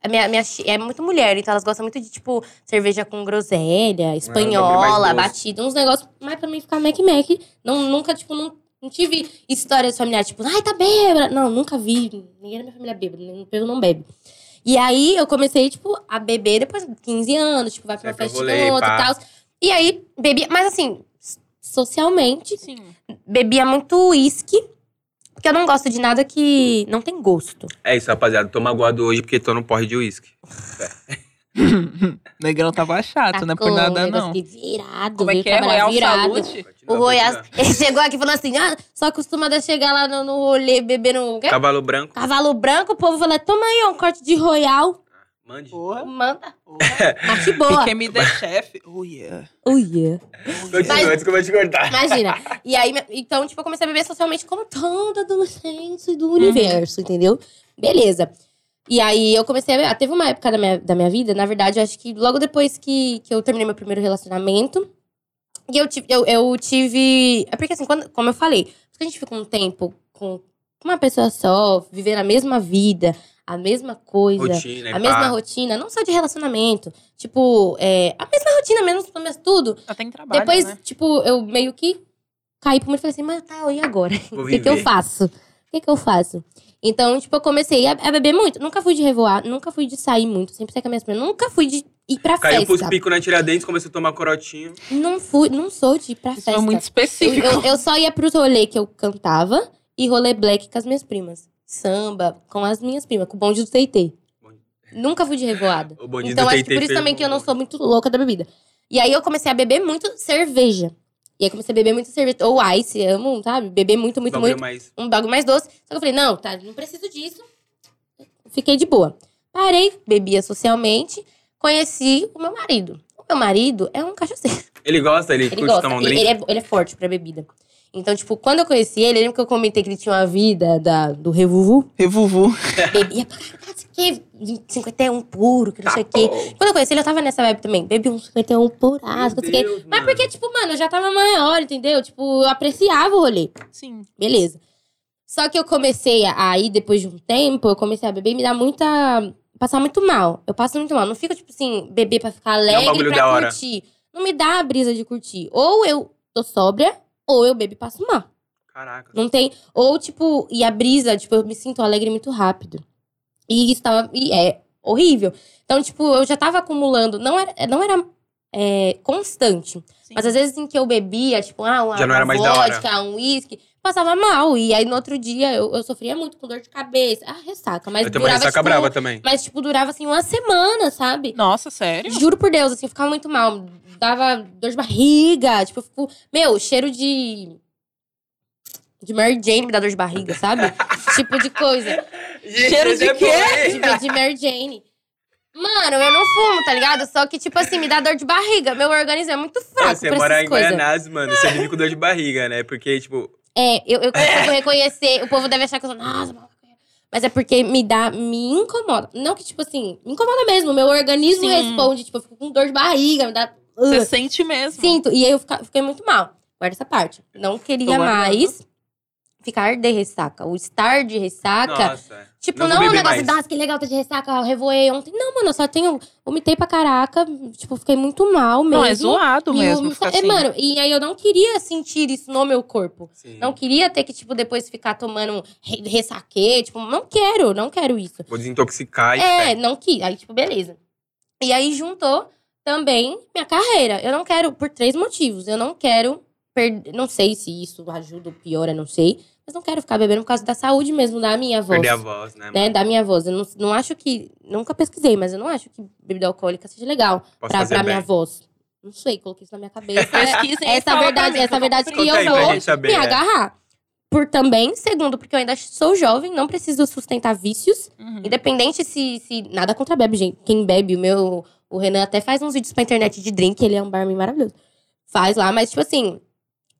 A minha, minha chi- é muito mulher, então elas gostam muito de, tipo, cerveja com groselha,
É, mais
espanhola,
doce.
batida, uns negócios. Mas pra mim ficar mec-mec. Não, nunca, tipo, não, não tive histórias familiares, tipo, ai, tá bêbada. Não, nunca vi. Ninguém da minha família é bêbada, nem- o povo não bebe. E aí eu comecei, tipo, a beber depois de 15 anos, tipo, vai pra uma
Vai pro
festa
rolê,
com outro e
pá.
tal. E aí bebia, mas assim, s- socialmente,
Sim.
bebia muito uísque, porque eu não gosto de nada que não tem gosto.
É isso, rapaziada. Toma aguado hoje porque tô num porre de uísque.
Negrão tava chato, não é por
Tacou,
nada,
um negócio
não.
que virado,
Como é
veio
que é?
trabalhar
Royal
tá virado.
Salute?
O Royal, ele chegou aqui e falou assim, ah, só acostumada a chegar lá no, no rolê bebendo um
Tá
quê?
Cavalo branco.
cavalo branco, o povo falou, toma aí ó, um corte de Royal,
Mande.
Porra.
manda,
porra.
mas que boa.
Fiquei me dê chefe. Oh, yeah.
Oh, yeah.
Continua,
Mas-
antes que eu vou te cortar.
Imagina. E aí, me- então, tipo, eu comecei a beber socialmente como toda adolescente do universo, entendeu? Beleza. E aí eu comecei a beber. Teve uma época da minha, da minha vida, na verdade, eu acho que logo depois que, que eu terminei meu primeiro relacionamento. E eu tive. Eu, eu tive. É porque assim, quando, como eu falei, quando a gente fica um tempo com uma pessoa só, vivendo a mesma vida, a mesma coisa.
Rotina, é e
A mesma
pá.
rotina, não só de relacionamento. Tipo, é, a mesma rotina, mesmo, mesmo tudo.
Só tem trabalho,
Depois,
né?
tipo, eu meio que caí pro mundo e falei assim, mas tá, e agora?
Vou
O que, que eu
viver.
faço? O que, que eu faço? Então, tipo, eu comecei a, a beber muito. Nunca fui de revoar, nunca fui de sair muito. Sempre saí com a minha prima. Nunca fui de ir pra
Caiu pros
festa.
picos na Tiradentes, começou a tomar corotinho.
Não fui, não sou de ir pra
Isso
festa.
foi muito
eu,
específico.
eu, eu só ia pros rolê que eu cantava e rolê black com as minhas primas. Samba, com as minhas primas, com o bonde do TT. Nunca fui de revoada.
O bandido
Então,
tem
acho que por isso também que eu não sou muito louca da bebida. E aí, eu comecei a beber muito cerveja. E aí, comecei a beber muito cerveja. Ou ice, amo, sabe? Beber muito, muito, muito.
é mais.
Um bagulho mais doce. Só que eu falei, não, tá, não preciso disso. Fiquei de boa. Parei, bebia socialmente. Conheci o meu marido. O meu marido é um cachaceiro.
Ele gosta, ele,
Ele
curte
gosta.
tomar um
Ele,
drink.
ele é, ele é forte pra bebida. Então, tipo, quando eu conheci ele, eu lembro que eu comentei que ele tinha uma vida da, do revuvu.
Revuvu.
Bebia pra caralho, que 51 puro, que não
Tá
sei o quê.
Pô,
Quando eu conheci ele, eu tava nessa vibe também. Bebi um 51 puraço, não sei o quê.
meu Deus,
Mas
mano.
porque, tipo, mano, eu já tava maior, entendeu? Tipo, eu apreciava o rolê.
Sim.
Beleza. Só que eu comecei a aí, depois de um tempo, eu comecei a beber e me dá muita. Passar muito mal. Eu passo muito mal. Não fico, tipo assim, beber pra ficar alegre,
É um bagulho
pra
da hora.
curtir. Não me dá a brisa de curtir. Ou eu tô sóbria, ou eu bebo e passo mal.
Caraca.
Não tem. Ou, tipo, e a brisa, tipo, eu me sinto alegre muito rápido. E isso tava. E é horrível. Então, tipo, eu já tava acumulando. Não era, não era é, constante.
Sim.
Mas às vezes em que eu bebia, tipo, ah, uma,
Já não era
uma
mais da hora.
vodka, um uísque, passava mal. E aí no outro dia eu, eu sofria muito com dor de cabeça. Ah, ressaca. Mas
Eu tenho uma
durava.
ressaca
Tipo,
brava também.
Mas, tipo, durava assim uma semana, sabe?
Nossa, sério?
Juro por Deus, assim, eu ficava muito mal. Dava dor de barriga, tipo, eu fico- meu, cheiro de. De Mary Jane me dá dor de barriga, sabe? tipo de coisa.
Cheiro de quê?
De, de Mary Jane. Mano, eu não fumo, tá ligado? Só que, tipo assim, me dá dor de barriga. Meu organismo é muito fraco
Você
pra
mora
essas
em
coisas.
Guaianazes, mano. Você vive com dor de barriga, né? Porque, tipo,
É, eu, eu consigo reconhecer. O povo deve achar que eu sou. Nossa, maluca." mas é porque me dá, me incomoda. Não que, tipo assim, me incomoda mesmo. Meu organismo
Sim.
responde, tipo, eu fico com dor de barriga, me dá.
Você sente mesmo.
Sinto. E aí eu fica- fiquei muito mal. Guarda essa parte. Não queria
guardando.
mais. ficar de ressaca. O estar de ressaca.
Nossa.
Tipo,
Não
não,
vou
é um
beber
negócio,
mais.
nossa, que legal, tá de ressaca, eu revoei ontem. Não, mano, eu só tenho. Vomitei pra caraca, tipo, fiquei muito mal mesmo.
Não, é zoado
E o-
mesmo. ficar
é,
assim.
mano, e aí eu não queria sentir isso no meu corpo.
Sim.
Não queria ter que, tipo, depois ficar tomando re ressaque. Tipo, não quero, não quero isso.
Vou desintoxicar e
É, não quis. Aí, tipo, beleza. E aí juntou também minha carreira. Eu não quero, por três motivos. Eu não quero perder. Não sei se isso ajuda ou piora, não sei. Mas não quero ficar bebendo por causa da saúde mesmo, da minha voz.
perder a voz, né?
Né, da minha voz. Eu não, não acho que. Nunca pesquisei, mas eu não acho que bebida alcoólica seja legal
Posso
pra,
fazer
pra
bem.
minha voz. Não sei, coloquei isso na minha cabeça.
Pesquisem e
essa
fala pra
verdade,
mim, que
essa
eu
verdade
vou
que
Conta aí
eu
pra
vou
gente saber.
me
é.
agarrar. Por também, segundo, porque eu ainda sou jovem, não preciso sustentar vícios.
Uhum.
Independente se, se. Nada contra bebe, gente. Quem bebe, o meu. O Renan até faz uns vídeos pra internet de drink, ele é um barman maravilhoso. Faz lá, mas tipo assim.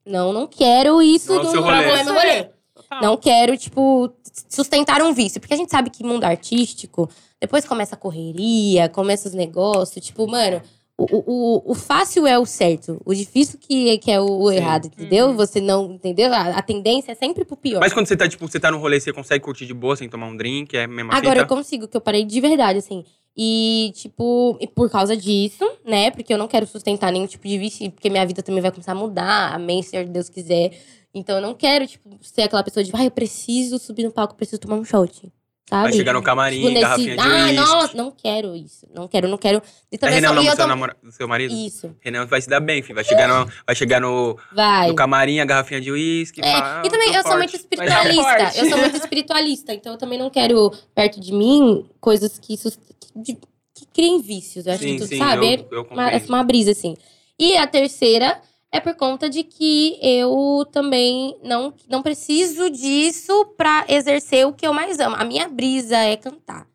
Não, não quero isso.
Não é o seu rolê.
não é meu rolê.
Total.
Não quero, tipo, sustentar um vício. Porque a gente sabe que mundo artístico, depois começa a correria, começa os negócios. Tipo, mano, o, o, o- o fácil é o certo. O difícil que, que é o, o
Sim.
errado, entendeu?
Uhum.
Você não, entendeu? A, a tendência é sempre pro pior.
Mas quando você tá, tipo, você tá no rolê, você consegue curtir de boa sem tomar um drink, é a mesma
Agora eu
fita?
consigo, que eu parei de verdade, assim. E, tipo, e por causa disso, né? Porque eu não quero sustentar nenhum tipo de vício, porque minha vida também vai começar a mudar. Amém, Senhor Deus quiser. Então eu não quero, tipo, ser aquela pessoa de, ai, eu preciso subir no palco, eu preciso tomar um shot. Sabe?
Vai chegar no camarim,
Tipo, nesse-
garrafinha de
Ah,
uísque.
nossa, não quero isso. Não quero, não quero. E
É
também
Renan
só-
o nome
e
do
eu
seu,
tô-
namora... do seu marido?
Isso,
Renan vai se dar bem, filho. Vai chegar no, vai chegar no,
vai.
no camarim, a garrafinha de uísque.
É,
fala,
e também
"Ah,
eu
tô
sou
forte."
muito
Vai dar
Mas tá
espiritualista.
forte.
Eu sou muito espiritualista, então eu também não quero perto de mim coisas que, sus- que, de- que criem vícios. Eu acho
Sim,
que tu
sim,
sabe.
eu, eu
É uma, é
compreendo.
uma brisa, assim. E a terceira é por conta de que eu também não, não preciso disso pra exercer o que eu mais amo. A minha brisa é cantar.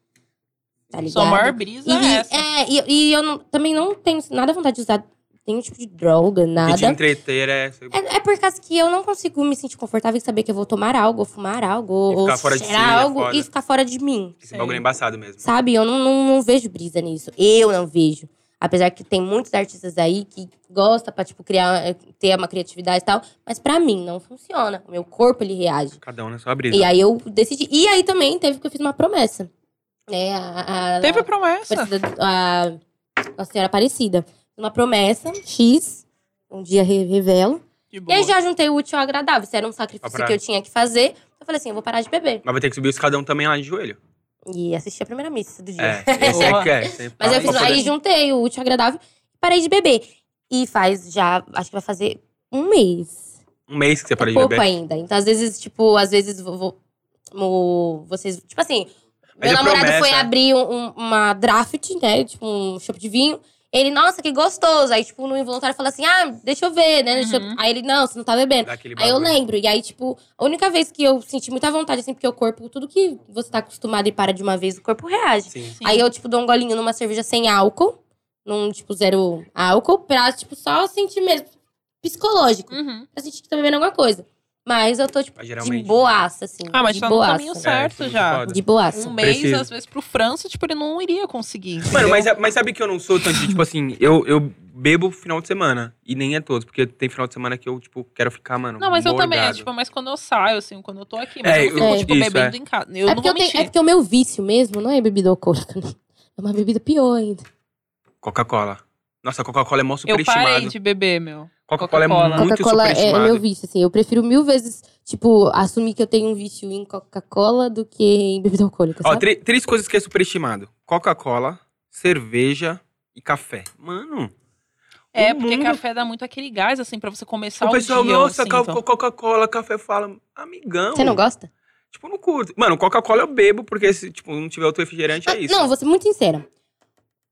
Tá ligado?
Sua maior brisa é essa.
e, é, e, e eu não- também não tenho nada vontade de usar nenhum tipo de droga,
E te
nada.
entreter é... você-
É, é por causa que eu não consigo me sentir confortável em saber que eu vou tomar algo, ou fumar algo,
E
ou
ficar fora de si,
cheirar
é
algo
foda.
e ficar fora de mim.
Esse bagulho é embaçado mesmo.
Sabe? Eu não, não, não vejo brisa nisso. Eu não vejo. Apesar que tem muitos artistas aí que gostam pra, tipo, criar, eh, ter uma criatividade e tal. Mas pra mim, não funciona. O meu corpo, ele reage.
Cada um na sua brisa.
E aí eu decidi. E aí também teve que eu fiz uma promessa. Né? A, a-
Teve promessa.
Aparecida- a Nossa Senhora Aparecida. Uma promessa, X. Um dia re- revelo.
De
E
boa.
aí já juntei o útil ao agradável. Se era um sacrifício
Pra-
que eu tinha que fazer, eu falei assim, eu vou parar de beber.
Mas vai ter que subir o escadão também lá de joelho.
E assisti a primeira missa do dia.
É, esse é
Boa.
que é. esse é
Mas
pra-
eu fiz,
pra poder-
aí juntei o útil ao agradável e parei de beber. E faz já, acho que vai fazer um mês.
Um mês que você parou
É
de
pouco
beber.
ainda. Então, às vezes, tipo, às vezes vou, vou- mo- vocês. Tipo assim,
Mas
meu
é
namorado
promessa.
foi abrir um- um- uma draft, né? Tipo, um chopp de vinho. Ele, nossa, que gostoso. Aí, tipo, no involuntário fala assim: ah, deixa eu ver, né? deixa eu-
Uhum.
Aí ele, não, você não tá bebendo.
Dá aquele
Aí eu
bagulho.
lembro. E aí, tipo, a única vez que eu senti muita vontade, assim, porque o corpo, tudo que você tá acostumado e para de uma vez, o corpo reage.
Sim.
Sim.
Aí eu, tipo, dou um golinho numa cerveja sem álcool, num, tipo, zero álcool, pra, tipo, só sentir mesmo psicológico.
Uhum.
Pra sentir que tá bebendo alguma coisa. Mas eu tô, tipo,
Mas
de
geralmente...
boaça, assim.
Ah, mas
de
tá no
boaça.
caminho certo
É, isso é muito
já.
foda.
De boaça.
Um mês,
Preciso.
às vezes, pro França, tipo, ele não iria conseguir.
Mano,
entendeu?
mas, é, mas sabe que eu não sou tanto de, tipo assim, eu, eu bebo final de semana. E nem é todos, porque tem final de semana que eu, tipo, quero ficar, mano.
Não, mas eu também, é,
morgado.
tipo, mas quando eu saio, assim, quando eu tô aqui, mas
É,
eu não
eu-
fico, tipo,
isso,
bebendo em casa.
é,
Eu não
porque
vou
eu tenho-
mentir.
é porque o meu vício mesmo não é bebida alcoólica, né? É uma bebida pior ainda.
Coca-Cola. Nossa, a Coca-Cola é mó
Eu parei
superestimado.
de beber, meu.
Coca-Cola é
Coca-Cola.
muito
Coca-Cola é,
superestimado.
é meu vício, assim. Eu prefiro mil vezes, tipo, assumir que eu tenho um vício em Coca-Cola do que em bebida alcoólica,
Ó,
sabe?
tre- três coisas que é superestimado. Coca-Cola, cerveja e café. Mano,
É,
O
porque
mundo-
café dá muito aquele gás, assim, pra você começar
o
o,
pessoal,
dia. assim, então. eu
nossa,
sinto.
co- Coca-Cola, café fala, amigão.
Você não gosta?
Tipo, eu não curto. Mano, Coca-Cola eu bebo, porque se tipo, não tiver outro refrigerante, é
Ah,
isso.
Não, vou ser muito sincera.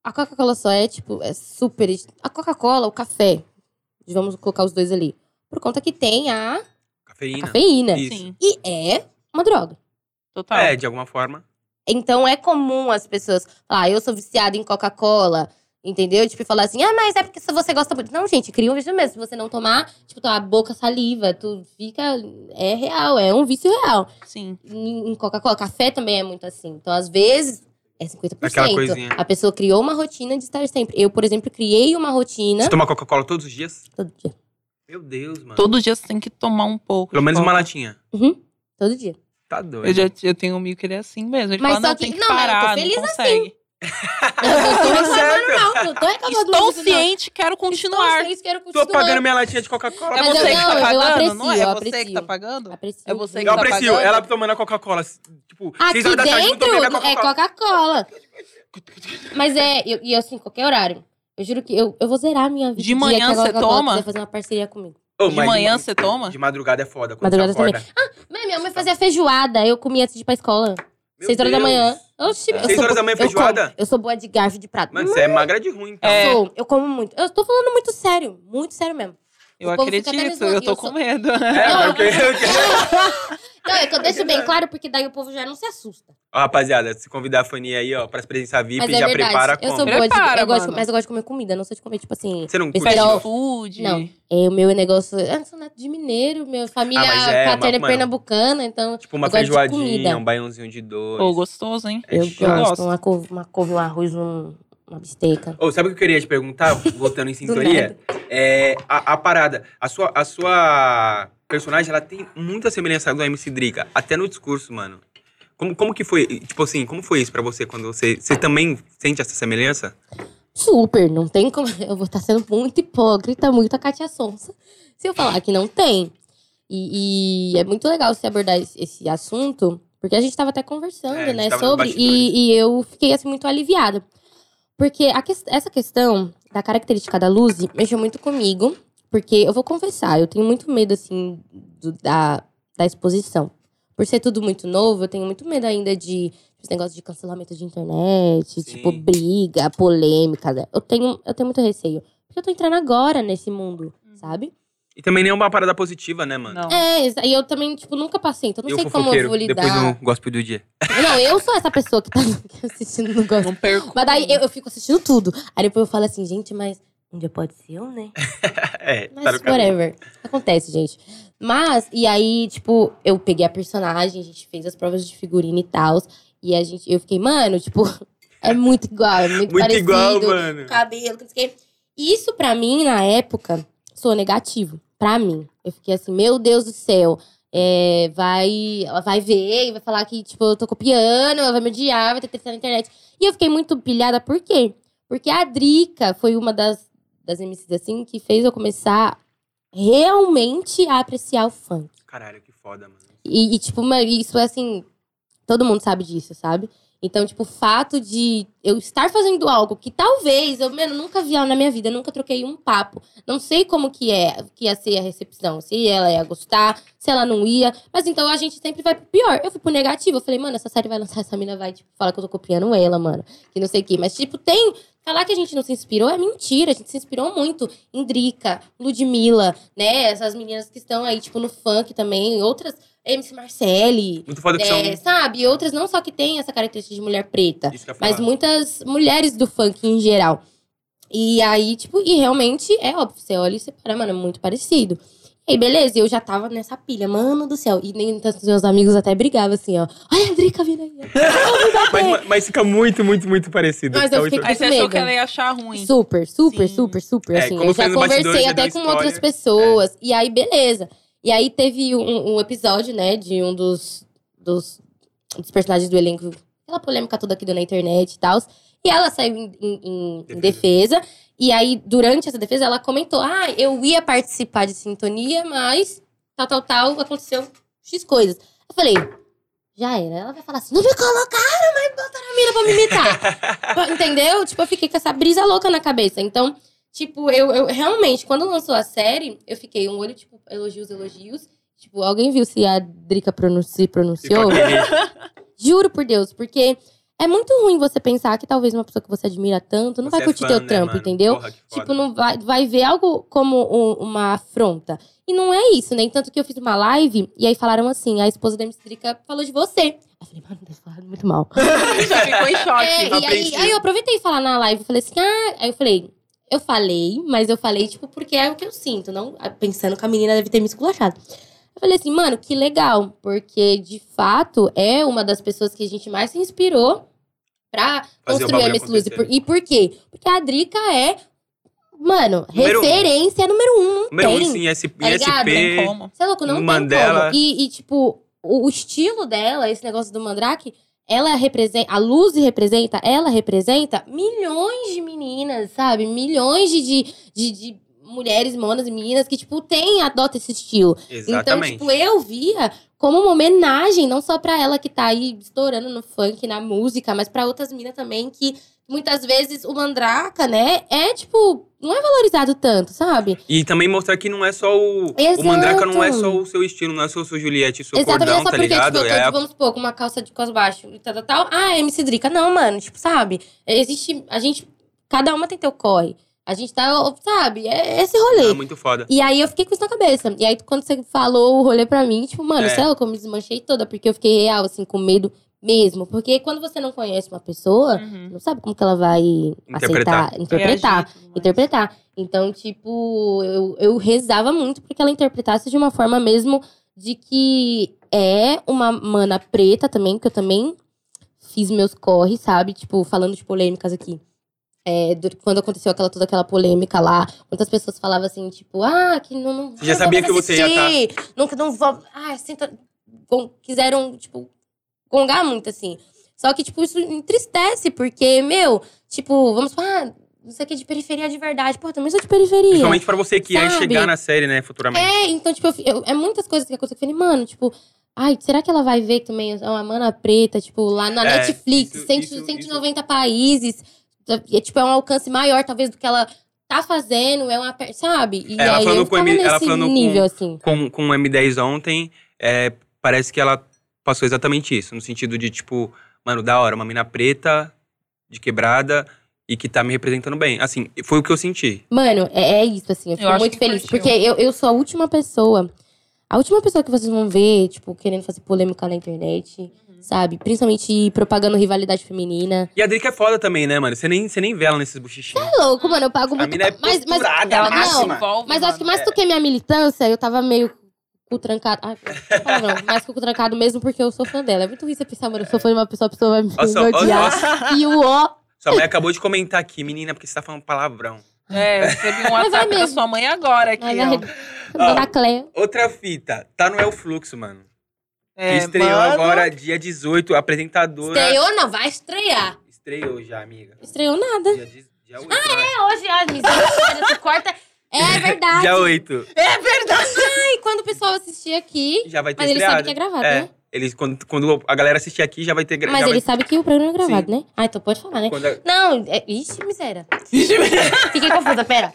A Coca-Cola só é, tipo, é super. A Coca-Cola, o café. Vamos colocar os dois ali. Por conta que tem a
Cafeína.
cafeína.
Isso.
Sim,
E é uma droga.
total.
É, de alguma forma.
Então é comum as pessoas falar, ah, eu sou viciada em Coca-Cola. Entendeu? Tipo, falar assim, ah, mas é porque se você gosta muito. Não, gente, cria um vício mesmo. Se você não tomar, tipo, tua boca saliva, tu fica. É real, é um vício real.
Sim.
Em em Coca-Cola, café também é muito assim. Então, às vezes, é 50%.
Aquela coisinha.
A pessoa criou uma rotina de estar sempre. Eu, por exemplo, criei uma rotina.
Você toma Coca-Cola todos os dias?
Todo dia.
Meu Deus, mano.
Todo dia você tem que tomar um pouco.
Pelo
de
menos uma
Coca.
latinha.
Uhum. Todo dia.
Tá
Eu,
doido.
já, eu tenho um amigo que ele é assim mesmo. Ele
Mas
fala,
só
não,
que-
tem que
não, mas eu tô
parar,
feliz assim,
não consegue.
Eu não tô reclamando,
Certo.
não. Não tô reclamando
Estou
muito, não.
ciente, quero
Estou
continuar.
ciente, quero
Tô
continuar.
pagando minha latinha de Coca-Cola.
É
Mas eu
você que
não,
tá
eu
pagando,
aprecio,
não é?
eu
É você que
aprecio.
tá pagando?
Aprecio.
É você que
Eu
tá
aprecio,
pagando?
ela tomando a Coca-Cola. Tipo,
Ah, Aqui
seis horas da tarde, eu não tomei minha
dentro é
Coca-Cola.
Coca-cola. Mas é, eu- e assim, qualquer horário. Eu juro que eu, eu vou zerar a minha vida.
De
dia
manhã
que a
cê
Coca-Cola
toma?
quiser fazer uma parceria comigo.
Ô,
De
mas
manhã você toma?
De madrugada é foda. Quando
Madrugada
você acorda.
Mas minha mãe fazia feijoada, eu comia antes de ir pra escola.
Meu
Seis horas da
Deus.
manhã. Oxi, eu
Seis
sou
horas
bo-
da manhã,
eu como.
feijoada?
Eu sou boa de garfo e de prato.
Mano, você é magra de ruim, então.
É.
Sou, eu como muito. Eu tô falando muito sério, muito sério mesmo.
Eu
O povo fica até
acredito,
mesmo-
eu tô
eu
com
sou-
medo.
É, mas eu quero- eu quero-
Não, é que eu deixo bem claro, porque daí o povo já não se assusta.
Ó, rapaziada, se convidar a Fania aí, ó, pras presenças VIP,
Mas é
já
verdade.
prepara
eu
como.
sou boa de,
Prepara,
eu gosto, de-
mano.
Mas eu gosto de comer comida, não sou de comer, tipo assim.
Você não curte?
Besteira.
Fast
Não.
food.
Não. É, o meu negócio. Ah, eu sou neto de mineiro, minha família
Ah, mas é,
paterna
mas,
é
mano,
pernambucana, então.
Tipo uma
Eu gosto de
feijoadinha,
comida.
um baiãozinho de dois.
Pô, gostoso, hein?
É
eu
chato.
gosto. Uma couve, uma couve, um arroz, um- uma bisteca.
Ô, sabe o que eu queria te perguntar, voltando em
Do
sintonia? É a, a parada. A sua, a sua personagem, ela tem muita semelhança do MC Drica, até no discurso, mano. Como, como que foi, tipo assim, como foi isso pra você quando você. Você também sente essa semelhança?
Super, não tem como. Eu vou estar sendo muito hipócrita, muito a Katia Sonsa, se eu falar que não tem. E, e é muito legal você abordar esse, esse assunto, porque a gente tava até conversando,
É, a gente
né,
tava nos
sobre.
bastidores.
E, e eu fiquei, assim, muito aliviada. Porque a ques- essa questão da característica da luz mexeu muito comigo, porque eu vou confessar, eu tenho muito medo, assim, do- da, da exposição. Por ser tudo muito novo, eu tenho muito medo ainda de tipo, esse negócio de cancelamento de internet, tipo,
Sim.
briga, polêmica. né? Eu tenho, eu tenho muito receio. Porque eu tô entrando agora nesse mundo, sabe?
E também nem é uma parada positiva, né, mano?
Não.
É, exa- e eu também, tipo, nunca passei, então eu não
eu
sei como eu
fofoqueiro,
vou lidar.
depois não gosto do dia.
Não, eu sou essa pessoa que tá assistindo no gosto.
Não perco.
Mas daí eu, eu fico assistindo tudo. Aí depois eu falo assim, gente, mas um dia pode ser eu, né?
É, tá
Mas
no caminho.
whatever. Acontece, gente. Mas, e aí, tipo, eu peguei a personagem, a gente fez as provas de figurino e tal. E a gente, eu fiquei, mano, tipo, é muito igual, é muito,
Muito
parecido.
igual, mano.
Cabelo, que não sei o quê. Isso, pra mim, na época, sou negativo. Pra mim. Eu fiquei assim, meu Deus do céu. É, vai, ela vai ver, e vai falar que, tipo, eu tô copiando, ela vai me odiar, vai ter treta na internet. E eu fiquei muito pilhada, por quê? Porque a Drica foi uma das, das MCs, assim, que fez eu começar realmente a apreciar o funk.
Caralho, que foda, mano.
E, e, tipo, uma- isso é assim. Todo mundo sabe disso, sabe? Então, tipo, o fato de eu estar fazendo algo que talvez eu mano, nunca vi na minha vida, nunca troquei um papo. Não sei como que é, que ia ser a recepção. Se ela ia gostar, se ela não ia. Mas então a gente sempre vai pro pior. Eu fui pro negativo. Eu falei, mano, essa série vai lançar, essa mina vai, tipo, falar que eu tô copiando ela, mano. Que não sei o quê. Mas, tipo, tem. Falar que a gente não se inspirou é mentira. A gente se inspirou muito em Drica, Ludmilla, né? Essas meninas que estão aí, tipo, no funk também. Outras MC Marcelli,
Muito foda que são.
é, sabe? Outras não só que tem essa característica de mulher preta,
Isso que eu ia falar.
mas muitas mulheres do funk em geral. E aí, tipo, e realmente é óbvio, você olha e você para, mano, é muito parecido. E aí, beleza, eu já tava nessa pilha, mano do céu. E nem tanto os meus amigos até brigavam assim, ó. Olha a Drica vindo aí. ó.
Mas, mas fica muito, muito, muito parecido.
É.
é
Mas
Fica
eu
muito-
fiquei
Aí você achou
Medo.
que ela ia achar ruim.
Super, super,
Sim.
super, super.
É,
assim,
como
eu já
fez no bastidor,
conversei
já deu
até com
spoiler.
outras pessoas. E aí, beleza. E aí teve um, um episódio, né, de um dos, dos, dos personagens do elenco. Aquela polêmica toda que deu na internet e tal. E ela saiu em, em- em- em defesa. E aí, durante essa defesa, ela comentou: Ah, eu ia participar de sintonia, mas tal, tal, tal, aconteceu X coisas. Eu falei, já era. Ela vai falar assim: não me colocaram, mas botaram a mina pra me imitar. Pra- Entendeu? Tipo, eu fiquei com essa brisa louca na cabeça. Então, tipo, eu, eu realmente, quando lançou a série, eu fiquei um olho, tipo, elogios, elogios. Tipo, alguém viu se a Drica pronunci,
Fica
pronunciou?
aquele-
Juro por Deus, porque é muito ruim você pensar que talvez uma pessoa que você admira tanto não
Você é
vai curtir
fã,
teu
né,
trampo,
mano?
entendeu?
Porra, que foda.
Tipo, não vai, vai ver algo como um- uma afronta. E não é isso, né? Tanto que eu fiz uma live e aí falaram assim: a esposa da Mistrica falou de você. Eu falei, mano, deve falar muito mal.
Já ficou em
É,
choque.
tá
e aí,
apreensivo.
aí eu aproveitei e falar na live, eu falei assim, ah, aí eu falei, eu falei, mas eu falei, tipo, porque é o que eu sinto, não pensando que a menina deve ter me esculachado. Eu falei assim, mano, que legal, porque de fato é uma das pessoas que a gente mais se inspirou pra
Fazer o
construir a
bagulho
Miss Luz. E
acontecer.
por, e por quê? Porque a Drica é, mano,
Número um.
referência número um, não
Número um,
tem.
sim,
tá
SP,
ligado?
Tem
SP.
como.
Você é louco, não
Mandela.
tem como. E, e, tipo, o, o estilo dela, esse negócio do Mandrake, ela representa, a Luz representa, ela representa milhões de meninas, sabe? Milhões de, de, de, de mulheres, monas e meninas que, tipo, tem, adota esse estilo.
Exatamente.
Então, tipo, eu via como uma homenagem, não só pra ela que tá aí estourando no funk, na música, mas pra outras meninas também que muitas vezes o mandraca, né, é tipo, não é valorizado tanto, sabe?
E também mostrar que não é só o.
Exato.
O mandraca não é só o seu estilo, não é só o seu Juliette, o seu
Exatamente,
cordão,
só
tá
porque,
ligado?
tipo, eu tô,
é a-
tipo, vamos supor, com uma calça de cos baixo e tal, tal, tal. Ah, é MC Drica. Não, mano, tipo, sabe? Existe, a gente, cada uma tem teu corre. A gente tá, sabe? É esse rolê.
é muito foda.
E aí eu fiquei com isso na cabeça. E aí, quando você falou o rolê pra mim, tipo, mano,
É.
sei lá, eu me desmanchei toda, porque eu fiquei real, assim, com medo mesmo. Porque quando você não conhece uma pessoa,
Uhum.
não sabe como que ela vai
Uhum. Interpretar.
aceitar, interpretar.
né?
Interpretar. Então, tipo, eu, eu rezava muito porque ela interpretasse de uma forma mesmo de que é uma mana preta também, que eu também fiz meus corres, sabe? Tipo, falando de polêmicas aqui. É, dur- quando aconteceu aquela, toda aquela polêmica lá, muitas pessoas falavam assim, tipo, ah, que não. não
Você já
não
sabia
vamos
que você ia tá
assistir, Nunca não vou. Ah, senta. gon- Quiseram, tipo, gongar muito, assim. Só que, tipo, isso entristece, porque, meu, tipo, vamos falar, ah, isso aqui é de periferia de verdade. Pô, eu também sou de periferia.
Principalmente pra você que é
Sabe?
chegar na série, né, futuramente.
É, então, tipo, eu, fi- eu- é muitas coisas que acontecem. Eu falei, mano, tipo, ai, será que ela vai ver também é uma mana preta, tipo, lá na
É,
Netflix,
isso-
100
isso-
190 países. É, tipo, é um alcance maior, talvez, do que ela tá fazendo, é uma. per- Sabe? E
É, ela
aí
falando
eu
com
ficava
a Emi-
nesse
ela falando com-
nível, assim.
Com, com o M10 ontem, é, parece que ela passou exatamente isso. No sentido de, tipo, mano, da hora, uma mina preta, de quebrada, e que tá me representando bem. Assim, foi o que eu senti.
Mano, é, é isso, assim. Eu fico
acho
muito
que
feliz.
curtiu.
Porque eu, eu sou a última pessoa. A última pessoa que vocês vão ver, tipo, querendo fazer polêmica na internet,
Uhum.
sabe? Principalmente propagando rivalidade feminina.
E a Drica é foda também, né, mano? Você nem, você nem vê ela nesses bochichinhos.
É louco, mano, eu pago muito.
mina é
pa- mas, mas,
posturada,
Ela não se
máxima. é.
não,
envolve.
mas acho que mais do que minha militância, eu tava meio cu trancado. Ai, não, mais que o cu trancado mesmo, porque eu sou fã dela. É muito ruim você pensar, mano, eu sou fã de uma pessoa, a pessoa vai me
Nossa,
me odiar.
nossa,
E o ó.
sua mãe acabou de comentar aqui, menina, porque você tá falando palavrão.
É, eu recebi
Mas vai
um WhatsApp da
mesmo. é
sua mãe agora aqui,
Ai, vai-
ó.
Dona Cleo.
Outra fita, tá no El Fluxo, mano.
É,
que estreou
mano,
agora, dia 18, apresentadora.
Estreou, não, vai estrear.
Estreou já, amiga.
Estreou nada.
Dia, de- dia 8. né?
É hoje, ó, misericórdia, tu corta. É verdade.
Dia 8.
É verdade.
E quando o pessoal assistir aqui.
Já vai ter
Mas ele sabe
estreado.
que é gravado,
É,
né?
eles, quando, quando a galera assistir aqui, já vai ter gra-
Mas
já vai,
ele sabe que o programa é gravado, né? Ah, então pode falar, né?
quando a-
Não, é... ixi, miséria. Fiquei confusa, pera.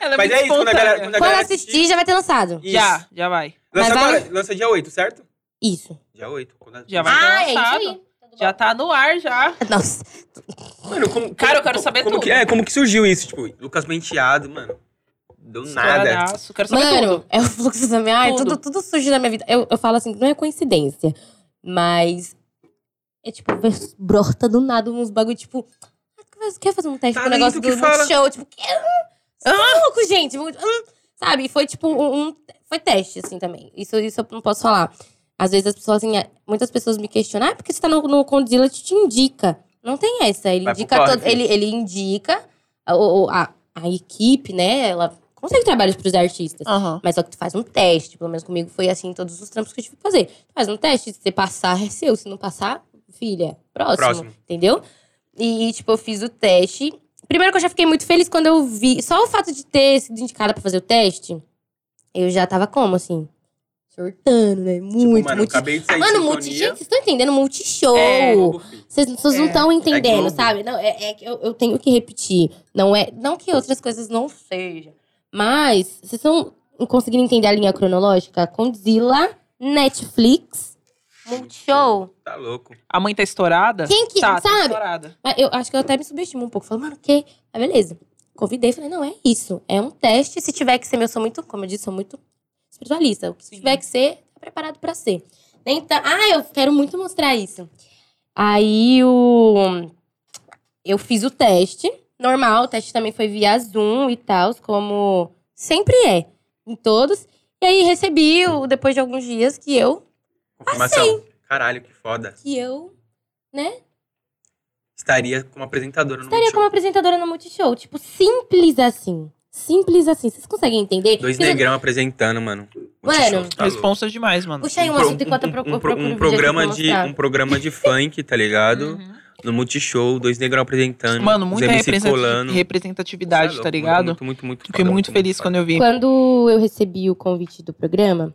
Ela é
é Mas
muito
é isso, quando a
espontânea.
galera- quando a
Quando
galera
assistir, já vai ter lançado.
Isso.
Já, já vai.
Lança,
Mas vai-
agora- lança dia 8, certo?
Isso.
Dia 8. quando a-
Já vai
Ah,
ter
é
lançado.
isso aí.
Já tá no ar, já.
Nossa.
Mano, como, como-
Cara, eu quero saber
como
tudo.
Que, é, como que surgiu isso? Tipo, Lucas Menteado, mano. Do nada.
Estouradaço. Quero saber tudo.
Mano, é o fluxo da minha. Ai, tudo,
Tudo.
tudo surge na minha vida. Eu, eu falo assim, não é coincidência. Mas. É tipo, vers- brota do nada uns bagulho, tipo. ah, quer- Quer fazer um teste com o
Talento
negócio
que
do,
fala.
do show? Tipo, que. Ah, louco, gente. muito- hum. sabe? E Foi tipo um, um- Foi teste, assim, também. Isso, isso eu não posso falar. Às vezes as pessoas, assim, é- muitas pessoas me questionam, ah, porque você tá no, no Condzilla, te indica. Não tem essa. Ele
Vai pro
indica
corre,
todo.
filho.
Ele, ele indica a, o- a, a equipe, né? Ela consegue trabalhos pros artistas.
Aham.
Mas só que tu faz um teste. Pelo menos comigo foi assim em todos os trampos que eu tive que fazer. Tu faz um teste, se você passar, é seu. Se não passar, filha, próximo.
Próximo.
Entendeu? E, tipo, eu fiz o teste. Primeiro que eu já fiquei muito feliz quando eu vi. Só o fato de ter sido indicada pra fazer o teste, eu já tava como, assim? Surtando, né? Muito,
tipo, mano,
muito.
acabei de sair
Mano,
de
multi.
sintonia.
Gente, vocês estão entendendo? Multishow.
É,
Globo, filho.
Vocês vocês não
É.
estão entendendo,
Globo.
sabe? Não, é, é que eu, eu tenho que repetir. Não é, não que outras coisas não sejam. Mas vocês estão conseguindo entender a linha cronológica? Condzilla, Netflix, Multishow.
Tá louco.
A mãe tá estourada?
Quem que-
tá, Tá
sabe?
estourada.
Mas Eu acho que eu até me subestimo um pouco. Falei, mano, o quê? Ah, beleza. Convidei, falei, não, é isso. É um teste. Se tiver que ser meu, eu sou muito, como eu disse, sou muito espiritualista. O que
Sim.
tiver que ser, tá preparado pra ser. Então, ah, eu quero muito mostrar isso. Aí o. Eu fiz o teste. Normal, o teste também foi via Zoom e tal, como sempre é, em todos. E aí recebi, o- depois de alguns dias, que eu.
Confirmação. Caralho, que foda.
Que eu
Estaria como apresentadora no
Estaria
Multishow.
como apresentadora no Multishow. Tipo, simples assim. Simples assim. Vocês conseguem entender?
Dois
Porque-
negrão apresentando, mano.
Mano.
Multishow, tá louco.
Responsa demais, mano.
Puxa aí um,
pro-
assunto enquanto eu procuro.
um, pro-
procuro
um
vídeo
programa
aqui pra
de
mostrar.
um programa de funk, tá ligado?
Uhum.
No Multishow, dois negrão apresentando.
Mano,
os
muita
MC
representati-
colando. Tá
representatividade,
louco, Tá
tá
muito,
ligado?
Muito, muito, muito
Fiquei
foda,
muito feliz
foda.
quando eu vi.
Quando eu recebi o convite do programa,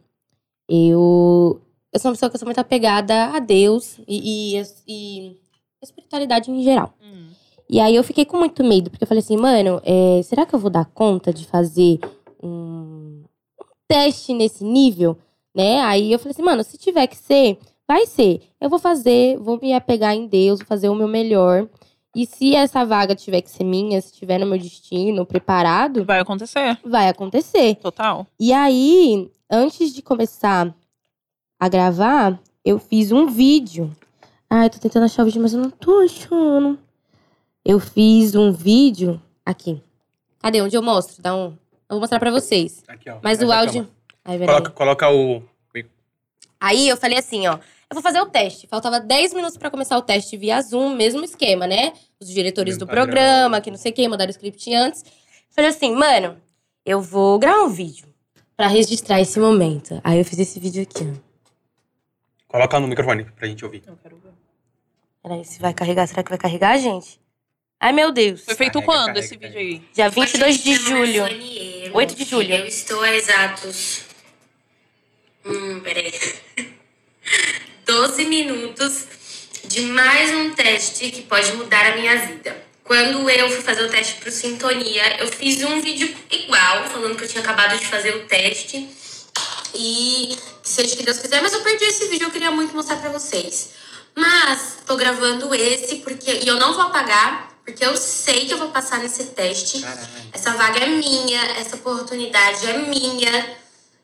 eu. Eu sou uma pessoa que eu sou muito apegada a Deus e, e, e a espiritualidade em geral.
Hum.
E aí eu fiquei com muito medo, porque eu falei assim, mano, é, será que eu vou dar conta de fazer um teste nesse nível? Né? Aí eu falei assim, mano, se tiver que ser, vai ser. Eu vou fazer, vou me apegar em Deus, vou fazer o meu melhor. E se essa vaga tiver que ser minha, se tiver no meu destino, preparado,
Vai acontecer,
vai acontecer.
total.
E aí, antes de começar a gravar, eu fiz um vídeo. Ai, eu tô tentando achar o vídeo, mas eu não tô achando. Eu fiz um vídeo aqui. Cadê? Onde eu mostro? Dá um. Eu vou mostrar pra vocês.
Aqui, ó.
Mas
Essa
o
cama.
áudio. Ai, é peraí.
Coloca, coloca o.
Aí eu falei assim, ó. Eu vou fazer o teste. Faltava 10 minutos pra começar o teste via Zoom, mesmo esquema, né? Os diretores
Mesmo
do
padrão.
programa, que não sei quem, mandaram o script antes. Falei assim, mano, eu vou gravar um vídeo pra registrar esse momento. Aí eu fiz esse vídeo aqui, ó.
Coloca no microfone pra gente ouvir.
Peraí, se vai carregar, será que vai carregar, gente? Ai, meu Deus.
Foi feito
Carrega,
quando
carrega,
esse
carrega.
vídeo aí?
Dia 22 de
Patrícia
julho.
Marzoniero.
8 de julho.
Eu estou a exatos. Hum, peraí. 12 minutos de mais um teste que pode mudar a minha vida. Quando eu fui fazer o teste pro Sintonia, eu fiz um vídeo igual, falando que eu tinha acabado de fazer o teste. E seja o que Deus quiser, mas eu perdi esse vídeo, eu queria muito mostrar pra vocês. Mas tô gravando esse porque e eu não vou apagar, porque eu sei que eu vou passar nesse teste. Essa vaga é minha, essa oportunidade é minha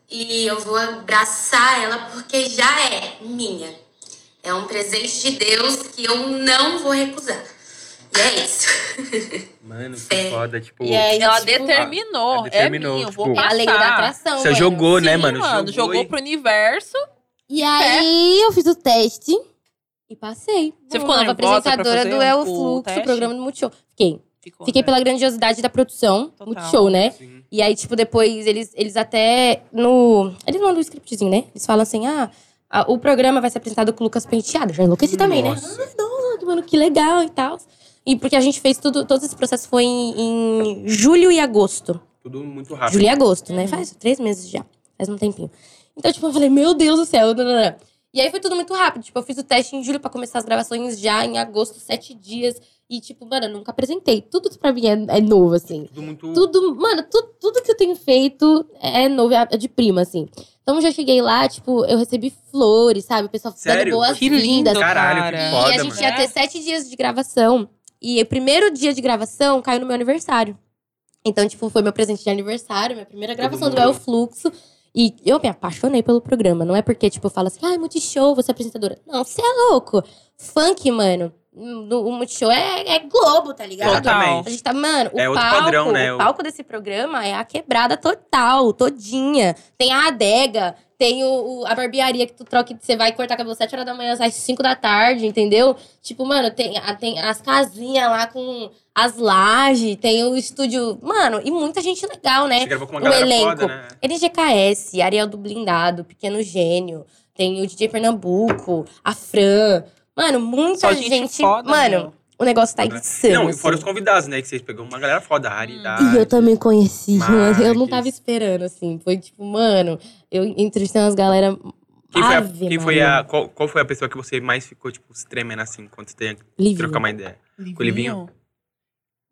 e eu vou abraçar ela porque já é minha. É um presente de Deus que eu não vou recusar. E é isso.
Mano, que
É.
foda. Tipo,
E aí ela
tipo,
determinou.
ela determinou,
é minha, eu vou
tipo,
É a
passar.
lei da atração.
você
mano.
jogou, né,
Sim,
mano?
mano jogou,
e-
pro universo.
E aí eu fiz o teste e passei.
Você
Bom,
ficou
nova
nervosa pra
apresentadora
fazer
do El
o
Fluxo,
teste?
programa do Multishow. Fiquei.
Ficou.
Fiquei pela grandiosidade da produção,
Total.
Multishow, né?
Sim.
E aí, tipo, depois eles, eles até no. Eles mandam um scriptzinho, né? Eles falam assim: ah, a- o programa vai ser apresentado com o Lucas Penteado. Já enlouqueci também, né?
Nossa.
Ah, nossa, mano, que legal e tal. E porque a gente fez tudo, todo esse processo foi em, em julho e agosto.
Tudo muito rápido.
Julho e agosto, né? Faz três meses já. Faz um tempinho. Então, tipo, eu falei, meu Deus do céu. não, não, não. E aí foi tudo muito rápido. Tipo, eu fiz o teste em julho pra começar as gravações já em agosto, sete dias. E, tipo, mano, eu nunca apresentei. Tudo pra mim é- é novo, assim.
Tudo muito.
Tudo, mano, tu- tudo que eu tenho feito é novo, é de prima, assim. Então eu já cheguei lá, tipo, eu recebi flores, sabe? O pessoal dando
Sério?
boas
Que lindo,
vindas.
Caralho, que
cara.
E
foda,
a gente
mano.
ia ter sete dias de gravação. E o primeiro dia de gravação caiu no meu aniversário. Então, tipo, foi meu presente de aniversário, minha primeira
Todo
gravação do
mundo.
El Fluxo. E eu me apaixonei pelo programa. Não é porque, tipo, eu falo assim, ai, Multishow, você é apresentadora. Não, você é louco. Funk, mano, no, o Multishow é, é Globo, tá ligado?
Total.
A gente tá, mano, o
É outro
palco,
padrão, né?
o
O-
palco desse programa é a quebrada total, todinha. Tem a adega, tem o, o- a barbearia que tu troca, que você vai cortar cabelo 7 horas da manhã, sai 5 da tarde, entendeu? Tipo, mano, tem, a- tem as casinhas lá com as lajes, tem o estúdio. Mano, e muita gente legal,
A
né?
gente gravou com uma
o
galera
elenco.
foda, né?
NGKS, Ariel do Blindado, Pequeno Gênio, tem o DJ Pernambuco, a Fran. Mano, muita
Só
gente.
gente, foda,
mano,
meu.
o negócio tá insano.
né? Não, e
assim.
foram os convidados, né? Que vocês pegou uma galera foda, a Ari, da...
E eu também conheci,
Marques.
eu não tava esperando, assim. Foi tipo, mano, eu entrevistei umas galera.
Quem foi, a,
Ave
quem foi
Maria.
a- qual, qual foi a pessoa que você mais ficou, tipo, se tremendo assim, quando você tem que
Livinho.
trocar uma ideia? Com o Livinho?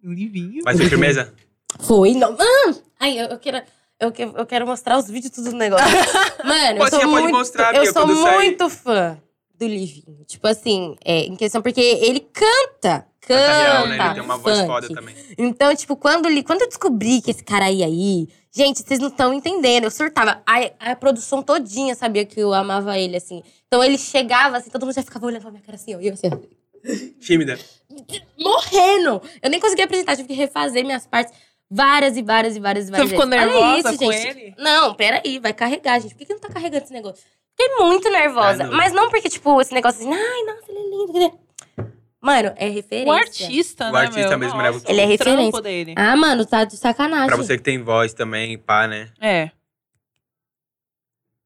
Livinho.
Mas foi firmeza?
Foi, não. Ah! Ai, eu, eu quero. Eu, que- eu quero mostrar os vídeos tudo do negócio. Mano, eu
Pô,
sou
você pode
muito,
mostrar,
eu
Bia,
sou
quando sair.
muito fã do Livinho. Tipo assim, é, em questão, porque ele canta. Canta,
Tá real, né? Ele tem uma voz
funk.
foda também.
Então, tipo, quando, li, quando eu descobri que esse cara ia aí, gente, vocês não estão entendendo. Eu surtava. A, a produção todinha sabia que eu amava ele, assim. Então ele chegava, assim, todo mundo já ficava olhando pra minha cara assim, ó, e eu assim, ó,
Tímida.
morrendo. Eu nem conseguia apresentar, tive que refazer minhas partes várias e várias e várias
Você
e várias
ficou
vezes. Olha
nervosa
isso,
com
gente.
ele?
Não, peraí, vai carregar, gente. Por que, que não tá carregando esse negócio? Fiquei muito nervosa.
Ah, não.
é Mas não porque, tipo, esse negócio assim, ai, nossa, ele é lindo. Mano, é referência.
O Um artista,
O
né,
artista
meu?
mesmo, né?
Nossa,
Ele é
o trampo
referência.
dele.
Ah, mano, tá de sacanagem.
Pra você que tem voz também, pá, né?
É.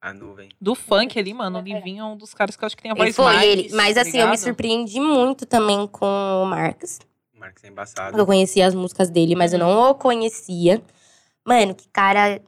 A nuvem.
Do funk ali, mano, o Livinho é um dos caras que eu acho que tem a
Ele
voz
foi
mais,
ele. Mas
tá
assim, eu me
ligado?
surpreendi muito também com o Marcos.
O Marcos é
Porque eu
embaçado.
conhecia as músicas dele, mas eu não o conhecia. Mano, que cara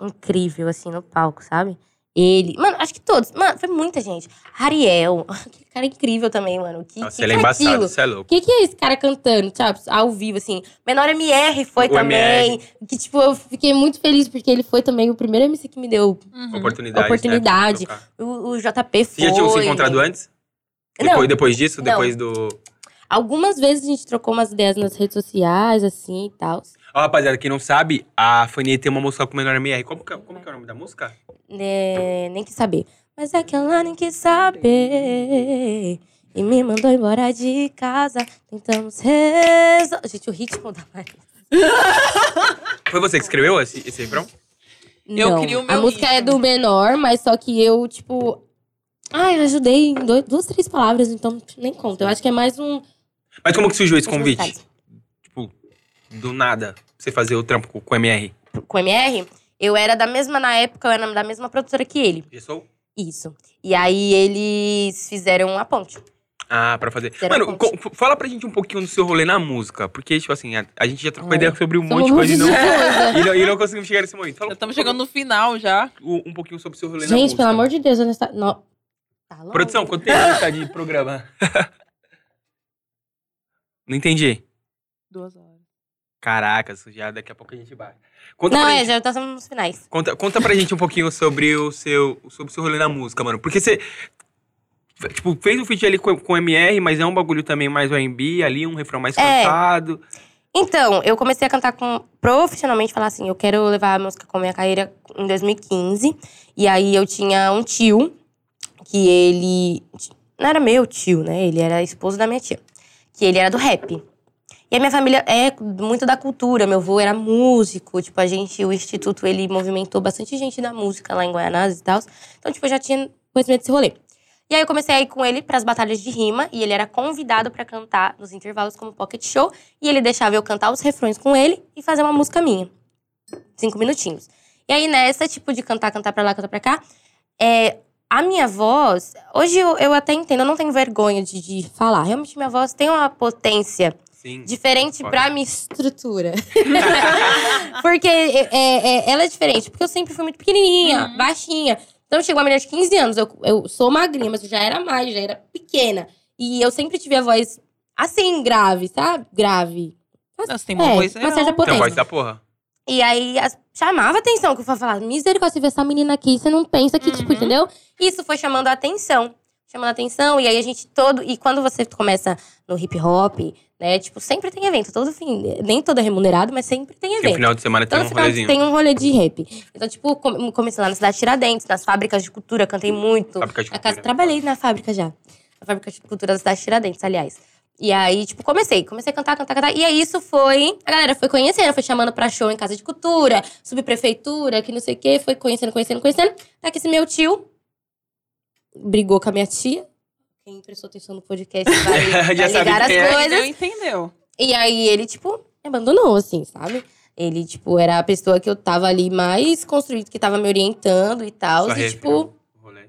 incrível, assim, no palco, sabe? Ele. Mano, acho que todos. Mano, foi muita gente. Ariel. Que cara incrível também, mano. Que,
Nossa,
que
ele é
que
embaçado,
aquilo?
você é louco.
O que, que é esse cara cantando, sabe? Ao vivo, assim. Menor MR foi
O
também.
MR.
Que, tipo, eu fiquei muito feliz porque ele foi também o primeiro MC que me deu.
Uhum.
Oportunidade.
Oportunidade.
Né? pra tocar.
O, o JP foi.
Vocês já tinham se encontrado antes?
Não,
Depois, depois disso?
Não.
Depois do.
algumas vezes a gente trocou umas ideias nas redes sociais, assim e tal.
Ó, rapaziada, quem não sabe, a Fanny tem uma música com o menor MR. Como que, é- como que é o nome da música?
É, nem quis saber. Mas é que ela nem quis saber. E me mandou embora de casa. Tentamos resolver. Gente, o ritmo da Maria.
Foi você que escreveu esse, esse refrão?
Eu
Não,
crio o
A
meu
música é
ritmo.
do menor, mas só que eu, tipo. Ai, eu ajudei em dois- duas, três palavras, então nem conta. Eu acho que é mais um.
Mas como que surgiu esse convite?
detalhes.
Tipo, do nada, pra você fazer o trampo com com o MR.
Com o MR, eu era da mesma, na época, eu era da mesma produtora que ele.
Já sou?
Isso. E aí eles fizeram a ponte.
Ah, pra fazer.
Zero
Mano,
pontos.
co- fala pra gente um pouquinho do seu rolê na música. Porque, tipo assim, a, a gente já trocou
Ai,
ideia sobre um monte de
Somos
coisa e não,
coisa.
e não, e não conseguimos chegar nesse momento. Fala
Já estamos chegando no final já.
um, um pouquinho sobre o seu rolê na
Gente,
música.
pelo amor de Deus, eu não está. Não. Tá louco.
Produção, quanto tempo você tá de programa? não entendi.
Duas horas.
Caraca, isso já daqui a pouco a gente bate. Conta,
Não,
pra,
é,
gente,
já estamos nos finais.
conta, conta pra gente um pouquinho sobre o seu, sobre o seu rolê na música, mano. Porque você. Tipo, fez um feat ali com, com o MR, mas é um bagulho também mais R&B, ali um refrão mais
É.
cantado.
Então, eu comecei a cantar com, profissionalmente, falar assim, eu quero levar a música com a minha carreira em 2015. E aí eu tinha um tio, que ele. Não era meu tio, né? Ele era esposo da minha tia. Que ele era do rap. E a minha família é muito da cultura. Meu avô era músico. Tipo, a gente, o instituto, ele movimentou bastante gente da música lá em Guianás e tal. Então, tipo, eu já tinha conhecimento desse rolê. E aí eu comecei a ir com ele para as batalhas de rima e ele era convidado para cantar nos intervalos como pocket show e ele deixava eu cantar os refrões com ele e fazer uma música minha. Cinco minutinhos. E aí nessa, tipo, de cantar, cantar pra lá, cantar pra cá, é, a minha voz, hoje eu, eu até entendo, eu não tenho vergonha de, de falar. Realmente minha voz tem uma potência
Sim.
diferente
Foda.
pra minha estrutura. porque é, é, ela é diferente, porque eu sempre fui muito pequenininha, baixinha. Então chegou a menina de 15 anos, eu, eu sou magrinha, mas eu já era mais, já era pequena. E eu sempre tive a voz assim, grave, sabe? Grave.
Não, você tem uma
É,
voz.
uma certa
Então,
potência.
voz da porra.
E aí as- chamava atenção, que eu falava, misericórdia, você vê essa menina aqui, você não pensa que, tipo,
Uhum.
entendeu? Isso foi chamando a atenção. Chamando a atenção, e aí a gente todo. E quando você começa no hip hop, né? Tipo, sempre tem evento, todo fim. Nem todo é remunerado, mas sempre tem
Porque no
evento.
final de semana tem
Todo
um
final
rolezinho.
tem um rolê de rap. Então, tipo, come- comecei lá na cidade de Tiradentes, nas fábricas de cultura, cantei muito.
Fábrica de
Na casa,
cultura.
trabalhei na fábrica já. Na fábrica de cultura da cidade de Tiradentes, aliás. E aí, tipo, comecei. Comecei a cantar, cantar, cantar. E aí, isso foi... A galera foi conhecendo, foi chamando pra show em casa de cultura, subprefeitura, que não sei o quê. Foi conhecendo, conhecendo, conhecendo. Até que esse meu tio brigou com a minha tia. Quem prestou atenção no podcast vai,
Já
vai
sabe
ligar as
quem é.
coisas.
Entendeu, entendeu.
E aí ele, tipo, me abandonou, assim, sabe? Ele, tipo, era a pessoa que eu tava ali mais construído, que tava me orientando e tal.
Só
E,
refrão,
tipo,
rolê.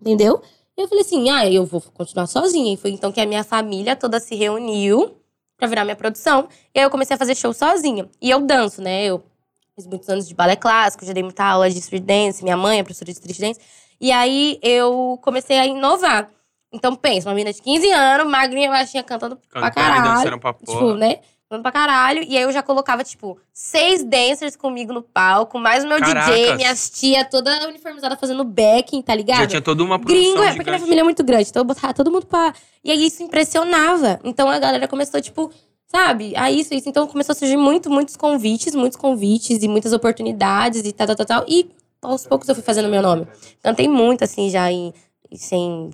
entendeu? E eu falei assim, ah, eu vou continuar sozinha. E foi então que a minha família toda se reuniu pra virar minha produção. E aí eu comecei a fazer show sozinha. E eu danço, né? Eu fiz muitos anos de balé clássico, já dei muita aula de street dance. Minha mãe é professora de street dance. E aí eu comecei a inovar. Então pensa, uma menina de 15 anos, magrinha, baixinha, cantando pra
Cantando e
caralho.
dançando pra
Tipo,
porra.
né? Falando pra caralho. E aí eu já colocava, tipo, seis dancers comigo no palco, mais o meu DJ,
Caracas.
minhas tia toda uniformizada fazendo backing, tá ligado?
Já tinha toda uma produção
Gringo, é porque minha
gigante.
família é muito grande, então eu botava todo mundo pra. E aí isso impressionava. Então a galera começou, tipo, sabe? A isso, isso. Então começou a surgir muito, muitos convites, muitos convites e muitas oportunidades e tal, tal, tal, tal. E aos poucos eu fui fazendo meu nome. Cantei muito, assim, já em, em- sem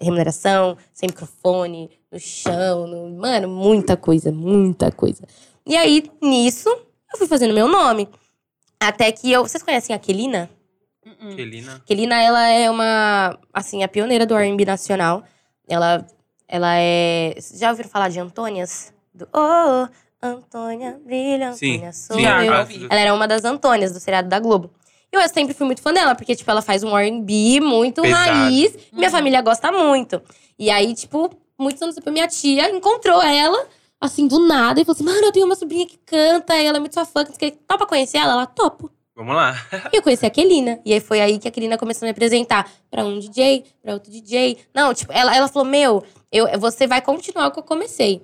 remuneração, sem microfone, no chão, no- mano, muita coisa, muita coisa. E aí, nisso, eu fui fazendo meu nome. Até que eu. Vocês conhecem a Kelina?
Uhum.
Kelina.
Kelina, ela é uma, assim, a pioneira do R&B nacional. Ela Ela é. Já ouviram falar de Antônias? Do Oh, Antônia, brilha,
Sim,
Antônia, sou
Sim,
Já,
eu.
a-
ouvi.
Ela era uma das Antônias do seriado da Globo. E eu sempre fui muito fã dela, porque, tipo, ela faz um R&B muito
Pesado.
raiz. e Minha
Uhum.
família gosta muito. E aí, tipo, muitos anos depois, minha tia encontrou ela, assim, do nada. E falou assim, mano, eu tenho uma sobrinha que canta. E ela é muito sua fã. Que topa conhecer ela? Ela, topo.
Vamos lá.
E eu conheci a Kelina. E aí, foi aí que a Kelina começou a me apresentar. Pra um DJ, pra outro DJ. Não, tipo, ela, ela falou, meu, eu, você vai continuar o que eu comecei.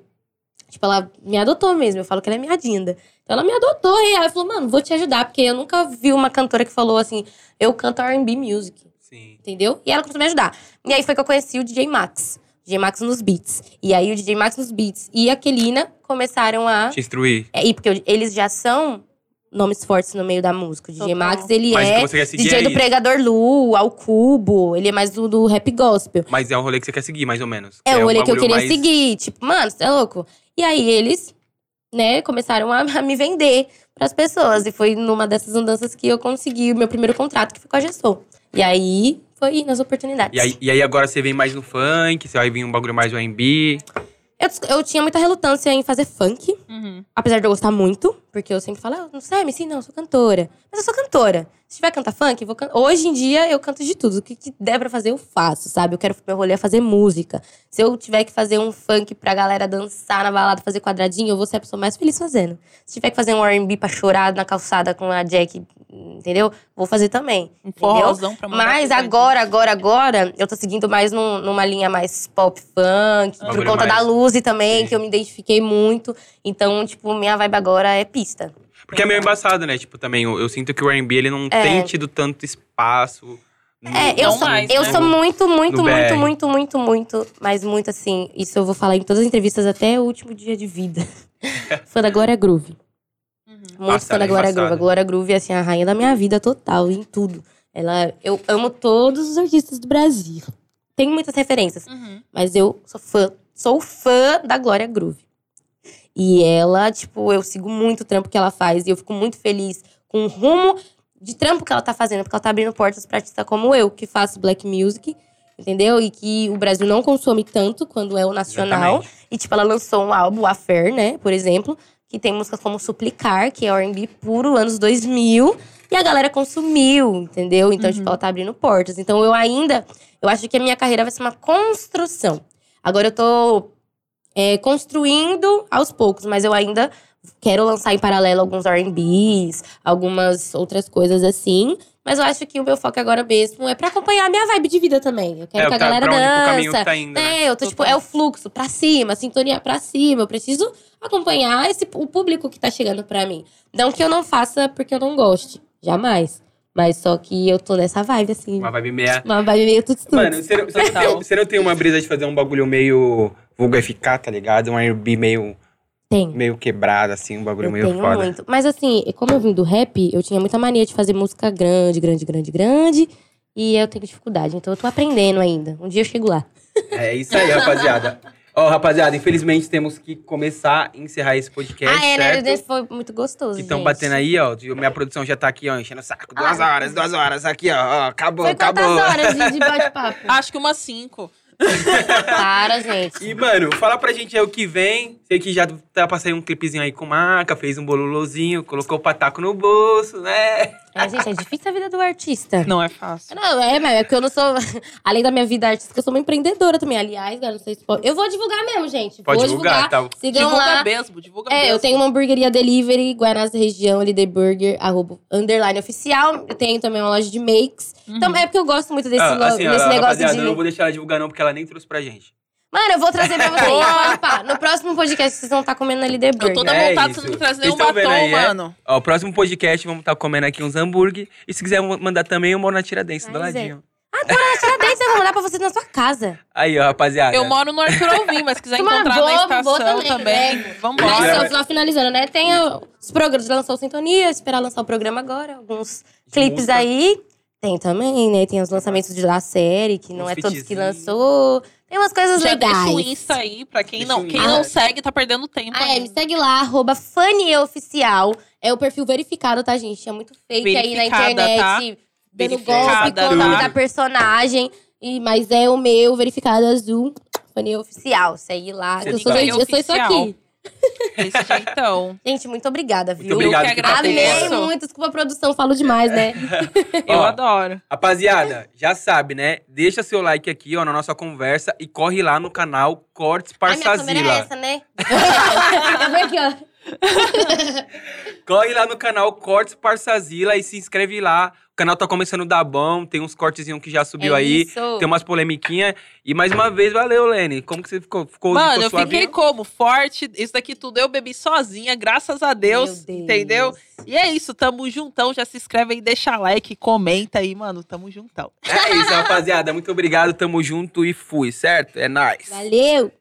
Tipo, ela me adotou mesmo. Eu falo que ela é minha dinda. Então ela me adotou real. Ela falou, mano, vou te ajudar, porque eu nunca vi uma cantora que falou assim, eu canto RB music,
Sim.
entendeu? E ela começou a me ajudar. E aí foi que eu conheci o DJ Max. DJ Max nos beats. E aí o DJ Max nos beats e a Kelina começaram a.
Te instruir.
É, e porque eu- eles já são nomes fortes no meio da música. O DJ
Total.
Max, ele
Mas o que
é.
você quer seguir
DJ
é
do
isso.
Pregador Lu, ao Cubo, ele é mais do, do rap gospel.
Mas é um rolê que você quer seguir, mais ou menos.
É, o
um
rolê que eu
bagulho
queria
mais-
seguir. Tipo, mano, você é louco? E aí eles, né, começaram a, a me vender pras pessoas. E foi numa dessas andanças que eu consegui o meu primeiro contrato, que foi com a Gessou. E aí foi nas oportunidades.
E aí, e aí agora você vem mais no funk, você vai vir um bagulho mais no R&B.
Eu, dis- eu tinha muita relutância em fazer funk,
Uhum.
apesar de eu gostar muito, porque eu sempre falo, ah, não sei, MC, não, eu sou cantora. Mas eu sou cantora. Se tiver cantar funk, eu vou can... Hoje em dia eu canto de tudo. O que, que der pra fazer, eu faço, sabe? Eu quero meu rolê é fazer música. Se eu tiver que fazer um funk pra galera dançar na balada, fazer quadradinho, eu vou ser a pessoa mais feliz fazendo. Se tiver que fazer um RB pra chorar na calçada com a Jack, entendeu? Vou fazer também.
Um forrozão pra mandar
Mas
pro
agora, agora, agora, eu tô seguindo mais num- numa linha mais pop funk, por
Bagulho
conta
mais-
da Luzi também,
Sim.
que eu me identifiquei muito. Então, tipo, minha vibe agora é pista.
Porque é meio embaçado, né? Tipo, também, eu, eu sinto que o R&B, ele não tem tido tanto espaço. no-
É, eu,
Não
sou,
mais,
eu
né?
sou muito, muito,
No
muito,
BR.
muito, muito, muito, mas muito assim. Isso eu vou falar em todas as entrevistas até o último dia de vida. fã da Glória Groove.
Uhum.
Muito fã
Passada,
da Glória
embaçada.
Groove. A Glória Groove é assim, a rainha da minha vida total, em tudo. Ela, eu amo todos os artistas do Brasil. Tem muitas referências.
Uhum.
Mas eu sou fã, sou fã da Glória Groove. E ela, tipo, eu sigo muito o trampo que ela faz e eu fico muito feliz com o rumo de trampo que ela tá fazendo, porque ela tá abrindo portas pra artista como eu, que faço black music, entendeu? E que o Brasil não consome tanto quando é o nacional.
Exatamente.
E, tipo, ela lançou um álbum, A Fair, né? Por exemplo, que tem músicas como Suplicar, que é R&B puro, anos 2000. E a galera consumiu, entendeu? Então,
Uhum.
tipo, ela tá abrindo portas. Então, eu ainda… Eu acho que a minha carreira vai ser uma construção. Agora eu tô é, construindo aos poucos, mas eu ainda quero lançar em paralelo alguns R&Bs, algumas outras coisas assim. Mas eu acho que o meu foco agora mesmo é pra acompanhar a minha vibe de vida também. Eu quero
é,
que
tá,
a galera
pra onde, pro caminho
dança,
que tá indo, né?
é, eu tô tipo, é o fluxo, pra cima, sintonia é pra cima. Eu preciso acompanhar esse, o público que tá chegando pra mim. Não que eu não faça porque eu não goste, jamais. Mas só que eu tô nessa vibe, assim.
Uma vibe meia...
Uma vibe meio tudo
Mano, você não, você não
Total.
tem- você não tem uma brisa de fazer um bagulho meio vulgo FK, tá ligado? Um R&B meio,
Tem.
meio quebrado, assim, um bagulho
Eu
meio
tenho
foda.
muito. Mas assim, como eu vim do rap, eu tinha muita mania de fazer música grande, grande, grande, grande. E eu tenho dificuldade. Então eu tô aprendendo ainda. Um dia eu chego lá.
É isso aí, rapaziada. Ó, rapaziada, infelizmente temos que começar e encerrar esse podcast,
ah, é, né?
certo?
Esse Foi muito gostoso.
Que estão Então,
gente.
batendo aí, ó. Minha produção já tá aqui, ó, enchendo o saco. Duas
Ah.
horas, duas horas, aqui, ó. ó, acabou,
Foi quantas
acabou.
horas de, de bate-papo?
Acho que umas cinco.
Para, gente.
E, mano, fala pra gente aí o que vem. Sei que já tá pra sair um clipezinho aí com marca, fez um bololozinho, colocou o pataco no bolso, né?
Ah, gente, é difícil a vida do artista.
Não é fácil.
Não, é, mas é porque eu não sou. Além da minha vida artística, eu sou uma empreendedora também. Aliás, galera, não sei se pode. Eu vou divulgar mesmo, gente.
Pode
vou
divulgar, tá?
Sigam
divulga
lá.
mesmo, divulga
É,
mesmo.
eu tenho uma hamburgueria delivery, Guaraná da região, LD Burger, arroba, underline oficial. Eu tenho também uma loja de makes.
Uhum.
Então, é porque eu gosto muito desse,
Ah,
lo-
assim, ó,
desse negócio
rapaziada,
de…
eu não vou deixar ela divulgar não, porque ela nem trouxe pra gente.
Mano, eu vou trazer pra vocês. Pode pá. No próximo podcast, vocês vão estar comendo na LD Burger.
Eu tô toda
É
montada,
isso.
você não traz
Vocês
nenhum
tão
batom,
vendo aí, é?
mano.
Ó, o próximo podcast vamos estar comendo aqui uns hambúrguer. E se quiser mandar também, eu moro na Tiradentes, do
Mas é.
ladinho.
Tirar 10, eu vou mandar pra vocês na sua casa.
Aí, ó, rapaziada.
Eu moro no Arthur Alvim, mas se quiser
Tu mora-
encontrar
vou-
na estação
vou também, né?
também,
Mas
vambora.
só, só finalizando, né? Tem o- os programas, lançou o Sintonia, esperar lançar o programa agora. Alguns clipes
música.
aí. Tem também, né? Tem os lançamentos de da série, que não
Uns
é todos que
fitzinho.
lançou. Tem umas coisas
Já deixa o
legais.
Insta aí, pra quem
Deixa
não,
o
quem
Insta.
não segue tá perdendo tempo
Ah, é, me
ainda.
segue lá, arroba FanieOficial. É o perfil verificado, tá, gente? É muito fake aí na
Verificada,
internet.
tá?
Dando
Verificada,
golpe com o nome
tá?
da personagem. E, mas é o meu, verificado azul. Sinfonia Oficial. Você ir lá.
Você
eu sou,
tá.
gente, eu sou isso aqui.
Desse jeitão.
Gente, muito obrigada,
Muito
viu?
obrigado por
que
tá
agradeço.
acompanhando.
Amei muito. Desculpa a produção, falo demais, né?
Eu
Ó,
adoro.
Rapaziada, já sabe, né? Deixa seu like aqui, ó, na nossa conversa e corre lá no canal Cortes
Ai, minha câmera é
Parsazila.
essa, né? Acabei Tá aqui, ó.
corre lá no canal Cortes Parsazila e se inscreve lá. O canal tá começando a dar bom, tem uns cortezinhos que já subiu
É
aí.
isso.
Tem umas polemiquinhas. E mais uma vez, valeu, Lene. Como que você ficou? Ficou,
Mano,
ficou
eu fiquei
suavinha?
como? Forte. Isso daqui tudo eu bebi sozinha, graças a Deus.
Meu
Entendeu? E é isso, tamo juntão. Já se inscreve aí, deixa like, comenta aí, mano. Tamo juntão.
É isso, rapaziada. Muito obrigado, tamo junto e fui, certo? É nóis.
Valeu!